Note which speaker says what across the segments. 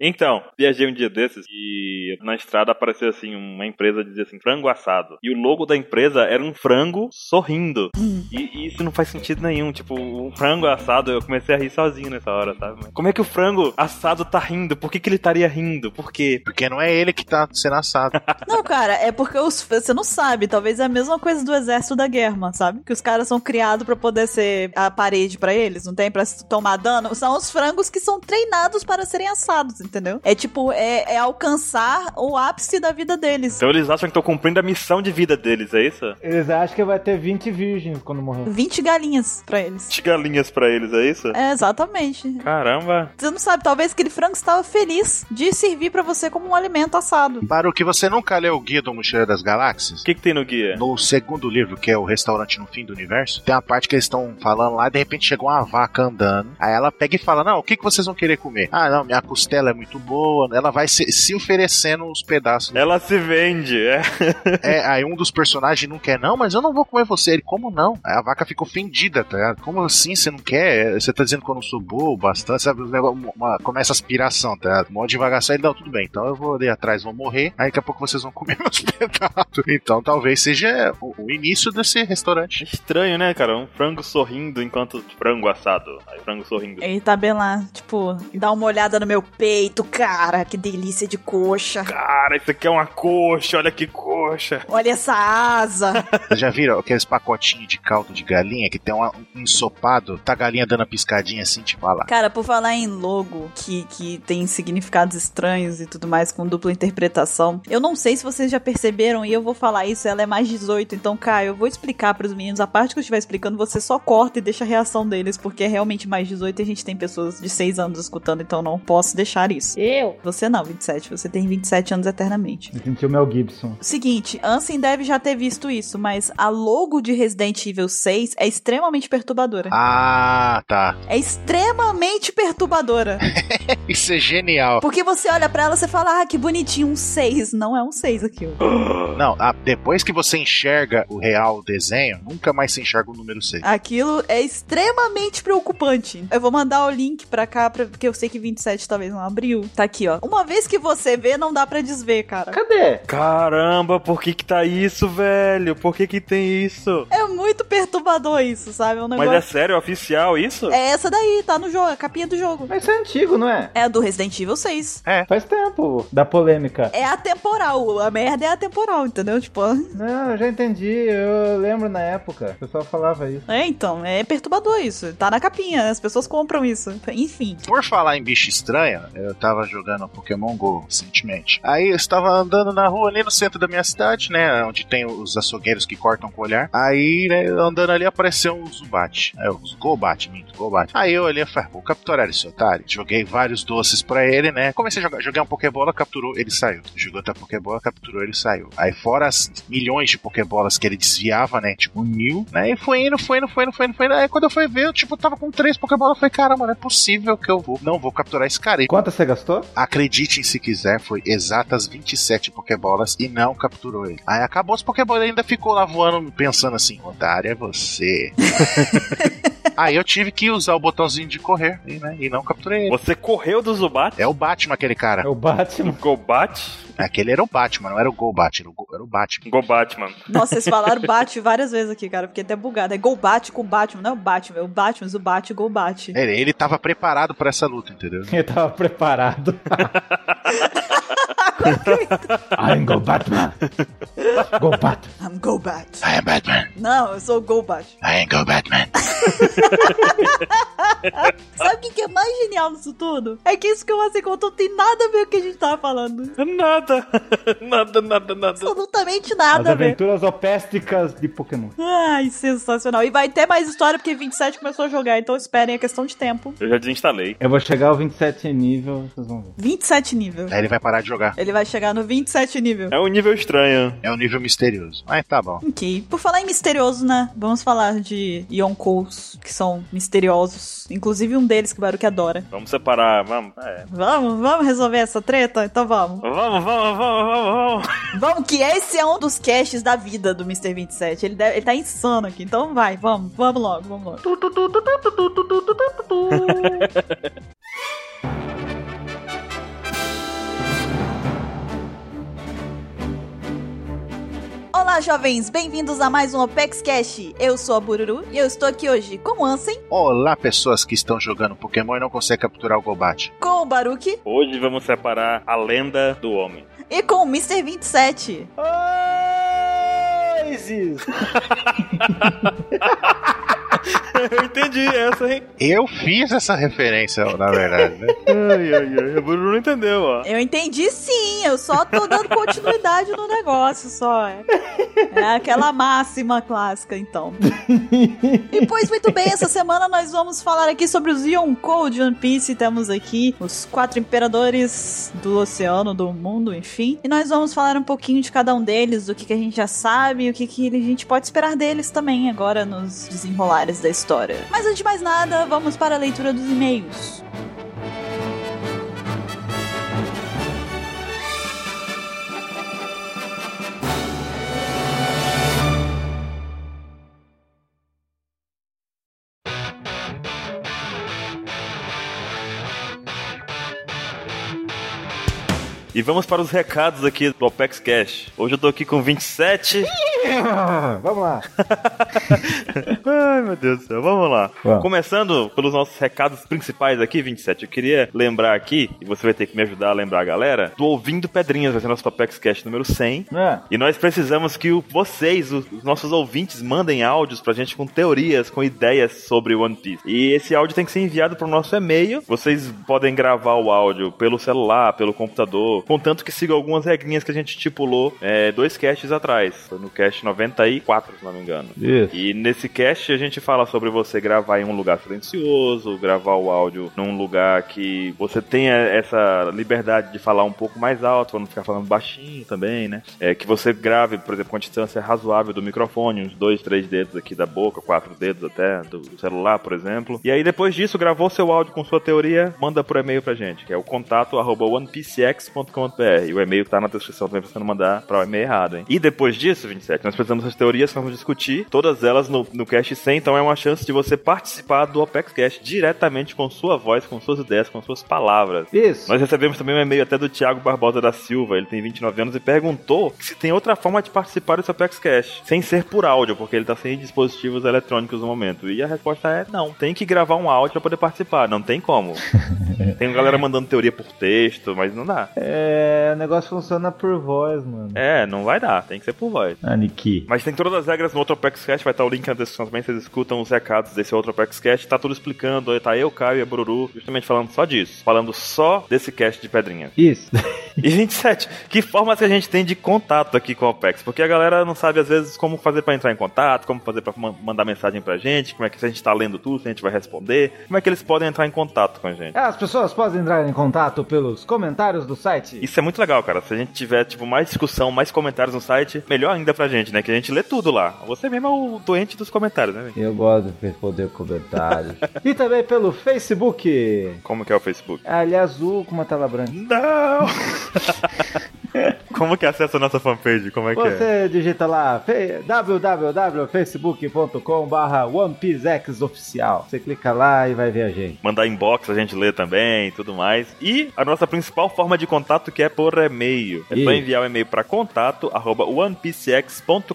Speaker 1: Então, viajei um dia desses e na estrada apareceu assim uma empresa dizia assim frango assado. E o logo da empresa era um frango sorrindo. E, e isso não faz sentido nenhum. Tipo, o frango assado, eu comecei a rir sozinho nessa hora, sabe? Mas Como é que o frango assado tá rindo? Por que, que ele estaria rindo? Por quê?
Speaker 2: Porque não é ele que tá sendo assado.
Speaker 3: Não, cara, é porque os, você não sabe. Talvez é a mesma coisa do exército da guerra, sabe? Que os caras são criados pra poder ser a parede pra eles, não tem? Pra se tomar dano. São os frangos que são treinados para serem assados, entendeu? É tipo, é, é alcançar o ápice da vida deles.
Speaker 1: Então eles acham que estão cumprindo a missão de vida deles, é isso?
Speaker 4: Eles acham que vai ter 20 virgens quando morrer.
Speaker 3: 20 galinhas pra eles.
Speaker 1: De galinhas pra eles, é isso?
Speaker 3: É, exatamente.
Speaker 1: Caramba.
Speaker 3: Você não sabe, talvez aquele frango estava feliz de servir pra você como um alimento assado.
Speaker 2: Para o que você nunca leu o Guia do Mochileiro das Galáxias,
Speaker 1: O que, que tem no guia?
Speaker 2: no segundo livro, que é o Restaurante no Fim do Universo, tem a parte que eles estão falando lá, de repente chegou uma vaca andando. Aí ela pega e fala: Não, o que, que vocês vão querer comer? Ah, não, minha costela é muito boa. Ela vai se, se oferecendo os pedaços.
Speaker 1: Ela se vende, é.
Speaker 2: É, aí um dos personagens não quer, não, mas eu não vou comer você. Ele, como não? Aí a vaca fica ofendida, tá ligado? Como assim você não quer? Você tá dizendo que eu não sou boa o bastante, sabe? Os negócio- uma- uma- começa a aspiração, tá ligado? Mó devagação. Ele, não, tudo bem, então eu vou ali atrás, vou morrer. Aí daqui a pouco vocês vão comer meus pedaços. Então talvez seja o, o início desse restaurante.
Speaker 1: Estranho, né, cara? Um frango sorrindo enquanto frango assado. Aí, frango sorrindo.
Speaker 3: Ele tá bem lá, tipo, dá uma olhada no meu peito, cara, que delícia de coxa.
Speaker 1: Cara, isso aqui é uma coxa, olha que coxa.
Speaker 3: Olha essa asa.
Speaker 2: Vocês já viram aqueles pacotinhos de caldo de galinha que tem uma- um ensopado, tá a galinha dando a piscadinha assim, tipo, ah lá.
Speaker 3: Cara, por falar em logo, que, que tem significados estranhos e tudo mais, com dupla interpretação, eu não sei se vocês já perceberam, e eu vou falar isso, ela é mais 18, então, cara, eu vou explicar pros meninos, a parte que eu estiver explicando, você só corta e deixa a reação deles, porque é realmente mais 18 e a gente tem pessoas de 6 anos escutando, então eu não posso deixar isso.
Speaker 5: Eu?
Speaker 3: Você não, 27, você tem 27 anos eternamente.
Speaker 4: Ele sentiu o Mel Gibson.
Speaker 3: Seguinte, Ansem deve já ter visto isso, mas a logo de Resident Evil 6 é extremamente perturbadora.
Speaker 2: Ah, tá.
Speaker 3: É extremamente perturbadora.
Speaker 2: Isso é genial.
Speaker 3: Porque você olha pra ela e você fala, ah, que bonitinho, um 6. Não é um 6 aquilo.
Speaker 2: Não, ah, depois que você enxerga o real desenho, nunca mais se enxerga o número 6.
Speaker 3: Aquilo é extremamente preocupante. Eu vou mandar o link pra cá, pra- porque eu sei que 27 talvez não abriu. Tá aqui, ó. Uma vez que você vê, não dá pra desver, cara.
Speaker 4: Cadê?
Speaker 1: Caramba, por que que tá isso, velho? Por que que tem isso?
Speaker 3: É muito perturbador isso, sabe? É um
Speaker 1: Mas
Speaker 3: negócio...
Speaker 1: é sério, é oficial isso?
Speaker 3: É essa daí, tá no jogo, a capinha do jogo.
Speaker 4: Mas isso é antigo, não é?
Speaker 3: É a do Resident Evil 6.
Speaker 4: Faz tempo da polêmica.
Speaker 3: É atemporal, a merda é atemporal, entendeu? Tipo,
Speaker 4: Não, eu já entendi. Eu lembro na época. O pessoal falava isso.
Speaker 3: é então, é perturbador isso. Tá na capinha, as pessoas compram isso. Enfim.
Speaker 2: Por falar em bicho estranho, eu tava jogando Pokémon GO recentemente. Aí eu estava andando na rua ali no centro da minha cidade, né? Onde tem os açougueiros que cortam com o olhar. Aí, né, eu andando ali apareceu um Zubat. É, os Golbat, minto, Golbat. Aí eu olhei e falei, "Ah, vou capturar esse otário. Joguei vários doces pra ele, né? Comecei a jogar, joguei uma Pokébola, capturou, ele saiu. Jogou outra Pokébola, capturou, ele saiu. Aí fora as milhões de Pokébolas que ele desviava, né? Tipo, mil, né? E foi indo, foi indo, foi indo, foi indo, foi indo. Aí quando eu fui ver, eu, tipo, tava com três Pokébolas. Eu falei, caramba, não é possível que eu vou, não vou capturar esse cara. E
Speaker 4: Quanto você gastou?
Speaker 2: Acreditem se quiser, foi exatas 27 Pokébolas e não capturou ele. Aí acabou as Pokébolas e ainda ficou lá voando, pensando assim: otário é você. Aí eu tive que usar o botãozinho de correr e, né, e não capturei ele.
Speaker 1: Você correu do Zubat? Um
Speaker 2: É o Batman aquele
Speaker 4: É
Speaker 2: cara. É,
Speaker 4: o Batman.
Speaker 1: Gobat? Um
Speaker 2: Aquele era o Batman, não era o Go Batman, era o, Go- era o Batman.
Speaker 1: Gobatman.
Speaker 3: Nossa, vocês falaram bate várias vezes aqui, cara, porque até bugado. É gol bate com Batman, não é o Batman, é o Batman, o bate, gol bate.
Speaker 2: Ele, ele tava preparado pra essa luta, entendeu?
Speaker 4: Ele tava preparado. I'm Go Batman. Go Batman.
Speaker 3: I'm go bat.
Speaker 2: I am Batman,
Speaker 3: Não, eu sou o gol bate.
Speaker 2: I am Go Batman.
Speaker 3: Sabe o que, que é mais genial nisso tudo? É que isso que o Marcel contou tem nada a ver com o que a gente tava falando.
Speaker 1: Nada. Nada, nada, nada.
Speaker 3: Absolutamente
Speaker 4: As
Speaker 3: nada a ver.
Speaker 4: aventuras opésticas de Pokémon.
Speaker 3: Ai, sensacional. E vai ter mais história porque 27 começou a jogar, então esperem, é questão de tempo.
Speaker 1: Eu já desinstalei.
Speaker 4: Eu vou chegar ao 27 nível, vocês vão ver.
Speaker 3: 27 nível.
Speaker 2: Aí ele vai parar de jogar.
Speaker 3: Ele vai chegar no 27 nível.
Speaker 1: É um nível estranho.
Speaker 2: É um nível misterioso. Mas tá bom.
Speaker 3: Ok. Por falar em misterioso, né? Vamos falar de Yonkous, que são misteriosos. Inclusive um deles que o Baruque adora.
Speaker 1: Vamos separar, vamos. É.
Speaker 3: Vamos, vamos resolver essa treta? Então vamos.
Speaker 1: Vamos, vamos, vamos, vamos, vamos.
Speaker 3: Vamos, que esse é um dos casts da vida do Mr. 27. Ele, deve, ele tá insano aqui. Então vai, vamos, vamos logo, vamos logo. Olá, jovens! Bem-vindos a mais um Opex Cash. Eu sou a Bururu e eu estou aqui hoje com o Ansem,
Speaker 2: Olá, pessoas que estão jogando Pokémon e não conseguem capturar o Golbat.
Speaker 3: com o Baruki
Speaker 1: Hoje vamos separar a lenda do homem.
Speaker 3: e com o Mr. 27.
Speaker 4: Oasis!
Speaker 1: Eu entendi essa, hein?
Speaker 2: Eu fiz essa referência, na verdade, né?
Speaker 1: Ai, ai, ai. O Bruno não entendeu, ó.
Speaker 3: Eu entendi sim, eu só tô dando continuidade no negócio, só. É É aquela máxima clássica, então. E pois muito bem, essa semana nós vamos falar aqui sobre os Yonkou de One Piece. Temos aqui os quatro imperadores do oceano, do mundo, enfim. E nós vamos falar um pouquinho de cada um deles, do que, que a gente já sabe, o que, que a gente pode esperar deles também agora nos desenrolares da história. Mas antes de mais nada, vamos para a leitura dos e-mails.
Speaker 1: E vamos para os recados aqui do Opex Cash. Hoje eu tô aqui com 27.
Speaker 4: Ah, Vamos lá.
Speaker 1: Ai, meu Deus do céu. Vamos lá.
Speaker 4: Vamos.
Speaker 1: Começando pelos nossos recados principais aqui, 27. Eu queria lembrar aqui, e você vai ter que me ajudar a lembrar a galera, do Ouvindo Pedrinhas, vai ser nosso Opex Cash número 100.
Speaker 4: É.
Speaker 1: E nós precisamos que o- vocês, os, os nossos ouvintes, mandem áudios pra gente com teorias, com ideias sobre One Piece. E esse áudio tem que ser enviado pro nosso e-mail. Vocês podem gravar o áudio pelo celular, pelo computador, contanto que siga algumas regrinhas que a gente estipulou é, dois casts atrás. Foi no cast 94, se não me engano.
Speaker 4: Isso.
Speaker 1: E nesse cast a gente fala sobre você gravar em um lugar silencioso, gravar o áudio num lugar que você tenha essa liberdade de falar um pouco mais alto, pra não ficar falando baixinho também, né? É, que você grave, por exemplo, com a distância razoável do microfone, uns dois, três dedos aqui da boca, quatro dedos até do celular, por exemplo. E aí depois disso, gravou seu áudio com sua teoria, manda por e-mail pra gente, que é o contato arroba onepcx.com.br. E o e-mail tá na descrição também pra você não mandar pra o e-mail errado, hein? E depois disso, 27, nós precisamos das teorias que nós vamos discutir, todas elas no, no Cast 100, então é uma chance de você participar do Opex Cast diretamente com sua voz, com suas ideias, com suas palavras.
Speaker 4: Isso.
Speaker 1: Nós recebemos também um e-mail até do Thiago Barbosa da Silva, ele tem 29 anos, e perguntou se tem outra forma de participar desse Apex Cash, sem ser por áudio, porque ele tá sem dispositivos eletrônicos no momento. E a resposta é não, tem que gravar um áudio pra poder participar, não tem como. tem galera mandando teoria por texto, mas não dá.
Speaker 4: É, o negócio funciona por voz, mano.
Speaker 1: É, não vai dar, tem que ser por voz.
Speaker 4: Aniki.
Speaker 1: Mas tem todas as regras no outro Apex Cash, vai estar o link na descrição também, vocês escutam os recados desse outro Apex Cash, tá tudo explicando, aí tá eu, Caio e a Bururu, justamente falando só disso, falando só desse cast de pedrinha.
Speaker 4: Isso.
Speaker 1: E 27, que formas que a gente tem de contato aqui com a OPEX? Porque a galera não sabe, às vezes, como fazer pra entrar em contato, como fazer pra man- mandar mensagem pra gente, como é que se a gente tá lendo tudo, se a gente vai responder, como é que eles podem entrar em contato com a gente.
Speaker 4: As pessoas podem entrar em contato pelos comentários do site.
Speaker 1: Isso é muito legal, cara. Se a gente tiver, tipo, mais discussão, mais comentários no site, melhor ainda pra gente, né? Que a gente lê tudo lá. Você mesmo é o doente dos comentários, né? velho?
Speaker 5: Eu gosto de responder comentários.
Speaker 4: E também pelo Facebook.
Speaker 1: Como que é o Facebook?
Speaker 4: Aliás, azul com uma tela branca.
Speaker 1: Não! como que acessa a nossa fanpage? Como é que é?
Speaker 4: Você digita lá fe- www.facebook.com.br OnePieceXOficial. Você clica lá e vai ver a gente.
Speaker 1: mandar inbox, a gente lê também e tudo mais. E a nossa principal forma de contato que é por e-mail. É só
Speaker 4: Isso.
Speaker 1: enviar o e-mail para contato arroba onepcx.com.br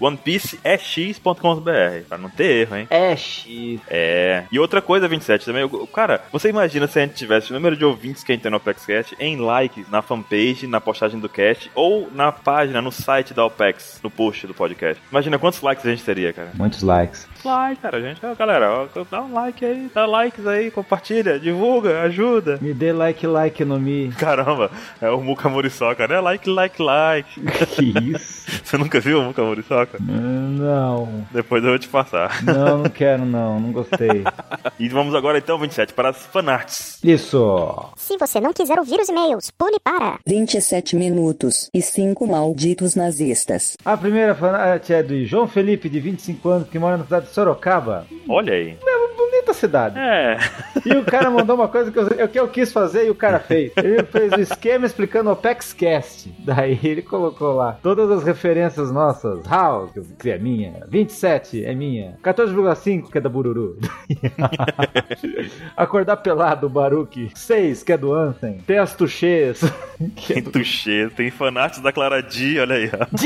Speaker 1: onepcex.com.br para não ter erro, hein?
Speaker 4: É X.
Speaker 1: É. E outra coisa, 27, também, eu- cara, você imagina se a gente tivesse o número de ouvintes que a gente tem no Opex Cast em likes na fanpage, na postagem do cast ou na página, no site da Opex, no post do podcast. Imagina quantos likes a gente teria, cara
Speaker 5: Muitos likes.
Speaker 1: like, cara, gente. Ó, galera, ó, dá um like aí, dá likes aí, compartilha, divulga, ajuda.
Speaker 4: Me dê like, like no Mi.
Speaker 1: Caramba, é o Muca Muriçoca, né? Like, like, like.
Speaker 5: Que isso?
Speaker 1: Você nunca viu o Muca Muriçoca?
Speaker 4: Hum, Não,
Speaker 1: Depois eu vou te passar.
Speaker 4: não, não quero não, não gostei.
Speaker 1: E vamos agora então, 27, para as fanarts.
Speaker 4: Isso.
Speaker 6: Se você não quiser ouvir os e-mails, pule para.
Speaker 7: 27 minutos e 5 malditos nazistas.
Speaker 4: A primeira fanart é do João Felipe, de 25 anos, que mora na cidade de Sorocaba.
Speaker 1: Olha aí.
Speaker 4: Bonita cidade.
Speaker 1: É.
Speaker 4: E o cara mandou uma coisa que eu, eu- que eu quis fazer e o cara fez. Ele fez o esquema explicando o PEXCast. Daí ele colocou lá todas as referências nossas. HAL, que é minha. 27 é minha. 14,5 que é da Bururu. Acordar pelado, Baruque. 6 que é do Ansem. Tem as tuchês.
Speaker 1: Tem Tuxê, tem fanáticos da Clara D, olha aí. ó.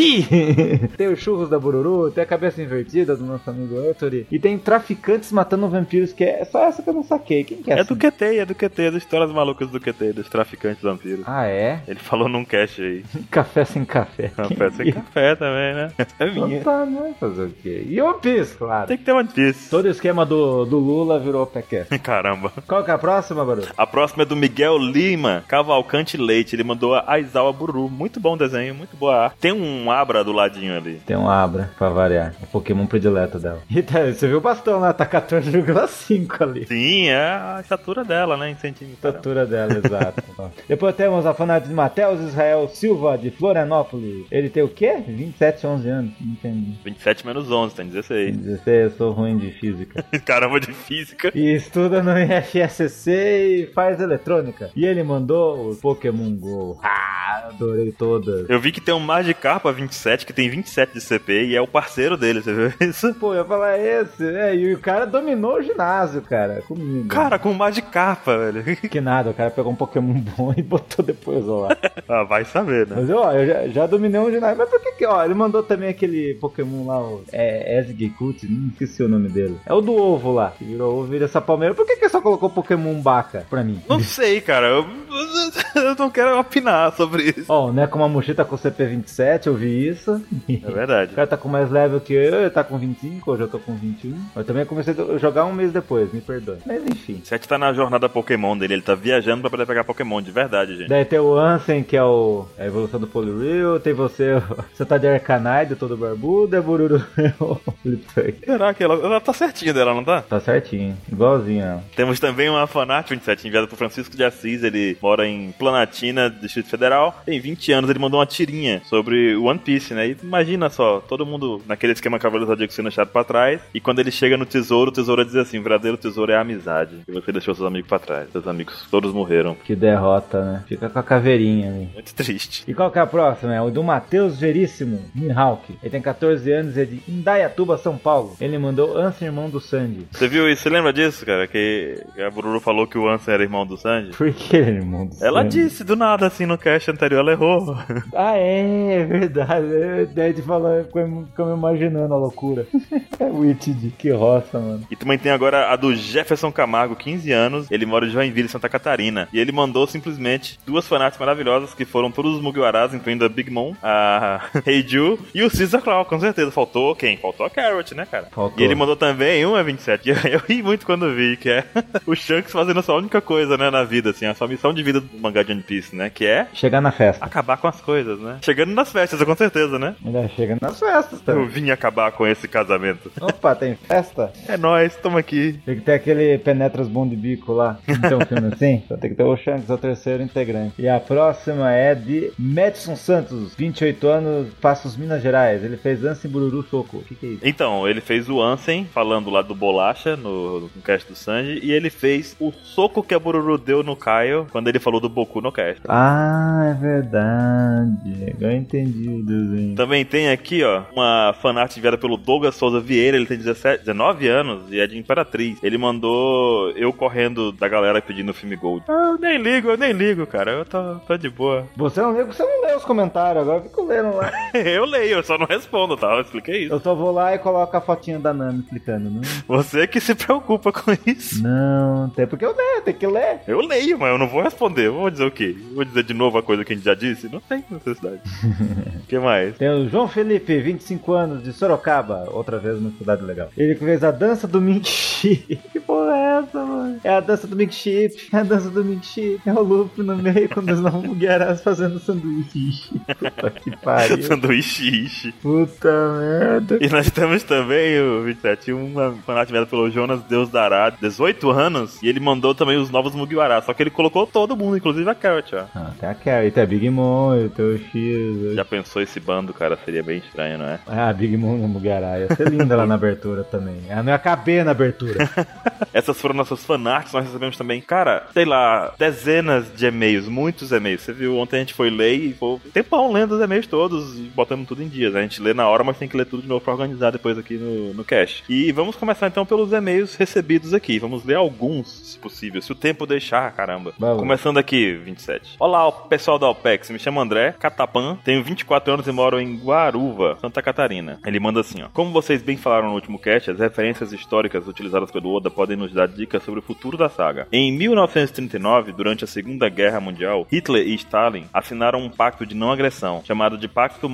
Speaker 4: tem os churros da Bururu, tem a cabeça invertida do nosso amigo Anthony. E tem traficantes matando vampiros, que é só essa que eu não saquei. Quem que é,
Speaker 1: É
Speaker 4: essa?
Speaker 1: do QT, é do QT, é das histórias malucas do QT, dos traficantes vampiros.
Speaker 4: Ah, é?
Speaker 1: Ele falou num cast aí.
Speaker 4: Café sem café.
Speaker 1: Café sem é café também, né? É minha.
Speaker 4: Então tá, né? Fazer o quê? E One Piece, claro.
Speaker 1: Tem que ter uma disso.
Speaker 4: Todo o esquema do, do Lula virou PQS.
Speaker 1: Caramba.
Speaker 4: Qual que é a próxima, Baru?
Speaker 1: A próxima é do Miguel Lima, Cavalcante Leite. Ele mandou a Aizawa Buru. Muito bom desenho, muito boa arte. Tem um Abra do ladinho ali.
Speaker 5: Tem um Abra, pra variar.
Speaker 4: um
Speaker 5: O Pokémon predileto dela.
Speaker 4: Rita, Então, você viu o bastão lá, tá 14,5 ali.
Speaker 1: Sim, é a estatura dela, né? Em centímetros.
Speaker 4: Estatura dela, exato. Depois temos a fanática de Matheus Israel Silva, de Florianópolis. Ele tem o quê? 27, 11 anos. Não Entendi.
Speaker 1: 27 menos 11, tem 16.
Speaker 5: 16, eu sou ruim de física.
Speaker 1: Caramba, de física.
Speaker 4: E estuda no IFSC e faz eletrônica. E ele mandou o Pokémon GO. Ah, adorei todas.
Speaker 1: Eu vi que tem um Magikarpa 27, que tem 27 de CP, e é o parceiro dele, você viu isso?
Speaker 4: Pô, eu ia falar esse. É, e o cara dominou o ginásio, cara, comigo.
Speaker 1: Cara, com o Magikarpa, velho.
Speaker 4: Que nada, o cara pegou um Pokémon bom e botou depois ó, lá.
Speaker 1: Ah, vai saber, né?
Speaker 4: Mas ó, eu já, já dominei um ginásio. Mas por que que, ó, ele mandou também aquele Pokémon lá, o é, Esgekut, não esqueci o nome dele. É o do ovo lá, que virou ovo, vira essa palmeira. Por que que só colocou Pokémon Baca pra mim?
Speaker 1: Não sei, cara. Eu, eu não quero opinar sobre isso.
Speaker 4: Ó, o Neco Mamushi tá com CP27, eu vi isso.
Speaker 1: É
Speaker 4: O
Speaker 1: verdade.
Speaker 4: cara tá com mais level que eu, ele tá com 25, hoje eu tô com 21. Eu também comecei a jogar um mês depois, me perdoe. Mas enfim.
Speaker 1: Sete tá na jornada Pokémon dele, ele tá viajando pra poder pegar Pokémon, de verdade, gente.
Speaker 4: Daí tem o Ansem, que é o, a evolução do Poliwhirl, tem você, o- você tá de Arcanide, todo barbudo, é Bururu, é o Fliptug.
Speaker 1: Será que ela, ela tá certinha dela, não tá?
Speaker 4: Tá certinho, igualzinho ela.
Speaker 1: Temos também uma Fanart 27 enviada por Francisco de Assis. Ele mora em Planatina, Distrito Federal. Tem 20 anos, ele mandou uma tirinha sobre One Piece, né? E imagina só, todo mundo naquele esquema Cavaleiro Zodíaco sendo deixado pra trás. E quando ele chega no tesouro, o tesouro diz assim: o verdadeiro tesouro é a amizade. E você deixou seus amigos pra trás. Seus amigos todos morreram.
Speaker 4: Que derrota, né? Fica com a caveirinha ali.
Speaker 1: Muito triste.
Speaker 4: E qual que é a próxima? É o do Matheus Veríssimo, Mihawk. Ele tem 14 anos e é de Indaiatuba, São Paulo. Ele mandou Ansem, irmão do Sandy.
Speaker 1: Você viu isso? Você lembra disso, cara? Que a Bururu falou que o Ansem era irmão do Sanji?
Speaker 4: Por que ele é irmão do
Speaker 1: Ela
Speaker 4: Sandy?
Speaker 1: disse do nada, assim, no cast anterior, ela errou.
Speaker 4: Ah, é, é verdade. É, Daí de falar, ficamos imaginando a loucura. é Witted, que roça, mano.
Speaker 1: E também tem agora a do Jefferson Camargo, 15 anos. Ele mora em Joinville, Santa Catarina. E ele mandou simplesmente duas fanarts maravilhosas que foram todos os Mugiwaras, incluindo a Big Mom, a Heiju e o Caesar Claw, com certeza. Faltou quem? Faltou a Carrot, né, cara?
Speaker 4: Faltou.
Speaker 1: E ele mandou também uma 27. E eu ri muito quando vi, que é o Shanks fazendo a sua única coisa, né, na vida, assim, a sua missão de vida do mangá de One Piece, né? Que é
Speaker 4: Chegar na festa.
Speaker 1: acabar com as coisas, né? Chegando nas festas, com certeza, né?
Speaker 4: Ainda chega nas festas
Speaker 1: Eu
Speaker 4: também.
Speaker 1: vim acabar com esse casamento.
Speaker 4: Opa, tem festa?
Speaker 1: É nóis, tamo aqui.
Speaker 4: Tem que ter aquele Penetras Bom de Bico lá. Não tem um filme assim? Só tem que ter o Shanks, é o terceiro integrante. E a próxima é de Madison Santos, 28 anos, Passos Minas Gerais. Ele fez Anse Bururu Soco. O que, que é isso?
Speaker 1: Então, ele fez o Ansem, falando lá do Bolacha, no, no cast do Sanji, e ele fez o soco que a Bururu deu no Caio quando ele falou do Boku no cast.
Speaker 4: Ah, é verdade. Agora eu entendi o desenho.
Speaker 1: Também tem aqui, ó, uma fanart enviada pelo Douglas Souza Vieira, ele tem 17, 19 anos e é de Imperatriz. Ele mandou eu correndo da galera pedindo o filme Gold. Ah, eu nem ligo, eu nem ligo, cara, eu tô, tô de boa.
Speaker 4: Você não leu, você não leu os comentários, agora fica lendo lá.
Speaker 1: eu leio, eu só não respondo, tá? Eu expliquei isso.
Speaker 4: Eu só vou lá e coloco a fotinha da Nami clicando, né?
Speaker 1: Você é que se preocupa com isso.
Speaker 4: Não, até porque eu leio, tem que ler.
Speaker 1: Eu leio, mas eu não vou responder. Eu vou dizer o quê? Eu Vou dizer de novo a coisa que a gente já disse? Não tem necessidade. O que mais?
Speaker 4: Tem o João Felipe, 25 anos, de Sorocaba, outra vez uma cidade legal. Ele que fez a dança do Minxi. Que porra é essa, mano? É a dança do Minxi, é a dança do Minxi. É o loop no meio quando os não guiarás fazendo sanduíche. Puta que pariu.
Speaker 1: Sanduíche. ishi.
Speaker 4: Puta merda.
Speaker 1: E nós temos também, o 27, uma fanática enviada pelo Jonas Deus Dará, 18 anos, e ele mandou também os novos Mugiwara, só que ele colocou todo mundo, inclusive a Carrot, ó.
Speaker 4: Ah, tem a Carrie, tem a Big Mom, tem o X.
Speaker 1: Já pensou esse bando, cara? Seria bem estranho, não é?
Speaker 4: Ah, a Big Mom no Ah, Mugarai. Ia ser linda lá na abertura também. Ela não ia caber na abertura.
Speaker 1: Essas foram nossas fan Fanarts nós recebemos também, cara, sei lá, dezenas de e-mails, muitos e-mails. Você viu, ontem a gente foi ler e foi um tempão lendo os e-mails todos e botamos tudo em dias. A gente lê na hora, mas tem que ler tudo de novo pra organizar depois aqui no, no cache. E vamos começar então pelos e-mails recebidos aqui. Vamos ler alguns, se possível, se o tempo deixar, caramba.
Speaker 5: Vamos.
Speaker 1: Começando aqui, 27. Olá, o pessoal da OPEX. Me chamo André Catapan, tenho 24 anos e moro em Guaruva, Santa Catarina. Ele manda assim, ó. Como vocês bem falaram no último cast, as referências históricas utilizadas pelo Oda podem nos dar dicas sobre o futuro da saga. Em 1939, durante a Segunda Guerra Mundial, Hitler e Stalin assinaram um pacto de não agressão, chamado de Pacto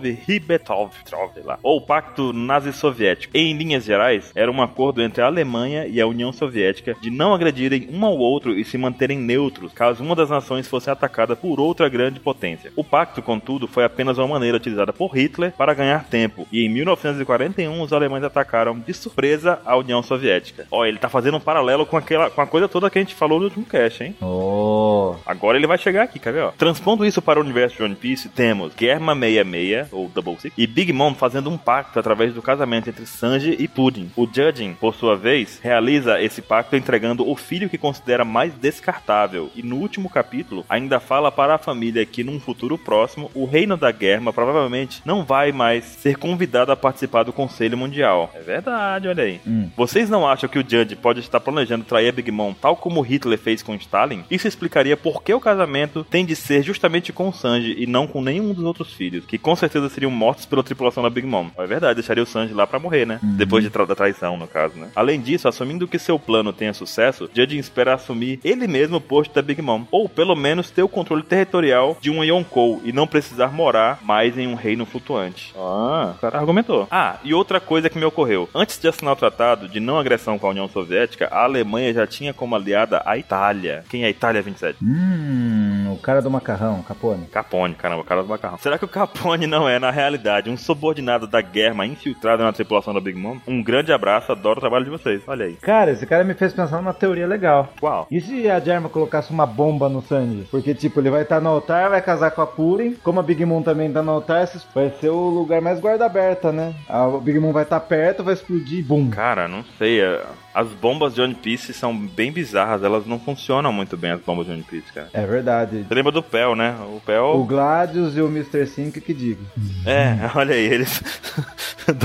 Speaker 1: Molotov-Ribbentrop, Trov, sei lá, ou Pacto Nazi-Soviético. Em linhas gerais, era um acordo entre a Alemanha e a União Soviética de não agredirem um ao outro e se manterem neutros caso uma das nações fosse atacada por outra grande potência. O pacto, contudo, foi apenas uma maneira utilizada por Hitler para ganhar tempo, e em 1941 os alemães atacaram de surpresa a União Soviética. Ó, ele tá fazendo um paralelo com aquela com a coisa toda que a gente falou no último cast, hein?
Speaker 5: Oh,
Speaker 1: Agora ele vai chegar aqui, quer ver? Ó. Transpondo isso para o universo de One Piece, temos Germa 66, ou Double Six, e Big Mom fazendo um pacto através do casamento entre Sanji e Pudding. O Judging, por sua vez, realiza esse pacto entregando o filho que considera mais descartável. E no último capítulo, ainda fala para a família que num futuro próximo, o reino da Germa provavelmente não vai mais ser convidado a participar do Conselho Mundial. É verdade, olha aí.
Speaker 5: Hum.
Speaker 1: Vocês não acham que o Judge pode estar planejando trair a Big Mom tal como Hitler fez com Stalin? Isso explicaria por que o casamento tem de ser justamente com o Sanji e não com nenhum dos outros filhos, que com certeza seriam mortos pela tripulação da Big Mom. É verdade, deixaria o Sanji lá pra morrer, né? Depois de tra- da traição, no caso, né? Além disso, assumindo que seu plano tenha sucesso, Judge espera assumir ele mesmo o posto da Big Mom, ou pelo menos ter o controle territorial de um Yonkou e não precisar morar mais em um reino flutuante. Ah, o cara argumentou. Ah, e outra coisa que me ocorreu. Antes de assinar o tratado de não agressão com a União Soviética, a Alemanha já tinha como aliada a Itália. Quem é a Itália 27?
Speaker 5: hum, o cara do macarrão, Capone.
Speaker 1: Capone, caramba, cara do macarrão. Será que o Capone não é, na realidade, um subordinado da Guerra infiltrado na tripulação da Big Mom? Um grande abraço, adoro o trabalho de vocês. Olha aí.
Speaker 4: Cara, esse cara me fez pensar numa teoria legal.
Speaker 1: Qual?
Speaker 4: E se a Germa colocasse uma bomba no Sanji? Porque, tipo, ele vai estar no altar, vai casar com a Purim. Como a Big Mom também tá no altar, esses- vai ser o lugar mais guarda-aberta, né? A Big Mom vai estar perto, vai explodir e bum.
Speaker 1: Cara, não sei. é- As bombas de One Piece são bem bizarras, elas não funcionam muito bem, as bombas de One Piece, cara.
Speaker 4: É verdade.
Speaker 1: Você lembra do Pel, né? O Pel.
Speaker 4: O Gladius e o Mr. Sink que digo.
Speaker 1: É, olha aí, eles.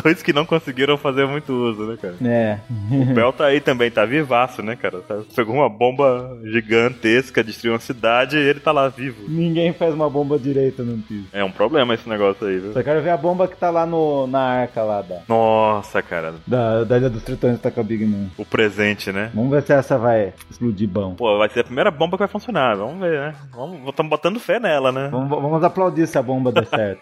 Speaker 1: Dois que não conseguiram fazer muito uso, né, cara?
Speaker 4: É.
Speaker 1: O Bel tá aí também, tá vivaço, né, cara? Tá- Pegou uma bomba gigantesca, destruiu uma cidade e ele tá lá vivo.
Speaker 4: Ninguém faz uma bomba direita no piso.
Speaker 1: É um problema esse negócio aí, viu?
Speaker 4: Só quero ver a bomba que tá lá no, na arca lá da,
Speaker 1: Nossa, cara,
Speaker 4: da, da Ilha dos Tritões que tá com a Big Mom.
Speaker 1: o presente, né?
Speaker 4: Vamos ver se essa vai explodir bom.
Speaker 1: Pô, vai ser a primeira bomba que vai funcionar, vamos ver, né? Vamos, estamos botando fé nela, né?
Speaker 4: Vamos, vamos aplaudir se a bomba der certo.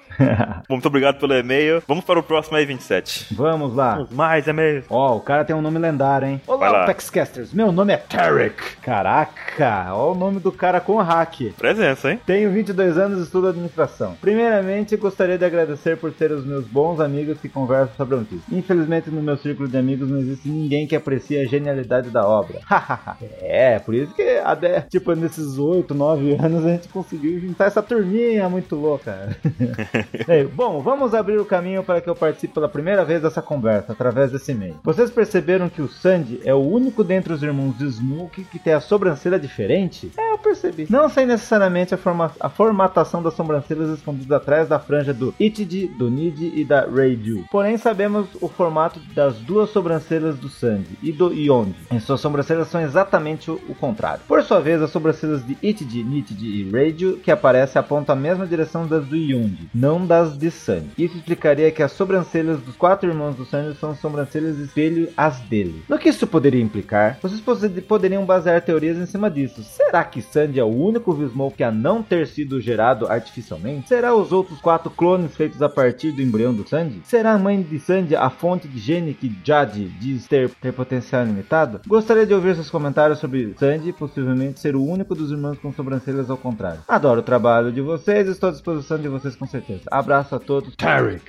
Speaker 1: Muito obrigado pelo e-mail. Vamos para o próximo aí, 27.
Speaker 4: vamos lá.
Speaker 1: Vamos mais e-mails.
Speaker 4: Ó, o cara tem um nome lendário, hein?
Speaker 1: Vai lá.
Speaker 4: Olá, Pexcasters. Meu nome é Tarek. Caraca, ó o nome do cara com hack.
Speaker 1: Presença, hein?
Speaker 4: Tenho 22 anos e estudo administração. Primeiramente, gostaria de agradecer por ter os meus bons amigos que conversam sobre One Piece. Infelizmente, no meu círculo de amigos não existe ninguém que aprecie a genialidade da obra. é, por isso que, há dez- tipo, nesses 8, 9 anos a gente conseguiu juntar essa turminha muito louca. Ei, bom, vamos abrir o caminho para que eu participe pela primeira vez dessa conversa, através desse e-mail. Vocês perceberam que o Sandy é o único dentre os irmãos de Smoke que tem a sobrancelha diferente? É, eu percebi. Não sem necessariamente a, forma- a formatação das sobrancelhas escondidas atrás da franja do Itidi, do Nid e da Raiju. Porém, sabemos o formato das duas sobrancelhas do Sandy e do Yondi. Em suas sobrancelhas são exatamente o, o contrário. Por sua vez, as sobrancelhas de Itidi, Nitid e Raiju que aparecem apontam a mesma direção das do Yondi, não das de Sandy. Isso explicaria que as sobrancelhas dos quatro irmãos do Sandy são sobrancelhas espelho as dele. No que isso poderia implicar? Vocês pose- poderiam basear teorias em cima disso. Será que Sandy é o único Vismoke a não ter sido gerado artificialmente? Será os outros quatro clones feitos a partir do embrião do Sandy? Será a mãe de Sandy a fonte de gene que Jade diz ter, ter potencial limitado? Gostaria de ouvir seus comentários sobre Sandy, possivelmente ser o único dos irmãos com sobrancelhas ao contrário. Adoro o trabalho de vocês, estou à disposição de vocês com certeza. Abraço a todos. Tarek!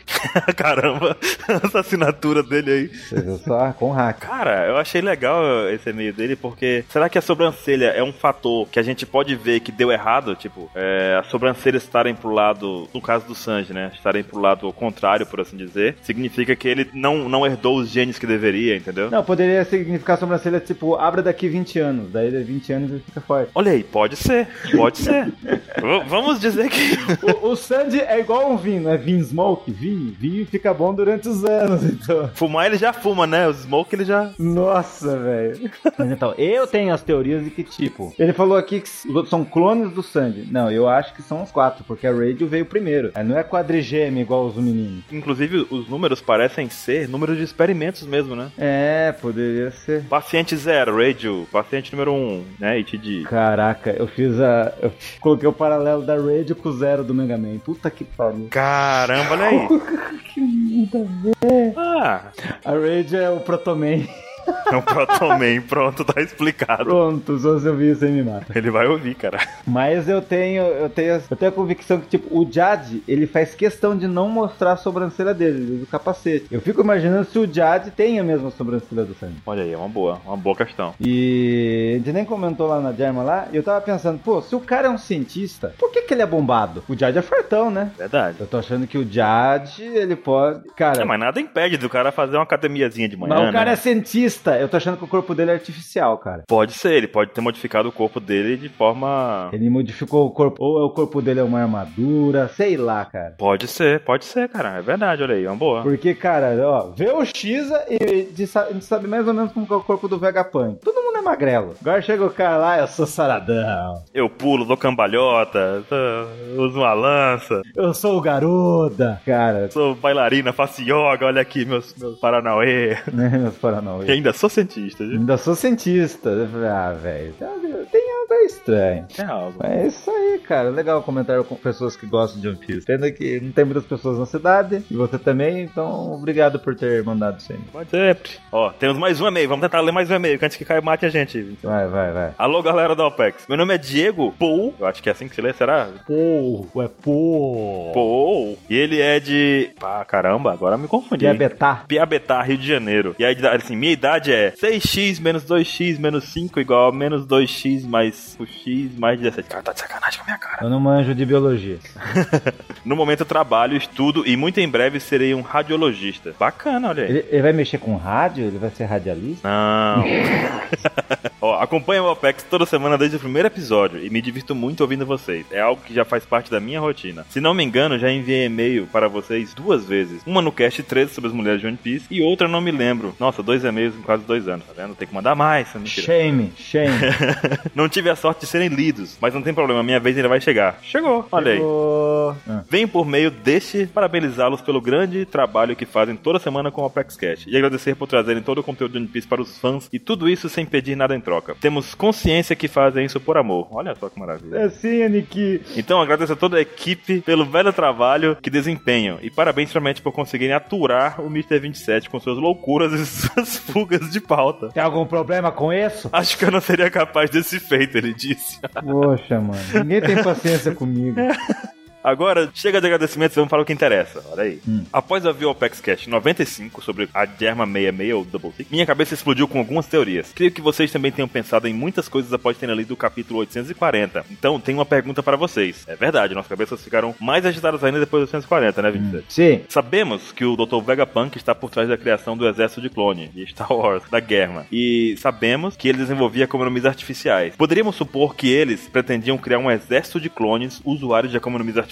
Speaker 1: Caramba, essa assinatura dele aí.
Speaker 4: Você viu só? Com hack.
Speaker 1: Cara, eu achei legal esse e-mail dele, porque será que a sobrancelha é um fator que a gente pode ver que deu errado? Tipo, é, as sobrancelhas estarem pro lado, no caso do Sanji, né? Estarem pro lado contrário, por assim dizer, significa que ele não, não herdou os genes que deveria, entendeu?
Speaker 4: Não, poderia ia significar sobrancelha tipo, abra daqui 20 anos. Daí de 20 anos ele fica forte.
Speaker 1: Olha aí, pode ser, pode ser. V- vamos dizer que.
Speaker 4: O, o Sandy é igual um vinho, não é vinho smoke? Vinho, vinho fica bom durante os anos, então.
Speaker 1: Fumar ele já fuma, né? O Smoke ele já.
Speaker 4: Nossa, velho. Mas então, eu tenho as teorias de que tipo. Ele falou aqui que os outros são clones do Sandy. Não, eu acho que são os quatro, porque a Radio veio primeiro. Aí Não é quadrigêmeo igual os meninos.
Speaker 1: Inclusive, os números parecem ser números de experimentos mesmo, né?
Speaker 4: É, poderia ser.
Speaker 1: Paciente zero, Radio. Paciente número um, né? ITD.
Speaker 4: Caraca, eu fiz a. Eu coloquei o paralelo da Radio com o zero do Mega Man. Puta que pariu.
Speaker 1: Caramba, olha aí. Ah,
Speaker 4: A Rage é o Protoman.
Speaker 1: é um protoman, pronto, tá explicado.
Speaker 4: Pronto, só se eu vi isso aí me mata.
Speaker 1: Ele vai ouvir, cara.
Speaker 4: Mas eu tenho, eu tenho, eu tenho a convicção que, tipo, o Jad, ele faz questão de não mostrar a sobrancelha dele, ele usa o capacete. Eu fico imaginando se o Jad tem a mesma sobrancelha do Sandy.
Speaker 1: Olha aí, é uma boa, uma boa questão.
Speaker 4: E a gente nem comentou lá na Germa lá, eu tava pensando, pô, se o cara é um cientista, por que que ele é bombado? O Jad é fartão, né?
Speaker 1: Verdade.
Speaker 4: Eu tô achando que o Jad, ele pode... Cara,
Speaker 1: É, mas nada impede do cara fazer uma academiazinha de manhã.
Speaker 4: mas o cara
Speaker 1: né?
Speaker 4: é cientista, eu tô achando que o corpo dele é artificial, cara.
Speaker 1: Pode ser, ele pode ter modificado o corpo dele de forma.
Speaker 4: Ele modificou o corpo. Ou é o corpo dele é uma armadura, sei lá, cara.
Speaker 1: Pode ser, pode ser, cara. É verdade, olha aí, é uma boa.
Speaker 4: Porque, cara, ó, vê o Xa e de sa- a gente sabe mais ou menos como que é o corpo do Vegapunk. Todo mundo é magrelo. Agora chega o cara lá, eu sou saradão.
Speaker 1: Eu pulo, dou cambalhota, tô- uso uma lança,
Speaker 4: Eu sou o garuda. Cara,
Speaker 1: sou bailarina, faço yoga, olha aqui meus, meus Paranauê.
Speaker 4: né, meus
Speaker 1: Que
Speaker 4: paranauê.
Speaker 1: ainda sou cientista, viu?
Speaker 4: Ainda sou cientista. Eu falei, Ah, velho, tem algo aí estranho.
Speaker 1: É algo.
Speaker 4: É isso aí, cara. Legal comentário com pessoas que gostam de One Piece. Tendo que não tem muitas pessoas na cidade, e você também, então obrigado por ter mandado isso aí.
Speaker 1: Pode ser. Ó, temos mais um e-mail, vamos tentar ler mais um e-mail, que antes que Caio mate a gente.
Speaker 4: Vai, vai, vai.
Speaker 1: Alô, galera da OPEX. Meu nome é Diego Pou. Eu acho que é assim que se lê, será?
Speaker 4: Pô, é pô.
Speaker 1: Pou. E ele é de. Pá, caramba, agora me confundi. hein?
Speaker 4: Diabetá.
Speaker 1: Piabetá, Rio de Janeiro. E aí, assim, minha idade é 6x menos 2x menos 5 igual a menos 2x mais o x mais 17. Cara, tá de sacanagem com a minha cara.
Speaker 4: Eu não manjo de biologia.
Speaker 1: No momento eu trabalho, estudo e muito em breve serei um radiologista. Bacana, olha aí.
Speaker 4: Ele, ele vai mexer com rádio? Ele vai ser radialista?
Speaker 1: Não. Ó, acompanho o Apex toda semana desde o primeiro episódio e me divirto muito ouvindo vocês. É algo que já faz parte da minha rotina. Se não me engano, já enviei e-mail para vocês duas vezes. Uma no cast 13 sobre as mulheres de One Piece e outra não me lembro. Nossa, dois e-mails em quase dois anos, tá vendo? Tem que mandar mais, essa mentira.
Speaker 4: Shame, shame.
Speaker 1: Não tive a sorte de serem lidos, mas não tem problema, minha vez ainda vai chegar. Chegou, olha aí.
Speaker 4: Pô. Ah,
Speaker 1: Venho por meio deste parabenizá-los pelo grande trabalho que fazem toda semana com o Apex Cash e agradecer por trazerem todo o conteúdo de One Piece para os fãs e tudo isso sem pedir nada em troca. Temos consciência que fazem isso por amor. Olha só que maravilha.
Speaker 4: É sim, Aniki.
Speaker 1: Então agradeço a toda a equipe pelo velho trabalho que desempenham e parabéns realmente por conseguirem aturar o Mr. 27 com suas loucuras e suas fugas de pauta.
Speaker 4: Tem algum problema com isso?
Speaker 1: Acho que eu não seria capaz desse feito, ele disse.
Speaker 4: Poxa, mano. Ninguém tem paciência comigo.
Speaker 1: Agora, chega de agradecimentos, vamos falar o que interessa. Olha aí. Após ouvir o Apex Cash 95 sobre a Germa 66 ou Double Six, minha cabeça explodiu com algumas teorias. Creio que vocês também tenham pensado em muitas coisas após terem lido o capítulo 840. Então, tenho uma pergunta para vocês. É verdade, nossas cabeças ficaram mais agitadas ainda depois dos 840, né, 27?
Speaker 4: Sim.
Speaker 1: Sabemos que o Dr. Vegapunk está por trás da criação do exército de clone, de Star Wars, da Germa. E sabemos que ele desenvolvia economias artificiais. Poderíamos supor que eles pretendiam criar um exército de clones usuários de economias artificiais?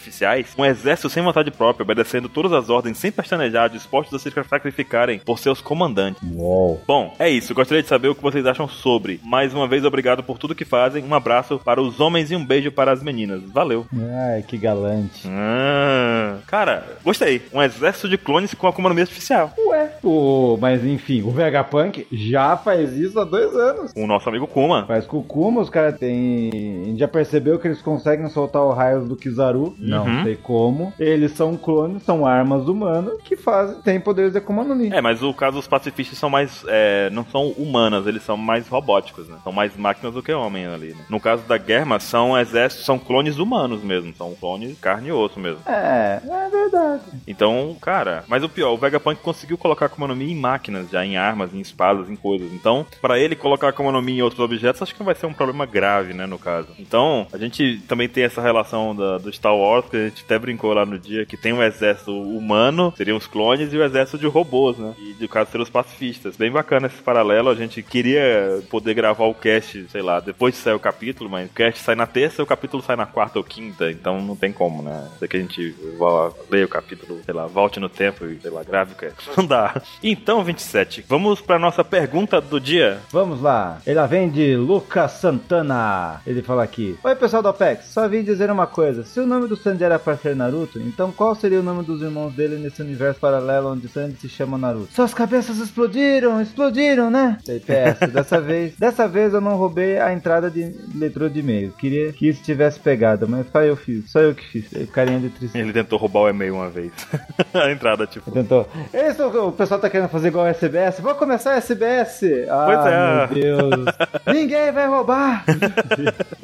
Speaker 1: Um exército sem vontade própria, obedecendo todas as ordens sem pestanejar, dispostos a se sacrificarem por seus comandantes.
Speaker 4: Uou.
Speaker 1: Bom, é isso. Gostaria de saber o que vocês acham sobre. Mais uma vez, obrigado por tudo que fazem. Um abraço para os homens e um beijo para as meninas. Valeu!
Speaker 4: Ai, que galante.
Speaker 1: Ah, cara, gostei. Um exército de clones com economia artificial.
Speaker 4: Ué. O, mas enfim, o Vegapunk já faz isso há dois anos.
Speaker 1: O nosso amigo Kuma.
Speaker 4: Faz com o Kuma, os caras têm. A gente já percebeu que eles conseguem soltar o raio do Kizaru. Não
Speaker 1: Uhum.
Speaker 4: sei como. Eles são clones, são armas humanas que fazem, têm poderes de comando ali.
Speaker 1: É, mas o caso dos pacifistas são mais. é, não são humanas, eles são mais robóticos, né? São mais máquinas do que homens ali, né? No caso da Germa, são exércitos, são clones humanos mesmo. São clones de carne e osso mesmo.
Speaker 4: É, é verdade.
Speaker 1: Então, cara, mas o pior, o Vegapunk conseguiu colocar a Akuma no Mi em máquinas, já em armas, em espadas, em coisas. Então, pra ele colocar a Akuma no Mi em outros objetos, acho que não vai ser um problema grave, né, no caso. Então, a gente também tem essa relação da- do Star Wars Wars, que a gente até brincou lá no dia, que tem um exército humano, seriam os clones, e o exército de robôs, né? E no caso seriam os pacifistas. Bem bacana esse paralelo, a gente queria poder gravar o cast, sei lá, depois de sair o capítulo, mas o cast sai na terça e o capítulo sai na quarta ou quinta, então não tem como, né? Até que a gente vá ler o capítulo, sei lá, volte no tempo e, sei lá, grave o cast. Não dá. Então, 27, vamos pra nossa pergunta do dia.
Speaker 4: Vamos lá. Ela vem de Lucas Santana. Ele fala aqui. Oi, pessoal do Apex. Só vim dizer uma coisa. Se o nome do Sandy era pra ser Naruto, então qual seria o nome dos irmãos dele nesse universo paralelo onde Sandy se chama Naruto? Suas cabeças explodiram, explodiram, né? Daí, PS, dessa vez, dessa vez eu não roubei a entrada de letrô de e-mail. Queria que isso tivesse pegado, mas só eu fiz. Só eu que fiz. Carinha de tristeza.
Speaker 1: Ele tentou roubar o e-mail uma vez. a entrada, tipo.
Speaker 4: Tentou. Isso, o pessoal tá querendo fazer igual a SBS. Vou começar a SBS. Ah,
Speaker 1: Pois é.
Speaker 4: meu Deus. Ninguém vai roubar.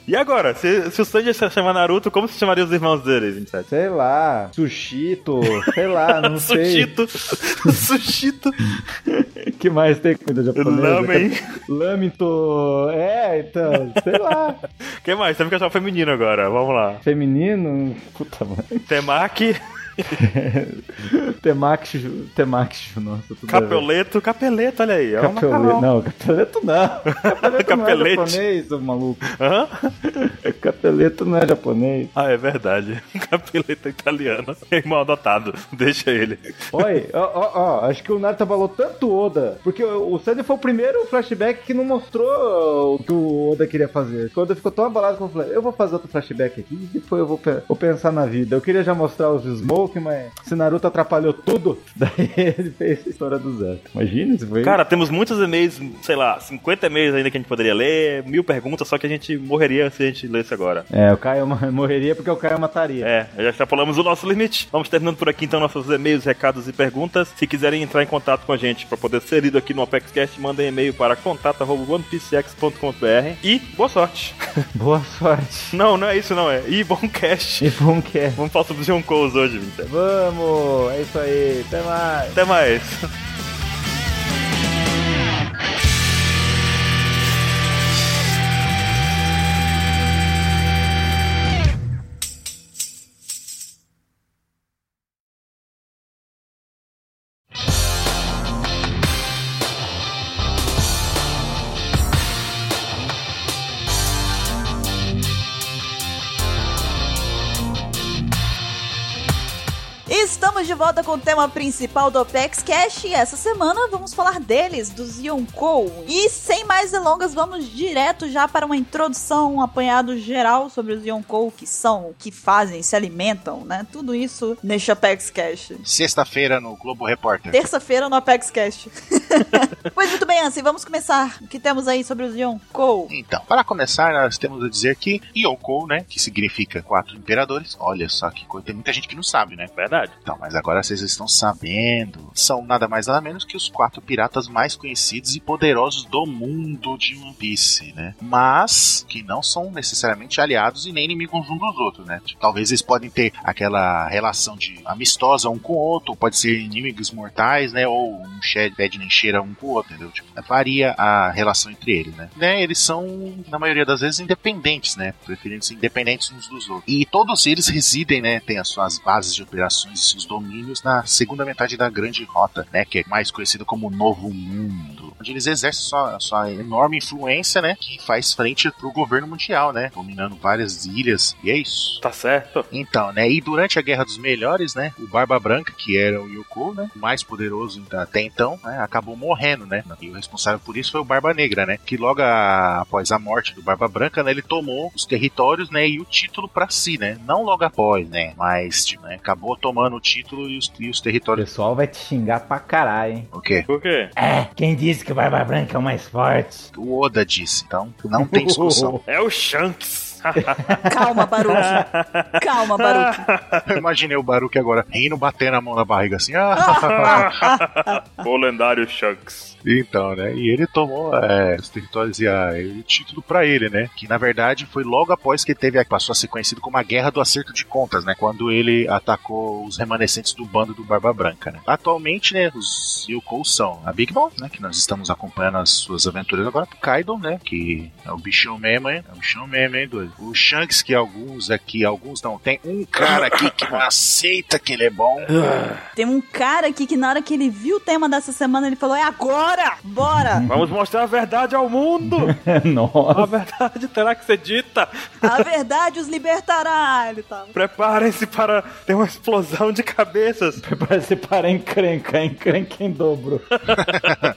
Speaker 1: E agora? Se, se o Sanji se chama Naruto, como se chamaria os irmãos dele, 27?
Speaker 4: Sei lá. Sushito. Sei lá, não sei.
Speaker 1: Sushito! Sushito!
Speaker 4: O que mais tem comida japonesa?
Speaker 1: Lamen!
Speaker 4: Lamento. É, então. Sei lá.
Speaker 1: O que mais? Temos que achar o feminino agora, vamos lá.
Speaker 4: Feminino. Puta, mano.
Speaker 1: Temaki,
Speaker 4: Temaxu. Temaxu. Nossa, tudo a ver.
Speaker 1: Capeoleto, Capeleto, olha aí. É um
Speaker 4: Capeleto. né?
Speaker 1: macarrão.
Speaker 4: Não, capeleto não. Capeleto não é
Speaker 1: Capelete.
Speaker 4: japonês, ô maluco.
Speaker 1: Hã?
Speaker 4: Capeleto não é japonês.
Speaker 1: Ah, é verdade. Capeleto é italiano. É irmão adotado. Deixa ele.
Speaker 4: Oi, ó, ó, ó, acho que o Narta falou tanto Oda, porque o o Sandy foi o primeiro flashback que não mostrou ó, o que o Oda queria fazer. O Oda ficou tão abalado que eu falei, eu vou fazer outro flashback aqui e depois eu vou, pe- vou pensar na vida. Eu queria já mostrar os Smoke, mas esse Naruto atrapalhou tudo, daí ele fez a história do zero. Imagina se foi...
Speaker 1: Cara, temos muitos e-mails, sei lá, 50 e-mails ainda que a gente poderia ler, mil perguntas, só que a gente morreria se a gente lesse agora.
Speaker 4: É, o Caio ma- morreria porque o Caio mataria.
Speaker 1: É, já extrapolamos o nosso limite. Vamos terminando por aqui então nossos e-mails, recados e perguntas. Se quiserem entrar em contato com a gente para poder ser lido aqui no ApexCast, mandem e-mail para contato.onepcx.com.br e boa sorte.
Speaker 4: Boa sorte.
Speaker 1: Não, não é isso não, é. E bom cast.
Speaker 4: E bom que é.
Speaker 1: Vamos falar sobre John Coles hoje, Vitor.
Speaker 4: Vamos, é isso aí, até mais.
Speaker 1: Até mais.
Speaker 3: Estamos de volta com o tema principal do Opex Cash e essa semana vamos falar deles, dos Yonkou. E sem mais delongas, vamos direto já para uma introdução, um apanhado geral sobre os Yonkou, que são, o que fazem, se alimentam, né? Tudo isso neste Apex Cash.
Speaker 2: Sexta-feira no Globo Repórter.
Speaker 3: Terça-feira no Apex Cash. pois muito bem, Ansem, vamos começar. O que temos aí sobre os Yonkou?
Speaker 2: Então, para começar, nós temos a dizer que Yoko, né, que significa quatro imperadores. Olha só que coisa, tem muita gente que não sabe, né?
Speaker 1: Verdade.
Speaker 2: Então, mas agora vocês estão sabendo. São nada mais nada menos que os quatro piratas mais conhecidos e poderosos do mundo de One Piece, né? Mas que não são necessariamente aliados e nem inimigos um dos outros, né? Tipo, Talvez eles podem ter aquela relação de amistosa um com o outro, pode ser inimigos mortais, né? Ou um chefe pede nem cheira um com o outro, entendeu? Tipo, varia a relação entre eles, né? né? Eles são, na maioria das vezes, independentes, né? Preferindo ser independentes uns dos outros. E todos eles residem, né? Tem as suas bases de operações e seus domínios na segunda metade da Grande Rota, né? Que é mais conhecido como Novo Mundo. Onde eles exercem sua, sua enorme influência, né? Que faz frente pro governo mundial, né? Dominando várias ilhas. E é isso.
Speaker 1: Tá certo.
Speaker 2: Então, né? E durante a Guerra dos Melhores, né? O Barba Branca, que era o Yoko, né? O mais poderoso da- até então, né? Acabou morrendo, né? E o responsável por isso foi o Barba Negra, né? Que logo a- após a morte do Barba Branca, né? Ele tomou os territórios, né? E o título pra si, né? Não logo após, né? Mas, tipo, né, acabou tomando o título e os, e os
Speaker 4: O
Speaker 2: territórios.
Speaker 4: pessoal vai te xingar pra caralho, hein.
Speaker 2: O quê?
Speaker 1: Por quê?
Speaker 5: É, quem disse que o Barba Branca é o mais forte?
Speaker 2: O Oda disse. Então, não tem discussão.
Speaker 1: É o Shanks.
Speaker 3: Calma, Baruch. Calma, Baruch.
Speaker 2: Eu imaginei o Baruque agora rindo, batendo a mão na barriga assim. Ah,
Speaker 1: o lendário Shanks.
Speaker 2: Então, né? E ele tomou é, os territórios e a- e o título pra ele, né? Que na verdade foi logo após que ele teve a, passou a ser conhecido como a Guerra do Acerto de Contas, né? Quando ele atacou os remanescentes do bando do Barba Branca, né? Atualmente, né? Os Yokos são a Big Mom, né? Que nós estamos acompanhando as suas aventuras agora. O Kaido, né? Que é o bichão mesmo, hein? É o bichão mesmo, hein? Doido? O Shanks, que alguns aqui, alguns não. Tem um cara aqui que não aceita que ele é bom.
Speaker 3: Tem um cara aqui que na hora que ele viu o tema dessa semana, ele falou: é agora! Bora!
Speaker 1: Vamos mostrar a verdade ao mundo! A
Speaker 4: Nossa.
Speaker 1: verdade terá que ser dita!
Speaker 3: A verdade os libertará! Ele tá. tava.
Speaker 1: Preparem-se para ter uma explosão de cabeças!
Speaker 4: Parece para encrenca, encrenca em dobro.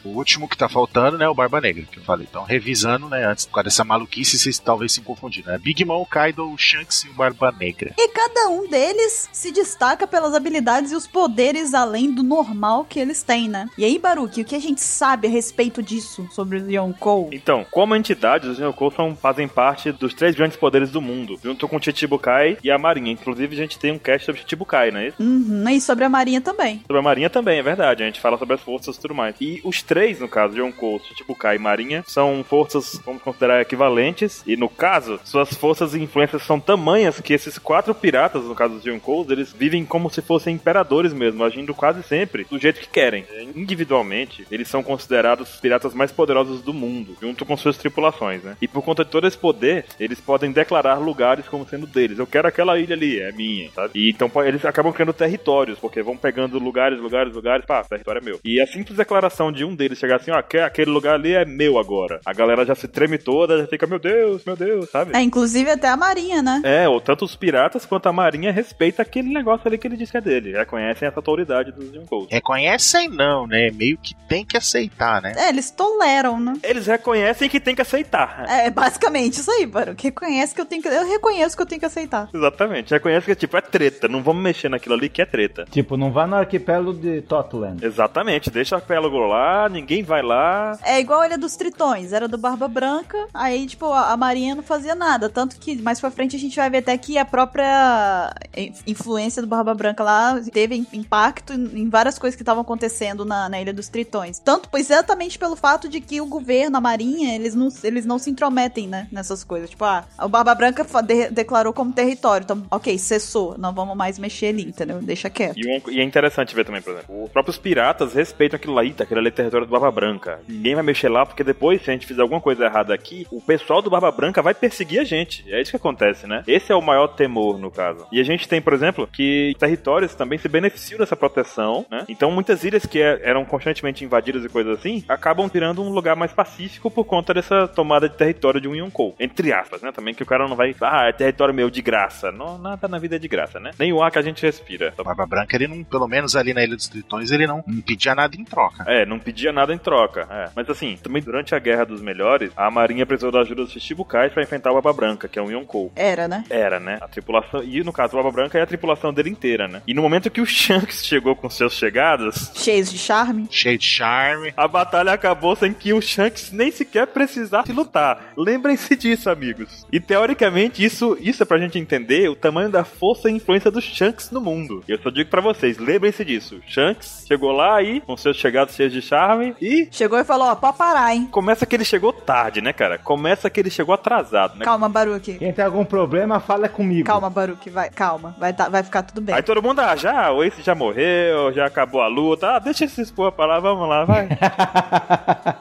Speaker 2: O último que tá faltando, né, é o Barba Negra, que eu falei. Então, revisando, né, antes por causa dessa maluquice, vocês talvez se confundiram. Né? Big Mom, Kaido, o Shanks e o Barba Negra.
Speaker 3: E cada um deles se destaca pelas habilidades e os poderes além do normal que eles têm, né? E aí, Baruki, o que a gente sabe a respeito disso sobre os Yonkou?
Speaker 1: Então, como entidades, os Yonkou são- fazem parte dos três grandes poderes do mundo, junto com o Chichibukai e a Marinha. Inclusive, a gente tem um cast sobre Chichibukai, não é isso?
Speaker 3: Uhum, e sobre a Marinha também.
Speaker 1: Sobre a Marinha também, é verdade. A gente fala sobre as forças e tudo mais. E os três, no caso, Yonkou, Chichibukai e Marinha, são forças, vamos considerar, equivalentes. E, no caso, suas forças e influências são tamanhas que esses quatro piratas, no caso dos Yonkous, eles vivem como se fossem imperadores mesmo, agindo quase sempre do jeito que querem. É, Individualmente, eles são considerados os piratas mais poderosos do mundo, junto com suas tripulações, né? E por conta de todo esse poder, eles podem declarar lugares como sendo deles. Eu quero aquela ilha ali, é minha, sabe? E então po- eles acabam criando territórios, porque vão pegando lugares, lugares, lugares, pá, território é meu. E a simples declaração de um deles chegar assim, ó, "Aque- aquele lugar ali é meu agora. A galera já se treme toda, já fica, meu Deus, meu Deus, sabe?
Speaker 3: É, inclusive até a Marinha, né?
Speaker 1: É, ou tanto os piratas quanto a marinha respeita aquele negócio ali que ele diz que é dele. Reconhecem essa autoridade dos Junkos.
Speaker 2: Reconhecem não, né? Meio que tem que aceitar, né?
Speaker 3: É, eles toleram, né?
Speaker 1: Eles reconhecem que tem que aceitar.
Speaker 3: É, basicamente isso aí, Baruki. Reconhece que eu tenho que. Eu reconheço que eu tenho que aceitar.
Speaker 1: Exatamente. Reconhecem que, tipo, é treta. Não vamos mexer naquilo ali que é treta.
Speaker 4: Tipo, não vá no arquipélago de Totland.
Speaker 1: Exatamente. Deixa o arquipélago lá, ninguém vai lá.
Speaker 3: É igual ele dos Tritões, era do Barba Branca, aí, tipo, a a Marinha não fazia nada. Tanto que mais pra frente a gente vai ver até que a própria in- influência do Barba Branca lá teve im- impacto em em várias coisas que estavam acontecendo na, na Ilha dos Tritões. Tanto, pois exatamente pelo fato de que o governo, a Marinha, eles não, eles não se intrometem, né, nessas coisas. Tipo, ah, o Barba Branca fa- de- declarou como território, então, ok, cessou, não vamos mais mexer ali, entendeu? Deixa quieto.
Speaker 1: E, um- e é interessante ver também, por exemplo, os próprios piratas respeitam aquilo aí, tá? Aquilo ali é território do Barba Branca. Ninguém vai mexer lá, porque depois, se a gente fizer alguma coisa errada aqui, o pessoal do Barba Branca vai perseguir a gente. É isso que acontece, né? Esse é o maior temor, no caso. E a gente tem, por exemplo, que territórios também se beneficiam dessa proteção, né? Então, muitas ilhas que é- eram constantemente invadidas e coisas assim, acabam virando um lugar mais pacífico por conta dessa tomada de território de um Yonkou. Entre aspas, né? Também que o cara não vai, ah, é território meu de graça. Não, nada na vida é de graça, né? Nem o ar que a gente respira. tá
Speaker 2: O Barba Branca, ele não, pelo menos ali na Ilha dos Tritões, ele não não pedia nada em troca.
Speaker 1: É, não pedia nada em troca. é. Mas assim, também durante a Guerra dos Melhores, a Marinha precisou da ajuda dos Chichibukais pra enfrentar o Barba Branca, que é um Yonkou.
Speaker 3: Era, né?
Speaker 1: Era, né? A tripulação. E no caso, o Barba Branca é a tripulação dele inteira, né? E no momento que o Shanks chegou com seus chegados,
Speaker 3: Cheios de charme.
Speaker 2: Cheio de charme.
Speaker 1: a batalha acabou sem que o Shanks nem sequer precisasse lutar. Lembrem-se disso, amigos. E teoricamente, isso, isso é pra gente entender o tamanho da força e influência do Shanks no mundo. Eu só digo pra vocês, lembrem-se disso. Shanks chegou lá aí, com seus chegados cheios de charme, e
Speaker 3: Chegou e falou, ó, pode parar, hein?
Speaker 1: Começa que ele chegou tarde, né, cara? Começa que ele chegou atrasado, né?
Speaker 3: Calma, Baruque.
Speaker 4: Quem tem algum problema, fala comigo.
Speaker 3: Calma, Baruque, vai, calma. Vai, tá- vai ficar tudo bem.
Speaker 1: Aí todo mundo, ah, já, o Ace já morreu, já acabou a luta, ah, deixa esse expor pra lá, vamos lá, vai.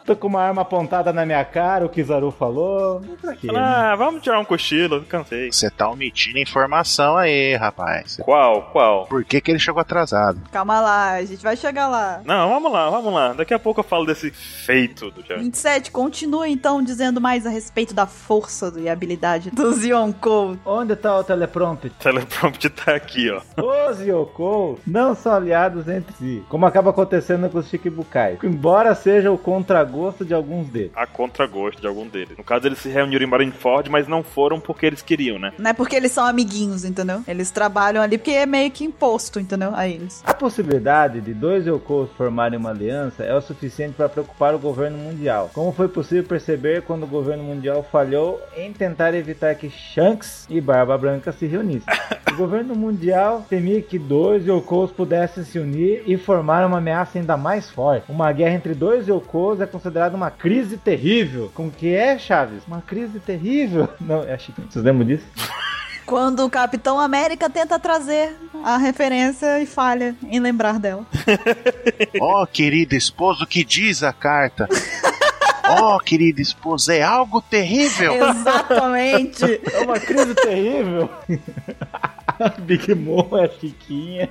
Speaker 4: Tô com uma arma apontada na minha cara, o que Kizaru falou. Pra quê? né?
Speaker 1: ah, vamos tirar um cochilo, cansei.
Speaker 2: Você tá omitindo informação aí, rapaz.
Speaker 1: Qual, qual?
Speaker 2: Por que, que ele chegou atrasado?
Speaker 3: Calma lá, a gente vai chegar lá.
Speaker 1: Não, vamos lá, vamos lá. Daqui a pouco eu falo desse feito do Jack.
Speaker 3: 27, continua então dizendo mais a respeito da força e habilidade dos Yonkou.
Speaker 4: Onde tá o teleprompter?
Speaker 1: O teleprompt tá aqui, ó.
Speaker 4: Os Yoko não são aliados entre si, como acaba acontecendo com os Shikibukai, embora seja o contragosto de alguns deles.
Speaker 1: A contragosto de algum deles. No caso, eles se reuniram em Marineford, mas não foram porque eles queriam, né?
Speaker 3: Não é porque eles são amiguinhos, entendeu? Eles trabalham ali porque é meio que imposto, entendeu? A eles.
Speaker 4: A possibilidade de dois Yokos formarem uma aliança é o suficiente para preocupar o governo mundial, como foi possível perceber quando o governo mundial falhou em tentar evitar que Shanks e Barba Branca se reunissem. O governo mundial temia que dois Yokos pudessem se unir e formar uma ameaça ainda mais forte. Uma guerra entre dois Yokos é considerada uma crise terrível. Como que é, Chaves? Uma crise terrível? Não, é Chiquinho. Vocês lembram disso?
Speaker 3: Quando o Capitão América tenta trazer a referência e falha em lembrar dela.
Speaker 2: Ó, querido esposo, o que diz a carta? Ó, querido esposo, é algo terrível.
Speaker 3: Exatamente.
Speaker 4: É uma crise terrível. Big Mom é Chiquinha.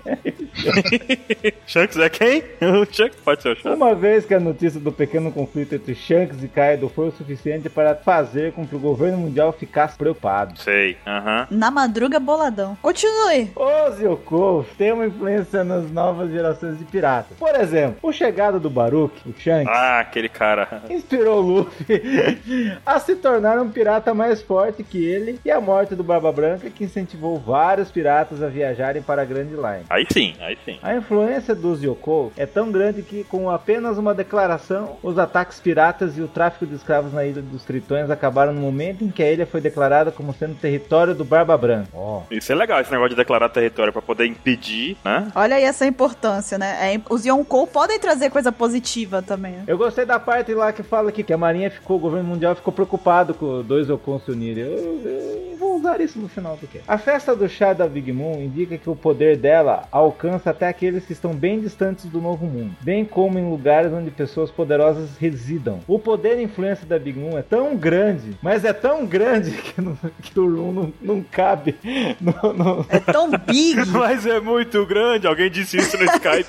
Speaker 1: Shanks é quem? O Shanks pode ser o Shanks.
Speaker 4: Uma vez que a notícia do pequeno conflito entre Shanks e Kaido foi o suficiente para fazer com que o governo mundial ficasse preocupado.
Speaker 1: Sei, aham.
Speaker 3: Na madruga, boladão. Continue.
Speaker 4: Os Yokos têm uma influência nas novas gerações de piratas. Por exemplo, o chegado do Baruch, o Shanks,
Speaker 1: Ah, aquele cara.
Speaker 4: inspirou o Luffy a se tornar um pirata mais forte que ele e a morte do Barba Branca que incentivou vários piratas a viajarem para a Grand Line.
Speaker 1: Aí sim, aí sim.
Speaker 4: A influência dos Yokos é tão grande que, com apenas uma declaração, os ataques piratas e o tráfico de escravos na Ilha dos Tritões acabaram no momento em que a ilha foi declarada como sendo território do Barba Branca. Ó.
Speaker 1: Isso é legal, esse negócio de declarar território pra poder impedir, né?
Speaker 3: Olha aí essa importância, né? É imp- os Yonkou podem trazer coisa positiva também.
Speaker 4: Eu gostei da parte lá que fala que, que a Marinha ficou, o governo mundial ficou preocupado com os dois Ocons se unirem. Eu, eu vou usar isso no final do que. A festa do chá da Big Moon indica que o poder dela alcança até aqueles que estão bem distantes do novo mundo, bem como em lugares onde pessoas poderosas residam. O poder e influência da Big Moon é tão grande, mas é tão grande que, não- que o Room não, não cabe no- no,
Speaker 3: É tão big.
Speaker 1: Mas é muito grande, alguém disse isso no Skype.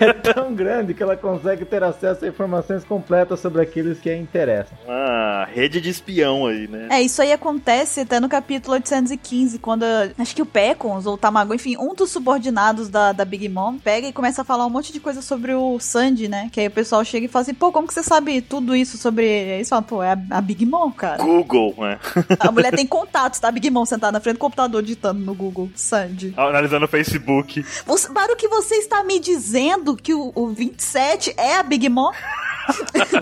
Speaker 4: é tão grande que ela consegue ter acesso a informações completas sobre aqueles que a interessam.
Speaker 1: Uma rede de espião aí, né?
Speaker 3: É, isso aí acontece até no capítulo 815, quando acho que o Pecons ou o Tamago, enfim, um dos subordinados da, da Big Mom pega e começa a falar um monte de coisa sobre o Sandy, né? Que aí o pessoal chega e fala assim, pô, como que você sabe tudo isso sobre ele? Aí eles falam, pô, é a, a Big Mom, cara.
Speaker 1: Google, né?
Speaker 3: A mulher tem contatos, tá? A Big Mom sentada na frente do computador digitando no Google, Sandy.
Speaker 1: Analisando o Facebook.
Speaker 3: Você, para o que você está me dizendo que o, o 27 é a Big Mom?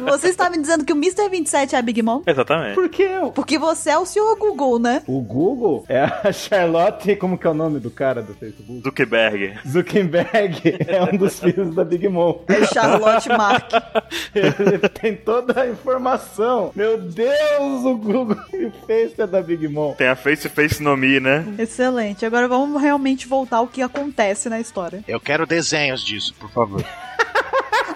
Speaker 3: você está me dizendo que o Mr. 27 é a Big Mom?
Speaker 1: Exatamente.
Speaker 4: Por que eu?
Speaker 3: Porque você é o senhor Google, né?
Speaker 4: O Google é a Charlotte, como que é o nome do cara do Facebook?
Speaker 1: Zuckerberg.
Speaker 4: Zuckerberg é um dos filhos da Big Mom.
Speaker 3: É o Charlotte Mark.
Speaker 4: Ele tem toda a informação. Meu Deus, o Google me fez ser da Big Mom.
Speaker 1: Tem a Face Face no Mi, né?
Speaker 3: Excelente. Agora vamos realmente voltar ao que acontece na história.
Speaker 2: Eu quero desenhos disso, por favor.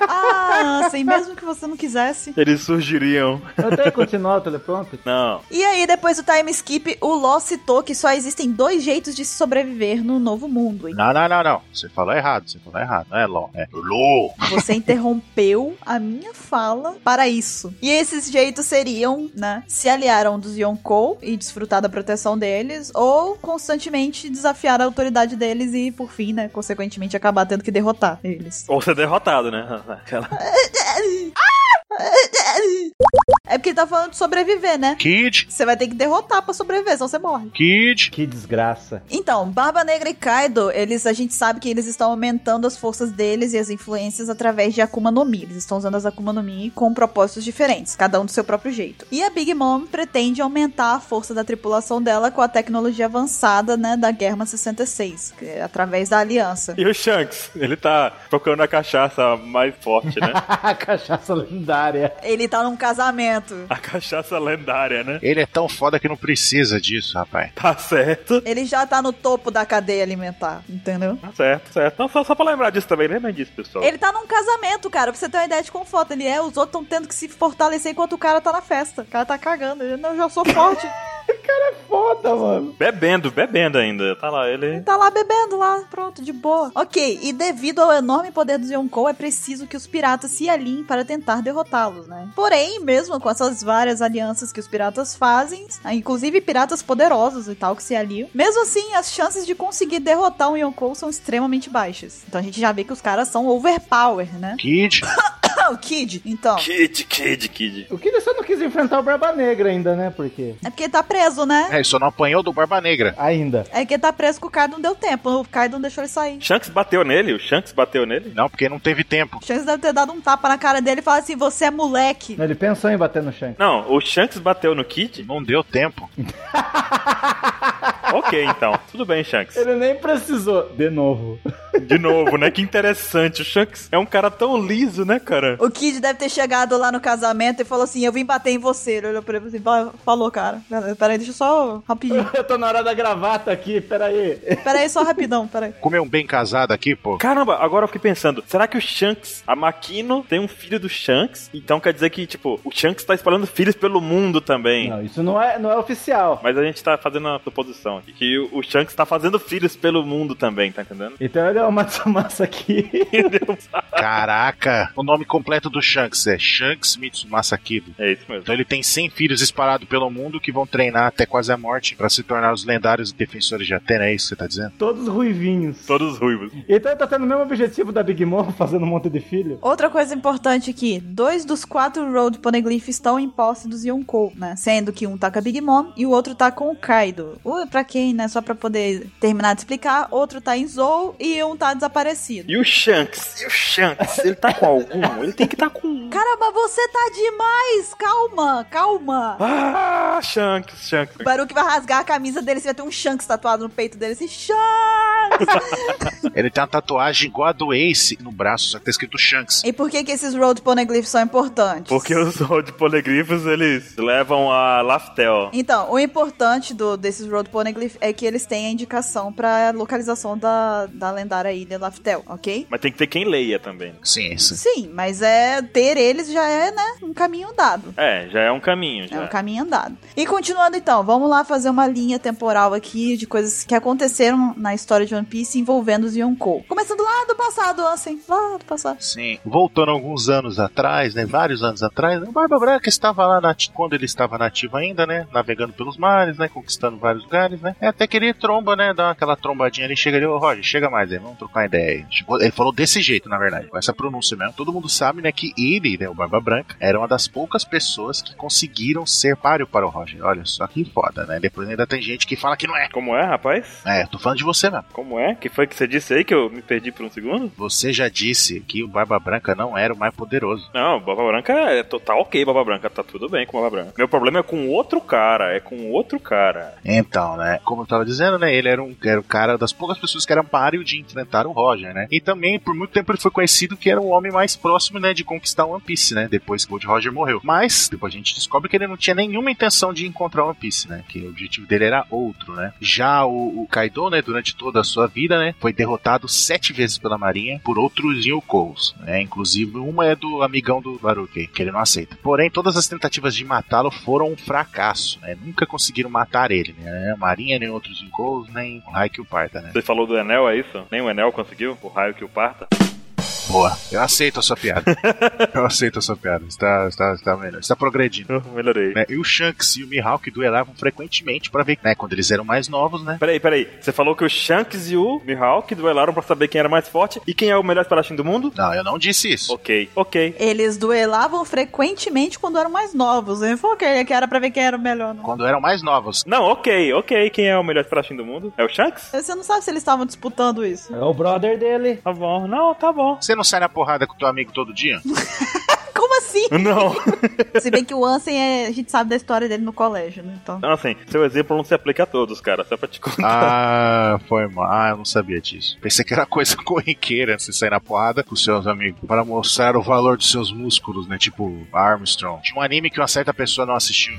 Speaker 3: Ah, assim, mesmo que você não quisesse.
Speaker 1: Eles surgiriam.
Speaker 4: Eu tenho que continuar o teleprompter?
Speaker 1: Não.
Speaker 3: E aí, depois do time skip, o Law citou que só existem dois jeitos de se sobreviver no novo mundo. E
Speaker 2: Não, não, não, não. Você falou errado, você falou errado. Não é LOL, é LOL.
Speaker 3: Você interrompeu a minha fala para isso. E esses jeitos seriam, né, se aliar a um dos Yonkou e desfrutar da proteção deles, ou constantemente desafiar a autoridade deles e, por fim, né, consequentemente acabar tendo que derrotar eles.
Speaker 1: Ou ser derrotado, né? Aquela-
Speaker 3: É porque ele tá falando de sobreviver, né?
Speaker 2: Kid,
Speaker 3: Você vai ter que derrotar pra sobreviver, senão você morre.
Speaker 2: Kid.
Speaker 4: Que desgraça.
Speaker 3: Então, Barba Negra e Kaido, eles, a gente sabe que eles estão aumentando as forças deles e as influências através de Akuma no Mi. Eles estão usando as Akuma no Mi com propósitos diferentes, cada um do seu próprio jeito. E a Big Mom pretende aumentar a força da tripulação dela com a tecnologia avançada, né, da Germa 66, que é através da aliança.
Speaker 1: E o Shanks? Ele tá procurando a cachaça mais forte, né?
Speaker 4: Cachaça lendária.
Speaker 3: Ele tá num casamento.
Speaker 1: A cachaça lendária, né?
Speaker 2: Ele é tão foda que não precisa disso, rapaz.
Speaker 1: Tá certo.
Speaker 3: Ele já tá no topo da cadeia alimentar, entendeu?
Speaker 1: Tá certo, certo. Não, só, só pra lembrar disso também. Lembra disso, pessoal.
Speaker 3: Ele tá num casamento, cara, pra você ter uma ideia de quão foda ele é. Os outros estão tendo que se fortalecer enquanto o cara tá na festa. O cara tá cagando. Ele, não, eu já sou forte.
Speaker 4: Foda, mano.
Speaker 1: Bebendo, bebendo ainda. Tá lá, ele.
Speaker 3: Tá lá bebendo lá, pronto, de boa. Ok, e devido ao enorme poder dos Yonkou, é preciso que os piratas se alinhem para tentar derrotá-los, né? Porém, mesmo com essas várias alianças que os piratas fazem, ah, inclusive piratas poderosos e tal que se aliam, mesmo assim, as chances de conseguir derrotar um Yonkou são extremamente baixas. Então a gente já vê que os caras são overpower, né?
Speaker 2: Kid,
Speaker 3: Ah, o Kid, então...
Speaker 1: Kid, kid, kid.
Speaker 4: O que ele só não quis enfrentar o Barba Negra ainda, né? Por quê?
Speaker 3: É porque ele tá preso, né?
Speaker 2: é, só não apanhou do Barba Negra.
Speaker 4: Ainda.
Speaker 3: É que ele tá preso com o Kaido, não deu tempo. O Kaido não deixou ele sair.
Speaker 1: Shanks bateu nele? O Shanks bateu nele?
Speaker 2: Não, porque não teve tempo.
Speaker 3: Shanks deve ter dado um tapa na cara dele e falar assim: você é moleque.
Speaker 4: Ele pensou em bater no Shanks.
Speaker 1: Não, o Shanks bateu no Kid?
Speaker 2: Não deu tempo.
Speaker 1: Ok, ok, então. Tudo bem, Shanks.
Speaker 4: Ele nem precisou. De novo.
Speaker 1: De novo, né? Que interessante. O Shanks é um cara tão liso, né, cara?
Speaker 3: O Kid deve ter chegado lá no casamento e falou assim: Eu vim bater em você. Ele olhou pra ele e falou assim: "Fa- Falou, cara. Pera- Peraí, deixa eu só rapidinho.
Speaker 4: Eu tô na hora da gravata aqui, peraí.
Speaker 3: Peraí, só rapidão, peraí.
Speaker 2: Comer um bem casado aqui, pô.
Speaker 1: Caramba, agora eu fiquei pensando, será que o Shanks, a Makino, tem um filho do Shanks? Então quer dizer que, tipo, o Shanks tá espalhando filhos pelo mundo também.
Speaker 4: Não, isso não é, não é oficial.
Speaker 1: Mas a gente tá fazendo uma suposição aqui, que o o Shanks tá fazendo filhos pelo mundo também, tá entendendo?
Speaker 4: Então ele é o Matsumasa aqui.
Speaker 2: Caraca. O nome completo do Shanks é Shanks Mitsumasa Kido.
Speaker 1: É isso mesmo.
Speaker 2: Então ele tem 100 filhos espalhados pelo mundo que vão treinar até quase a morte pra se tornar os lendários defensores de Atena, é isso que você tá dizendo?
Speaker 4: Todos ruivinhos.
Speaker 1: Todos ruivos.
Speaker 4: Então ele tá tendo o mesmo objetivo da Big Mom, fazendo um monte de filho.
Speaker 3: Outra coisa importante aqui: dois dos quatro Road Poneglyph estão em posse dos Yonkou, né? Sendo que um tá com a Big Mom e o outro tá com o Kaido. Uh, pra quem, né? Só pra poder terminar de explicar, outro tá em Zou e um tá desaparecido.
Speaker 1: E o Shanks? E o Shanks? Ele tá com algum? Ele tem que tá com um.
Speaker 3: Caramba, você tá demais! Calma, calma!
Speaker 1: Ah, Shanks, Shanks.
Speaker 3: O Baruque vai rasgar a camisa dele, você vai ter um Shanks tatuado no peito dele, assim, Shanks!
Speaker 2: Ele tem uma tatuagem igual a do Ace no braço, só que tá escrito Shanks.
Speaker 3: e por que que esses Road Poneglyphs são importantes?
Speaker 1: Porque os Road Polegrifos, eles levam a Laftel.
Speaker 3: Então, o importante do, desses Road Poneglyph é que eles têm a indicação pra localização da, da lendária ilha Laftel, ok?
Speaker 1: Mas tem que ter quem leia também.
Speaker 2: Ciência.
Speaker 3: Sim, mas é ter eles já é, né, um caminho andado.
Speaker 1: É, já é um caminho,
Speaker 3: É um
Speaker 1: já.
Speaker 3: caminho andado. E continuando então, vamos lá fazer uma linha temporal aqui de coisas que aconteceram na história de One Piece envolvendo os Yonkou. Começando lá do passado, assim, lá do passado.
Speaker 2: Sim. Voltando alguns anos atrás, né? Vários anos atrás, né, o Barba Branca estava lá na, quando ele estava nativo ainda, né? Navegando pelos mares, né? Conquistando vários lugares, né? É, até que ele tromba, né? Dá aquela trombadinha ali, chega ali, ô Roger, chega mais aí, vamos trocar uma ideia aí. Chegou- Ele falou desse jeito, na verdade, com essa pronúncia mesmo. Todo mundo sabe, né, que ele, né, o Barba Branca, era uma das poucas pessoas que conseguiram ser páreo para o Roger. Olha só que foda, né? Depois ainda tem gente que fala que não é.
Speaker 1: Como é, rapaz?
Speaker 2: É, tô falando de você mesmo.
Speaker 1: Como é? Que foi que você disse aí que eu me perdi por um segundo?
Speaker 2: Você já disse que o Barba Branca não era o mais poderoso.
Speaker 1: Não, Baba Branca é to- tá ok, Baba Branca, tá tudo bem com Baba Branca. Meu problema é com outro cara, é com outro cara.
Speaker 2: Então, né? Como eu tava dizendo, né? Ele era um era o cara das poucas pessoas que eram páreo de enfrentar o Roger, né? E também, por muito tempo, ele foi conhecido que era o homem mais próximo, né? De conquistar One Piece, né? Depois que o Gold Roger morreu. Mas, depois a gente descobre que ele não tinha nenhuma intenção de encontrar One Piece, né? Que o objetivo dele era outro, né? Já o, o Kaido, né? Durante toda a sua vida, né? Foi derrotado sete vezes pela Marinha por outros Yokos, né? Inclusive, uma é do amigão do Baruque, que ele não aceita. Porém, todas as tentativas de matá-lo foram um fracasso, né? Nunca conseguiram matar ele, né? A Marinha, nem outros Yokos, nem o Raikyu Parta, né?
Speaker 1: Você falou do Enel, é isso? Nem o Enel conseguiu? O raio que o parta?
Speaker 2: Boa. Eu aceito a sua piada. Eu aceito a sua piada. Está, está, está melhor. Está progredindo.
Speaker 1: Eu melhorei.
Speaker 2: né? E o Shanks e o Mihawk duelavam frequentemente pra ver, né? Quando eles eram mais novos, né?
Speaker 1: Peraí, peraí. Você falou que o Shanks e o Mihawk duelaram pra saber quem era mais forte e quem é o melhor espadachim do mundo?
Speaker 2: Não, eu não disse isso.
Speaker 1: Ok, ok.
Speaker 3: Eles duelavam frequentemente quando eram mais novos. Ele falou que que era pra ver quem era o melhor, não.
Speaker 2: Quando eram mais novos,
Speaker 1: Não, ok, ok. Quem é o melhor espadachim do mundo? É o Shanks?
Speaker 3: Você não sabe se eles estavam disputando isso.
Speaker 4: É o brother dele.
Speaker 1: Tá bom. Não, tá bom.
Speaker 2: Você não sai na porrada com teu amigo todo dia?
Speaker 3: Como assim?
Speaker 1: Não.
Speaker 3: se bem que o Ansem, é, a gente sabe da história dele no colégio, né? Então.
Speaker 1: Não, assim, seu exemplo não se aplica a todos, cara. Só pra te contar.
Speaker 2: Ah, foi mal. Ah, eu não sabia disso. Pensei que era coisa corriqueira você sair na porrada com seus amigos para mostrar o valor dos seus músculos, né? Tipo Armstrong. Tinha um anime que uma certa pessoa não assistiu.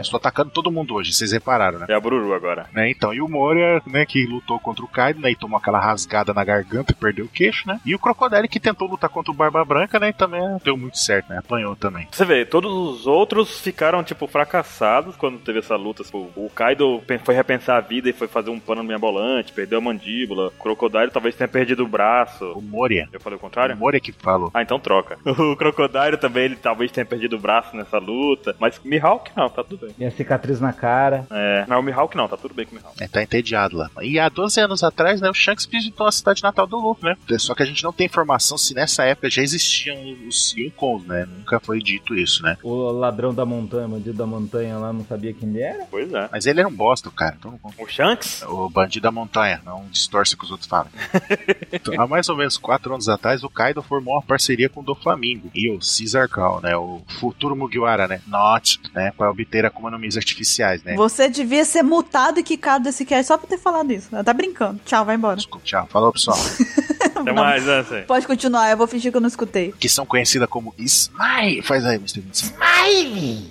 Speaker 2: Estou atacando todo mundo hoje, vocês repararam, né?
Speaker 1: É a Bruru agora.
Speaker 2: Né, então, e o Moria, né, que lutou contra o Kaido, né, e tomou aquela rasgada na garganta e perdeu o queixo, né? E o Crocodile, que tentou lutar contra o Barba Branca, né, e também deu muito certo, né? Apanhou também.
Speaker 1: Você vê, todos os outros ficaram, tipo, fracassados quando teve essa luta. Tipo, o Kaido pen- foi repensar a vida e foi fazer um pano mirabolante, perdeu a mandíbula. O Crocodile talvez tenha perdido o braço.
Speaker 2: O Moria.
Speaker 1: Eu falei o
Speaker 2: O
Speaker 1: contrário?
Speaker 2: Moria que falou.
Speaker 1: Ah, então troca. O Crocodile também, ele talvez tenha perdido o braço nessa luta. Mas Mihawk não, tá tudo bem.
Speaker 4: Minha cicatriz na cara.
Speaker 1: É, não, o Mihawk não, tá tudo bem com o Mihawk.
Speaker 2: É, tá entediado lá. E há 12 anos atrás, né, o Shanks visitou a cidade natal do Luffy, né? Só que a gente não tem informação se nessa época já existiam os Yonkons, né? né? Nunca foi dito isso, né?
Speaker 4: O ladrão da montanha, bandido da montanha lá, não sabia quem ele era?
Speaker 1: Pois é.
Speaker 2: Mas ele era um bosta, o cara. Então não conta.
Speaker 1: O Shanks?
Speaker 2: O bandido da montanha, não distorce o que os outros falam. Então, há mais ou menos quatro anos atrás, o Kaido formou uma parceria com o Doflamingo e o Caesar Call, né? O futuro Mugiwara, né? Not, né? Para obter Akuma no Mis artificiais,
Speaker 1: É.
Speaker 2: né?
Speaker 3: Você devia ser multado e quicado desse cast só pra ter falado isso. Ela tá brincando. Tchau, vai embora.
Speaker 2: Desculpa, tchau. Falou, pessoal.
Speaker 1: Até
Speaker 3: Não,
Speaker 1: mais, né, assim? Ansem.
Speaker 3: Pode continuar, eu vou fingir que eu não escutei.
Speaker 2: que são conhecidas como Smile. Faz aí, Mr. Vincent. Smile!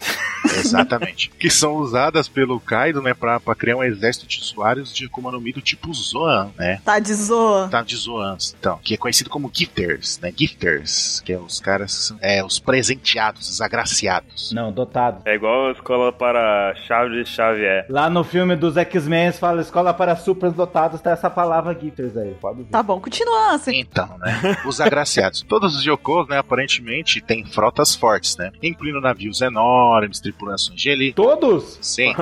Speaker 2: Exatamente. que são usadas pelo Kaido, né, pra, pra criar um exército de usuários de Akuma no Mi do tipo Zoan, né?
Speaker 3: Tá de zoa.
Speaker 2: Tá de Zoans, então, que é conhecido como Gifters, né? Gifters, que é os caras, que são- é, os presenteados, os agraciados.
Speaker 4: Não, dotado.
Speaker 1: É igual a escola para Charles Xavier.
Speaker 4: Lá no filme dos X-Men, eles falam escola para superdotados, tá essa palavra Gitters aí, pode ver.
Speaker 3: Tá bom, continua, assim.
Speaker 2: Então, né? Os agraciados. Todos os Yokos, né, aparentemente, têm frotas fortes, né? Incluindo navios enormes, tripulações de elite.
Speaker 4: Todos?
Speaker 2: Sim.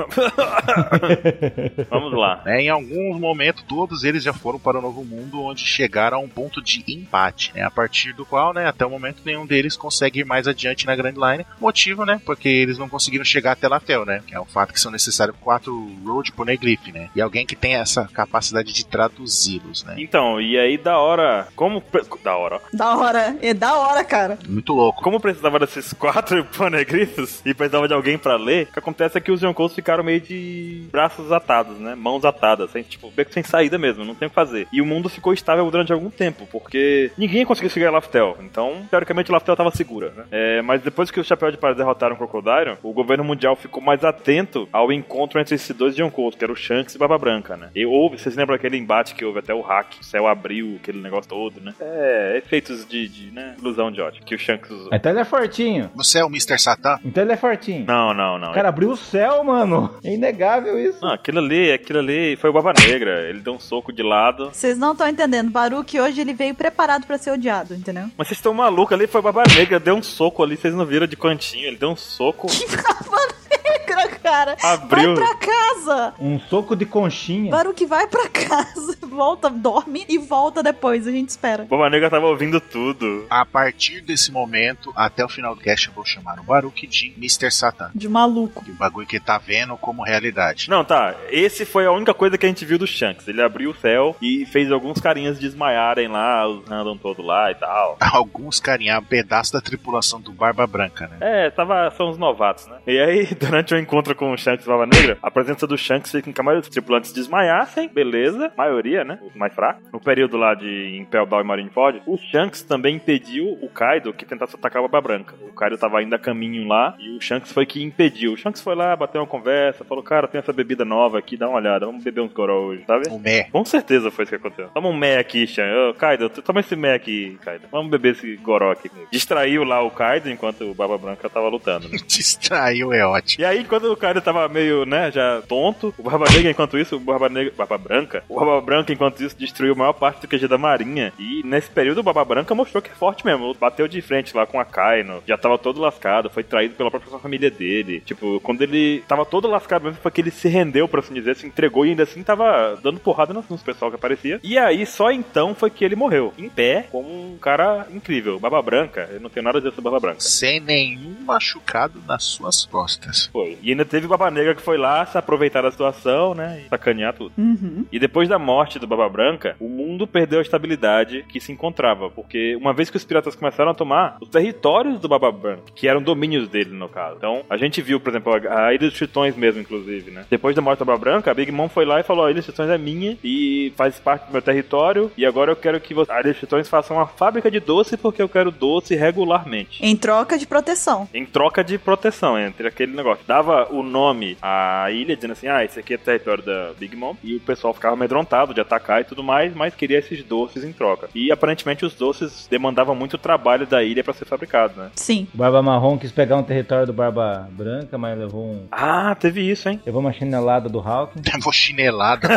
Speaker 1: Vamos lá.
Speaker 2: né? Em algum momento, todos eles já foram para o Novo Mundo, onde chegaram a um ponto de empate, né? A partir do qual, né, até o momento, nenhum deles consegue ir mais adiante na Grand Line. Motivo, né? Porque eles não conseguiram chegar até Lafel, né? Que é o fato que são necessários quatro Road Poneglyph, né? E alguém que tem essa capacidade de traduzi-los, né?
Speaker 1: Então, e aí da hora. Como. pre- Da hora. ó.
Speaker 3: Da hora. É da hora, cara.
Speaker 2: Muito louco.
Speaker 1: Como precisava desses quatro panegrifos e precisava de alguém pra ler, o que acontece é que os Yonkous ficaram meio de braços atados, né? Mãos atadas, sem, tipo, beco sem saída mesmo, não tem o que fazer. E o mundo ficou estável durante algum tempo, porque ninguém conseguiu chegar a Laftel. Então, teoricamente, Laftel tava segura, né? É, mas depois que o Chapéu de Palha derrotaram o Crocodile, o governo mundial ficou mais atento ao encontro entre esses dois Yonkous, que era o Shanks e Baba Branca, né? E houve, vocês lembram aquele embate que houve até o hack, o céu abriu, aquele negócio todo, né? É, efeitos de, de, né? Ilusão de ódio, que o Shanks usou.
Speaker 4: Então ele é fortinho.
Speaker 2: Você é o Mr. Satan?
Speaker 4: Então ele é fortinho.
Speaker 1: Não, não, não.
Speaker 4: O cara abriu o céu, mano. É inegável isso.
Speaker 1: Não, aquilo ali, aquilo ali foi o Baba Negra. Ele deu um soco de lado.
Speaker 3: Vocês não estão entendendo. Baruque hoje ele veio preparado pra ser odiado, entendeu?
Speaker 1: Mas vocês estão malucos ali, foi o Baba Negra, deu um soco ali, vocês não viram de cantinho, ele deu um soco,
Speaker 3: Que brava negra, cara.
Speaker 1: abriu.
Speaker 3: Vai pra casa.
Speaker 4: Um soco de conchinha.
Speaker 3: Baruque vai pra casa. Volta, dorme e volta depois. A gente espera.
Speaker 1: O Baba Negra tava ouvindo tudo.
Speaker 2: A partir desse momento, até o final do cast, eu vou chamar o Baruch de Mr. Satan.
Speaker 3: De maluco.
Speaker 2: Que o bagulho que ele tá vendo como realidade.
Speaker 1: Não, tá. Esse foi a única coisa que a gente viu do Shanks. Ele abriu o céu e fez alguns carinhas desmaiarem lá, os random todo lá e tal.
Speaker 2: Alguns carinhar um pedaço da tripulação do Barba Branca, né?
Speaker 1: É, tava, são os novatos, né? E aí, durante o encontro com o Shanks e Baba Negra, a presença do Shanks fica em que a maioria dos tripulantes desmaiassem, beleza, maioria, né? Os mais fracos. No período lá de Impel Down e Marineford, o Shanks também impediu o Kaido que tentasse atacar a Baba Branca. O Kaido tava ainda a caminho lá e o Shanks foi que impediu. O Shanks foi lá, bateu uma conversa, falou, cara, tem essa bebida nova aqui, dá uma olhada, vamos beber uns goró hoje, sabe?
Speaker 2: O Mé.
Speaker 1: Com certeza foi isso que aconteceu. Toma um mé aqui, Chan. Ô, Kaido, tu- toma esse mé aqui, Kaido. Vamos beber esse goró aqui. Distraiu lá o Kaido enquanto o Baba Branca tava lutando. né?
Speaker 2: Distraiu, é ótimo.
Speaker 1: E aí, enquanto o Kaido tava meio, né, já tonto, o Barba Negra, enquanto isso, o Barba Negra. Barba Branca? O Barba Branca, enquanto isso, destruiu a maior parte do QG da Marinha. E nesse período, o Barba Branca mostrou que é forte mesmo. Bateu de frente lá com a Kaino, já tava todo lascado, foi traído pela própria família dele. Tipo, quando ele tava todo lascado mesmo, foi que ele se rendeu, por assim dizer, se entregou e ainda assim tava dando porrada nos, nos pessoal que aparecia. E aí, só então foi que ele morreu, em pé, como um cara incrível. Barba Branca, eu não tenho nada a dizer sobre Barba Branca.
Speaker 2: Sem nenhum machucado nas suas costas.
Speaker 1: Foi. E ainda teve o Baba Negra que foi lá se aproveitar da situação, né? E sacanear tudo.
Speaker 3: Uhum.
Speaker 1: E depois da morte do Baba Branca, o mundo perdeu a estabilidade que se encontrava, porque uma vez que os piratas começaram a tomar os territórios do Baba Branca, que eram domínios dele, no caso. Então, a gente viu, por exemplo, a a Ilha dos Tritões mesmo, inclusive, né? Depois da morte do Baba Branca, a Big Mom foi lá e falou, a Ilha dos Tritões é minha e faz parte do meu território, e agora eu quero que vo- a Ilha dos Tritões faça uma fábrica de doce, porque eu quero doce regularmente.
Speaker 3: Em troca de proteção.
Speaker 1: Em troca de proteção, entre aquele negócio. Dava o nome à ilha, dizendo assim: ah, esse aqui é território da Big Mom. E o pessoal ficava amedrontado de atacar e tudo mais, mas queria esses doces em troca. E aparentemente os doces demandavam muito trabalho da ilha pra ser fabricado, né?
Speaker 3: Sim.
Speaker 4: O Barba Marrom quis pegar um território do Barba Branca, mas levou um.
Speaker 1: Ah, teve isso, hein?
Speaker 4: Levou uma chinelada do Hawking.
Speaker 2: Levou chinelada.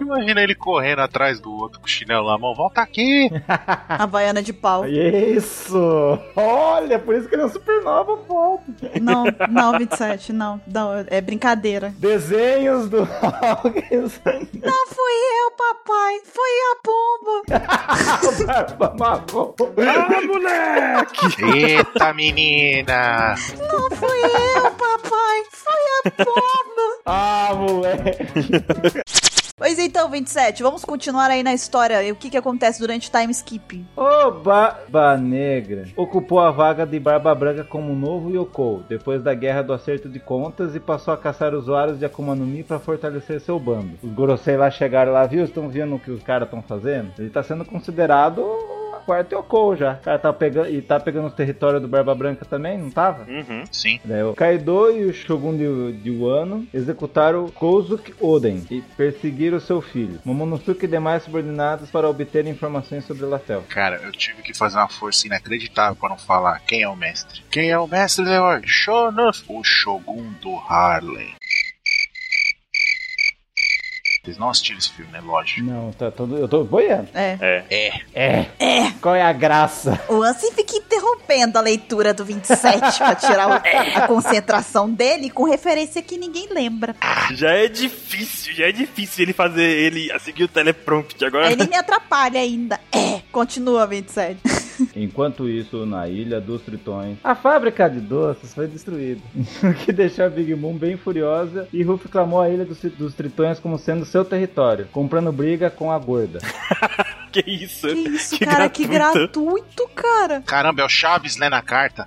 Speaker 2: Imagina ele correndo atrás do outro com o chinelo na mão. Volta aqui!
Speaker 3: Havaiana de pau.
Speaker 4: Isso! Olha, por isso que ele é um supernova, volta.
Speaker 3: Não, não, 27, não. Não, é brincadeira.
Speaker 4: Desenhos do Hawkins.
Speaker 3: Não fui eu, papai. Foi a pomba.
Speaker 4: O Barba Marrom.
Speaker 1: Ah, moleque!
Speaker 2: Eita, menina!
Speaker 3: Não fui eu, papai. Foi a pomba.
Speaker 4: Ah, moleque.
Speaker 3: Pois então, 27, vamos continuar aí na história. O que, que acontece durante o time skip?
Speaker 4: O Barba Negra ocupou a vaga de Barba Branca como novo Yoko, depois da guerra do acerto de contas e passou a caçar usuários de Akuma no Mi pra fortalecer seu bando. Os Gorosei lá chegaram lá, viu? Estão vendo o que os caras estão fazendo? Ele tá sendo considerado a quarta Yoko já. O cara tá pegando, e tá pegando os territórios do Barba Branca também, não tava?
Speaker 1: Uhum.
Speaker 2: Sim.
Speaker 4: Daí o Kaido e o Shogun de, de Wano executaram Kozuki Oden e perseguiram seu filho, Momonosuke e demais subordinados para obter informações sobre Lafel.
Speaker 2: Cara, eu tive que fazer uma força inacreditável pra não falar quem é o mestre. Quem é o mestre, Leor? Shonuff, o Shogun do Harlem. Vocês não assistiram esse filme, né? Lógico.
Speaker 4: Não, tá todo, eu tô boiando.
Speaker 3: É.
Speaker 1: É.
Speaker 4: É. É. Qual é a graça?
Speaker 3: O Ansem fica interrompendo a leitura do 27 pra tirar o- a concentração dele com referência que ninguém lembra.
Speaker 1: Já é difícil, já é difícil ele fazer ele seguir o teleprompter agora.
Speaker 3: Aí ele me atrapalha ainda. É, continua, 27.
Speaker 4: Enquanto isso, na Ilha dos Tritões, a fábrica de doces foi destruída, o que deixou a Big Moon bem furiosa e Ruff clamou a Ilha dos, dos Tritões como sendo seu território, comprando briga com a gorda.
Speaker 1: Que isso?
Speaker 3: Que isso,
Speaker 1: Que
Speaker 3: cara, que gratuito, cara.
Speaker 2: Caramba, é o Chaves, né, na carta?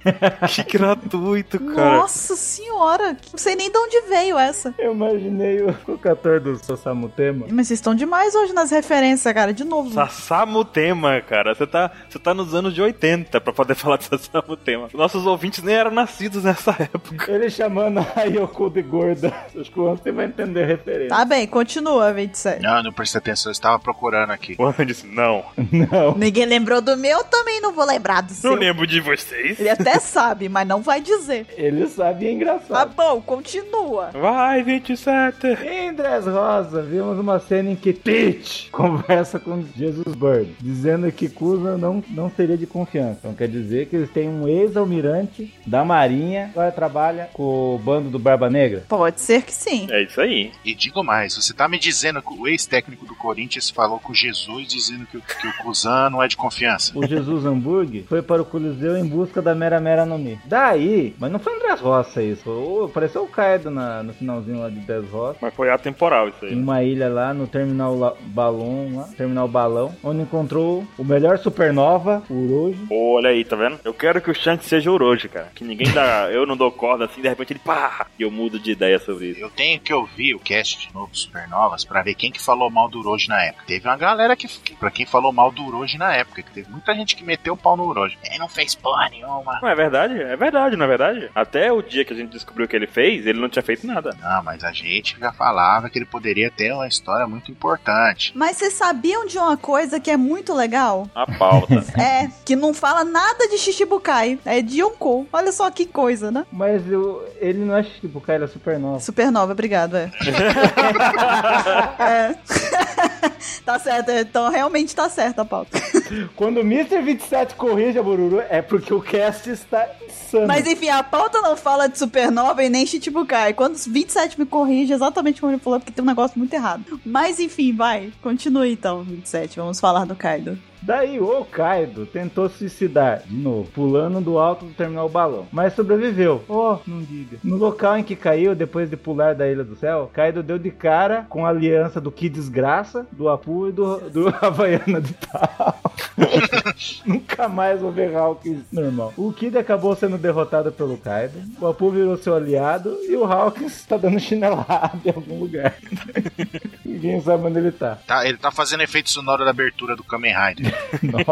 Speaker 1: Que gratuito, cara.
Speaker 3: Nossa senhora, que- não sei nem de onde veio essa.
Speaker 4: Eu imaginei o, o cantor do Sossamutema.
Speaker 3: Mas vocês estão demais hoje nas referências, cara, de novo.
Speaker 1: Tá. Sassamu tema, cara. Você tá, você tá nos anos de 80 pra poder falar de Sassamu tema. Nossos ouvintes nem eram nascidos nessa época.
Speaker 4: Ele chamando a Yoko de gorda. Acho que o Anthony vai entender a referência.
Speaker 3: Tá bem, continua, 27.
Speaker 2: Não, não prestei atenção, eu estava procurando aqui.
Speaker 1: O Anjo disse: Não,
Speaker 4: Não.
Speaker 3: Ninguém lembrou do meu, também não vou lembrar do seu.
Speaker 1: não lembro de vocês.
Speaker 3: Ele até sabe, mas não vai dizer.
Speaker 4: Ele sabe e é
Speaker 3: Tá
Speaker 4: engraçado.
Speaker 3: bom, continua.
Speaker 1: Vai, 27.
Speaker 4: Em Dress Rosa, vimos uma cena em que Peach conversa com Jesus Bird, dizendo que Kuza não, não seria de confiança. Então quer dizer que eles têm um ex-almirante da Marinha, agora trabalha com o bando do Barba Negra.
Speaker 3: Pode ser que sim.
Speaker 1: É isso aí.
Speaker 2: E digo mais, você tá me dizendo que o ex-técnico do Corinthians falou com Jesus dizendo que, o- que o Kuzan não é de confiança.
Speaker 4: O Jesus Hamburg foi para o Coliseu em busca da Mera Mera no Mi. Daí, mas não foi Andrés Roça isso, ô, apareceu o Kaido na- no finalzinho lá de Dress Rosa.
Speaker 1: Mas foi atemporal isso
Speaker 4: Em
Speaker 1: aí.
Speaker 4: uma ilha lá no terminal La- balão, lá, terminal balão, onde encontrou o melhor supernova, o Uroji.
Speaker 1: Pô, olha aí, tá vendo? Eu quero que o Shanks seja o Orochi, cara. Que ninguém dá. eu não dou corda assim, de repente ele pá! E eu mudo de ideia sobre isso.
Speaker 2: Eu tenho que ouvir o cast de novo Supernovas pra ver quem que falou mal do Uroji na época. Teve uma galera que, que para quem falou mal do Uroji na época, que teve muita gente que meteu o pau no Uroji. Ele não fez porra nenhuma.
Speaker 1: Não, é verdade, é verdade, não é verdade? Até o dia que a gente descobriu o que ele fez, ele não tinha feito nada.
Speaker 2: Não, mas a gente já falava que ele poderia ter uma história muito importante.
Speaker 3: Mas vocês sabiam de uma coisa que é muito legal?
Speaker 1: A pauta.
Speaker 3: É, que não fala nada de Shichibukai. É de Yonkou. Olha só que coisa, né?
Speaker 4: Mas eu- ele não é tipo, cara, ele é supernova.
Speaker 3: Supernova, obrigado, é. é. tá certo, então realmente tá certo a pauta.
Speaker 4: Quando o Mr. 27 corrige a Bururu, é porque o cast está insano.
Speaker 3: Mas enfim, a pauta não fala de supernova e nem Shichibukai. Quando os 27 me corrige, exatamente como ele falou, porque tem um negócio muito errado. Mas enfim, vai. Continue então, 27. Vamos falar do Kaido.
Speaker 4: Daí o Kaido tentou suicidar de novo, pulando do alto do terminal balão, mas sobreviveu. Oh, não diga. No local em que caiu, depois de pular da Ilha do Céu, Kaido deu de cara com a aliança do Que Desgraça, do Apu e do, do Havaiana de Tal. Nunca mais vou ver Hawkins normal. O Kid acabou sendo derrotado pelo Kaido, o Apu virou seu aliado e o Hawkins tá dando chinelada em algum lugar. Ninguém sabe onde ele tá.
Speaker 2: Tá, ele tá fazendo efeito sonoro da abertura do Kamen Rider.
Speaker 4: Nossa.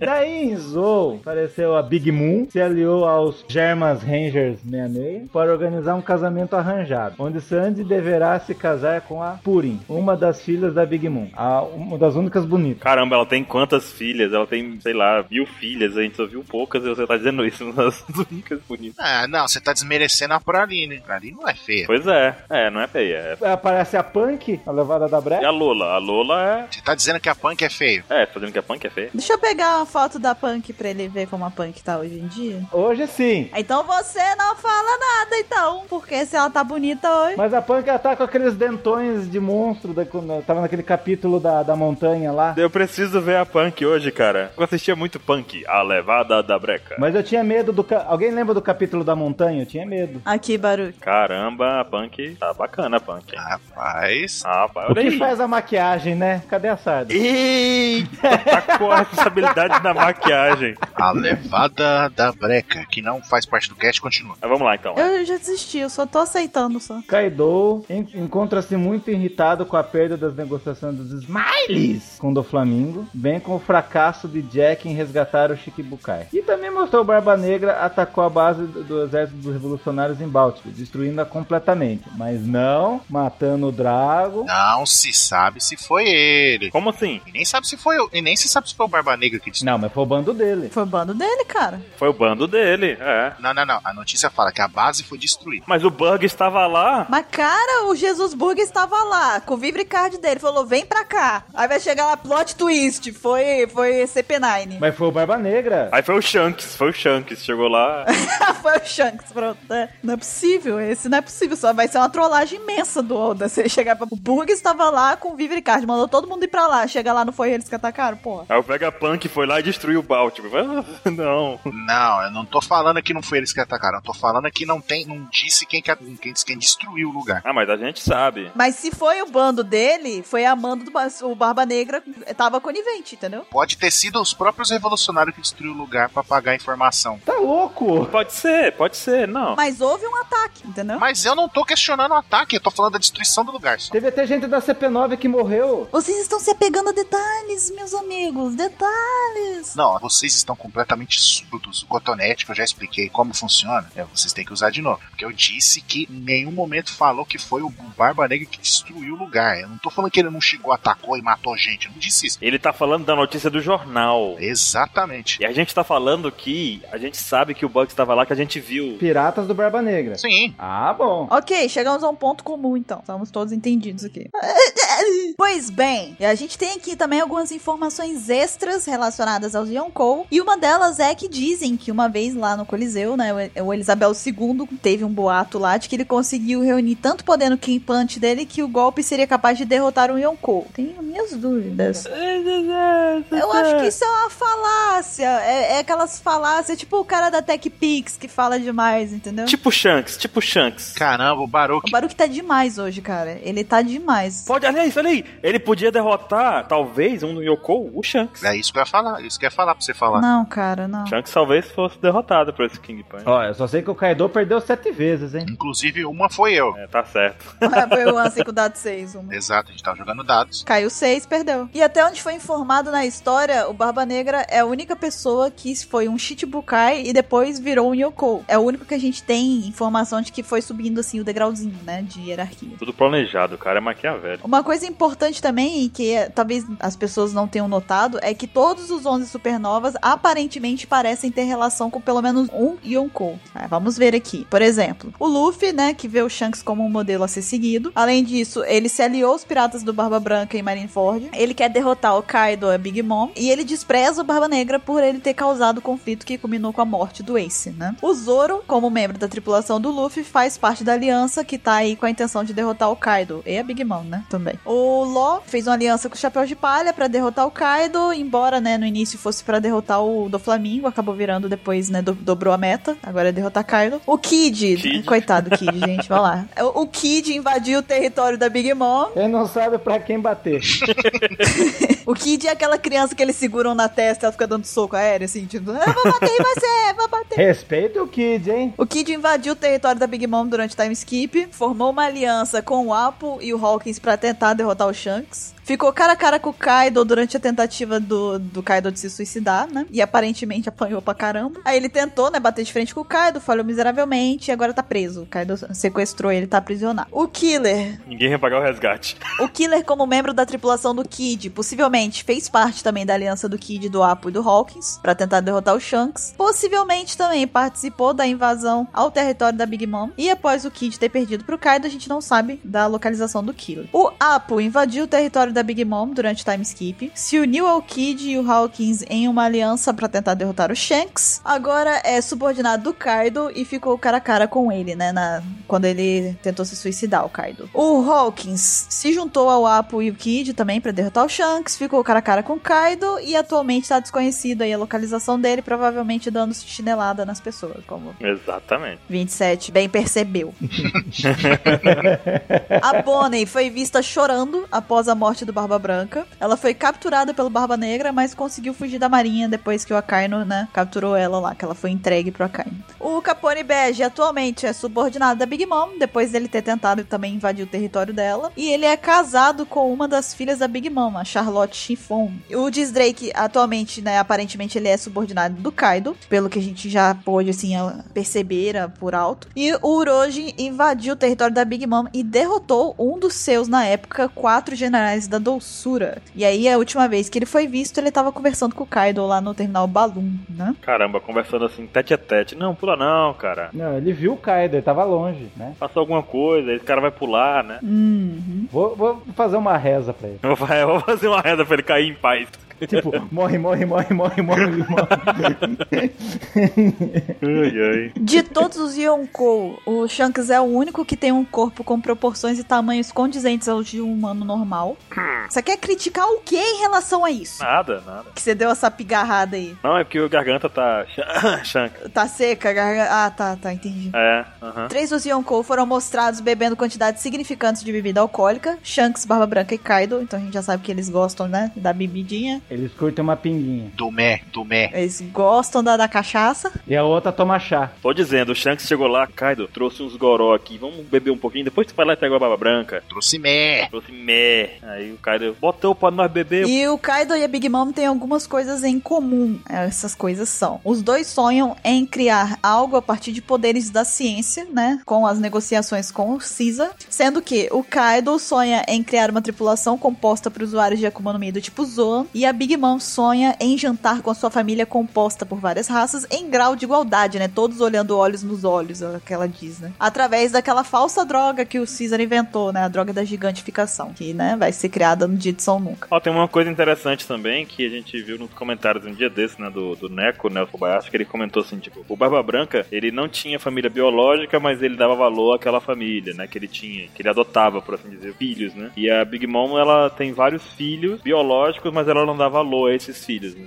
Speaker 4: Daí em Zou apareceu a Big Moon, se aliou aos Germans Rangers 66 para organizar um casamento arranjado, onde Sandy deverá se casar com a Purim, uma das filhas da Big Moon, a- uma das únicas bonitas.
Speaker 1: Caramba, ela tem quantas filhas, ela tem, sei lá, mil filhas, a gente só viu poucas e você tá dizendo isso, uma das únicas bonitas.
Speaker 2: Ah, não, você tá desmerecendo a Praline. Praline não é feia.
Speaker 1: Pois é, é, não é feia. É...
Speaker 4: Aparece a Punk, a levada da
Speaker 1: E
Speaker 4: breca.
Speaker 1: a Lola? A Lola
Speaker 2: Você tá dizendo que a Punk é feia.
Speaker 1: é. É, fazendo que a punk é feia.
Speaker 3: Deixa eu pegar uma foto da Punk pra ele ver como a Punk tá hoje em dia.
Speaker 4: Hoje sim.
Speaker 3: Então você não fala nada, então, porque se ela tá bonita hoje.
Speaker 4: Mas a Punk ela tá com aqueles dentões de monstro da, quando tava naquele capítulo da, da montanha lá.
Speaker 1: Eu preciso ver a punk hoje, cara. Eu assistia muito punk, a levada da breca.
Speaker 4: Mas eu tinha medo do. ca- Alguém lembra do capítulo da montanha? Eu tinha medo.
Speaker 3: Aqui, Baruque.
Speaker 1: Caramba, a punk tá bacana, a punk. hein?
Speaker 2: Rapaz.
Speaker 1: Ah, Rapaz,
Speaker 4: O
Speaker 1: olha
Speaker 4: que
Speaker 1: aí.
Speaker 4: faz a maquiagem, né? Cadê a Sarda?
Speaker 1: Eita, tá com a responsabilidade na maquiagem.
Speaker 2: A levada da breca, que não faz parte do cast, continua.
Speaker 1: Mas vamos lá então.
Speaker 3: Eu já desisti, eu só tô aceitando só.
Speaker 4: Kaido en- encontra-se muito irritado com a perda das negociações dos Smileys com o Flamingo, bem com o fracasso de Jack em resgatar o Shikibukai. E também mostrou Barba Negra atacou a base do do exército dos revolucionários em Báltico, destruindo-a completamente, mas não matando o Drago.
Speaker 2: Não se sabe se foi ele.
Speaker 1: Como assim?
Speaker 2: E nem sabe se foi eu. E nem se sabe se foi o Barba Negra que disse.
Speaker 4: Não, mas foi o bando dele.
Speaker 3: Foi o bando dele, cara.
Speaker 1: Foi o bando dele, é.
Speaker 2: Não, não, não. A notícia fala que a base foi destruída.
Speaker 1: Mas o Bug estava lá.
Speaker 3: Mas, cara, o Jesus Burger estava lá, com o Vivre Card dele, falou, vem pra cá. Aí vai chegar lá, plot twist, foi, foi CP9.
Speaker 4: Mas foi o Barba Negra.
Speaker 1: Aí foi o Shanks, foi o Shanks, chegou lá.
Speaker 3: foi o Shanks, pronto. né? Não é possível, esse não é possível. Só vai ser uma trollagem imensa do Oda. Você chegar pra... O Burger estava lá com o Vivre Card, mandou todo mundo ir pra lá. Chega lá, não foi eles que atacaram, porra.
Speaker 1: Aí o Vegapunk foi lá e destruiu o Baltimore. Ah, Não.
Speaker 2: Não, eu não tô falando que não foi eles que atacaram. Eu tô falando que não tem. Não disse quem, que- quem, quem destruiu o lugar.
Speaker 1: Ah, mas a gente sabe.
Speaker 3: Mas se foi o bando dele, foi a mando do ba- o Barba Negra, eh, tava conivente, entendeu?
Speaker 2: Pode ter sido os próprios revolucionários que destruiu o lugar pra pagar a informação.
Speaker 4: Tá louco!
Speaker 1: Pode ser, pode ser, não.
Speaker 3: Mas houve um ataque, entendeu?
Speaker 2: Mas eu não tô questionando o ataque, eu tô falando da destruição do lugar só.
Speaker 4: Teve até gente da CP9 que morreu.
Speaker 3: Vocês estão se apegando a detalhes, meus amigos, detalhes.
Speaker 2: Não, vocês estão completamente surdos. O cotonete, que eu já expliquei como funciona, é, vocês têm que usar de novo. Porque eu disse que em nenhum momento falou que foi o Barba Negra que destruiu o lugar. Eu não tô falando que ele não chegou, atacou e matou gente. Eu não disse isso.
Speaker 1: Ele tá falando da notícia do jornal.
Speaker 2: Exatamente.
Speaker 1: E a gente tá falando que a gente sabe que o Bug estava lá, que a gente viu.
Speaker 4: Piratas do Barba Negra.
Speaker 2: Sim,
Speaker 4: Ah, bom.
Speaker 3: Ok, chegamos a um ponto comum então. Estamos todos entendidos aqui. Pois bem, a gente tem aqui também algumas informações extras relacionadas aos Yonkou. E uma delas é que dizem que uma vez lá no Coliseu, né, o o Elisabel II teve um boato lá de que ele conseguiu reunir tanto poder no King Punch dele que o golpe seria capaz de derrotar um Yonkou. Tenho minhas dúvidas.
Speaker 1: É,
Speaker 3: Eu acho que isso é uma falácia. É, é aquelas falácias, tipo o cara da Tech Pix que fala demais, entendeu?
Speaker 1: Tipo Shanks, tipo Shanks.
Speaker 2: caramba, o
Speaker 3: O
Speaker 2: Baroque.
Speaker 3: Baruque tá demais hoje, cara. Ele tá demais.
Speaker 1: Pode, olha isso, olha aí. Ele podia derrotar, talvez, um do Yoko, o Shanks.
Speaker 2: É isso que eu ia falar, isso que eu ia falar pra você falar.
Speaker 3: Não, cara, não.
Speaker 1: Shanks talvez fosse derrotado por esse King Punch.
Speaker 4: Ó, eu só sei que o Kaido perdeu sete vezes, hein?
Speaker 2: Inclusive, uma foi eu.
Speaker 1: É, tá certo.
Speaker 3: Foi o lance com o dado 6. Uma.
Speaker 2: Exato, a gente tava jogando dados.
Speaker 3: Caiu 6, perdeu. E até onde foi informado na história, o Barba Negra é a única pessoa que foi um Shichibukai e depois virou um Yoko. É o único que a gente tem informação de que foi subindo assim o degrauzinho, né, de hierarquia.
Speaker 1: Tudo planejado, o cara é maquiavélico.
Speaker 3: Uma coisa importante também, e que eh, talvez as pessoas não tenham notado, é que todos os 11 supernovas aparentemente parecem ter relação com pelo menos um Yonkou. Ah, vamos ver aqui. Por exemplo, o Luffy, né, que vê o Shanks como um modelo a ser seguido. Além disso, ele se aliou aos piratas do Barba Branca em Marineford. Ele quer derrotar o Kaido e a Big Mom. E ele despreza o Barba Negra por ele ter causado o conflito que culminou com a morte do Ace, né? O Zoro, como membro da tripulação do Luffy, faz parte da aliança que tá aí com a intenção de derrotar o Kaido. E a Big Mom, né? Também. O Law fez uma aliança com o Chapéu de Palha pra derrotar o Kaido, embora, né, no início fosse pra derrotar o do Flamingo, acabou virando depois, né, do- dobrou a meta, agora é derrotar Kaido. O Kid,
Speaker 1: Kid.
Speaker 3: coitado do Kid, gente, vai lá. O, o Kid invadiu o território da Big Mom.
Speaker 4: Ele não sabe pra quem bater.
Speaker 3: O Kid é aquela criança que eles seguram na testa, ela fica dando soco aéreo, assim, tipo, eu vou bater em você, vou bater.
Speaker 4: Respeita o Kid, hein?
Speaker 3: O Kid invadiu o território da Big Mom durante o time skip, formou uma aliança com o Apo e o Hawkins pra tentar derrotar o Shanks. Ficou cara a cara com o Kaido durante a tentativa do, do Kaido de se suicidar, né? E aparentemente apanhou pra caramba. Aí ele tentou, né, bater de frente com o Kaido, falhou miseravelmente e agora tá preso. O Kaido sequestrou ele, tá aprisionado. O Killer.
Speaker 1: Ninguém vai pagar o resgate.
Speaker 3: O Killer, como membro da tripulação do Kid, possivelmente fez parte também da aliança do Kid, do Apo e do Hawkins pra tentar derrotar o Shanks. Possivelmente também participou da invasão ao território da Big Mom. E após o Kid ter perdido pro Kaido, a gente não sabe da localização do Killer. O Apo invadiu o território da Big Mom durante o time skip, se uniu ao Kid e o Hawkins em uma aliança pra tentar derrotar o Shanks. Agora é subordinado do Kaido e ficou cara a cara com ele, né, na- quando ele tentou se suicidar, o Kaido. O Hawkins se juntou ao Apo e o Kid também pra derrotar o Shanks, ficou cara a cara com o Kaido e atualmente tá desconhecido aí a localização dele, provavelmente dando chinelada nas pessoas, como
Speaker 1: Exatamente.
Speaker 3: 27 bem percebeu. a Bonnie foi vista chorando após a morte do Barba Branca. Ela foi capturada pelo Barba Negra, mas conseguiu fugir da marinha depois que o Akainu, né, capturou ela lá, que ela foi entregue pro Akainu. O Capone Bege atualmente é subordinado da Big Mom, depois dele ter tentado também invadir o território dela. E ele é casado com uma das filhas da Big Mom, a Charlotte Chiffon. O Diz Drake atualmente, né, aparentemente ele é subordinado do Kaido, pelo que a gente já pôde, assim, a- perceber a- por alto. E o Uroji invadiu o território da Big Mom e derrotou um dos seus, na época, quatro generais da doçura. E aí, a última vez que ele foi visto, ele tava conversando com o Kaido lá no terminal Balloon, né?
Speaker 1: Caramba, conversando assim, tete a tete. Não, pula não, cara.
Speaker 4: Não, ele viu o Kaido, ele tava longe, né?
Speaker 1: Passou alguma coisa, esse cara vai pular, né?
Speaker 3: Uhum.
Speaker 4: Vou, vou fazer uma reza pra ele.
Speaker 1: Eu vou, eu vou fazer uma reza pra ele cair em paz.
Speaker 4: Tipo, morre, morre, morre, morre, morre, morre.
Speaker 1: Ai, ai.
Speaker 3: De todos os Yonkou, o Shanks é o único que tem um corpo com proporções e tamanhos condizentes ao de um humano normal. Você quer criticar o que em relação a isso?
Speaker 1: Nada, nada.
Speaker 3: Que você deu essa pigarrada aí.
Speaker 1: Não, é porque o garganta tá. chanca.
Speaker 3: Tá seca, a garganta. Ah, tá, tá, entendi.
Speaker 1: É, aham.
Speaker 3: Três dos Yonkou foram mostrados bebendo quantidades significantes de bebida alcoólica: Shanks, Barba Branca e Kaido. Então a gente já sabe que eles gostam, né? Da bebidinha.
Speaker 4: Eles curtem uma pinguinha.
Speaker 2: Dumé, Dumé.
Speaker 3: Eles gostam da, da cachaça.
Speaker 4: E a outra toma chá.
Speaker 1: Tô dizendo, o Shanks chegou lá, Kaido, trouxe uns goró aqui, vamos beber um pouquinho, depois tu vai lá e pega a baba branca.
Speaker 2: Trouxe mé.
Speaker 1: Trouxe meh. Aí o Kaido botou pra nós beber.
Speaker 3: E o Kaido e a Big Mom têm algumas coisas em comum. Essas coisas são: os dois sonham em criar algo a partir de poderes da ciência, né? Com as negociações com o Caesar. Sendo que o Kaido sonha em criar uma tripulação composta por usuários de Akuma no Mi do tipo Zoan. E a Big Mom sonha em jantar com a sua família composta por várias raças em grau de igualdade, né? Todos olhando olhos nos olhos, é o que ela diz, né? Através daquela falsa droga que o Caesar inventou, né? A droga da gigantificação, que, né, vai ser criada no dia de São Nunca.
Speaker 1: Ó, tem uma coisa interessante também que a gente viu nos comentários um dia desse, né, do, do Neco, né, o Kobayashi, que ele comentou assim, tipo, o Barba Branca, ele não tinha família biológica, mas ele dava valor àquela família, né, que ele tinha, que ele adotava, por assim dizer, filhos, né. E a Big Mom, ela tem vários filhos biológicos, mas ela não dá valor a esses filhos, né.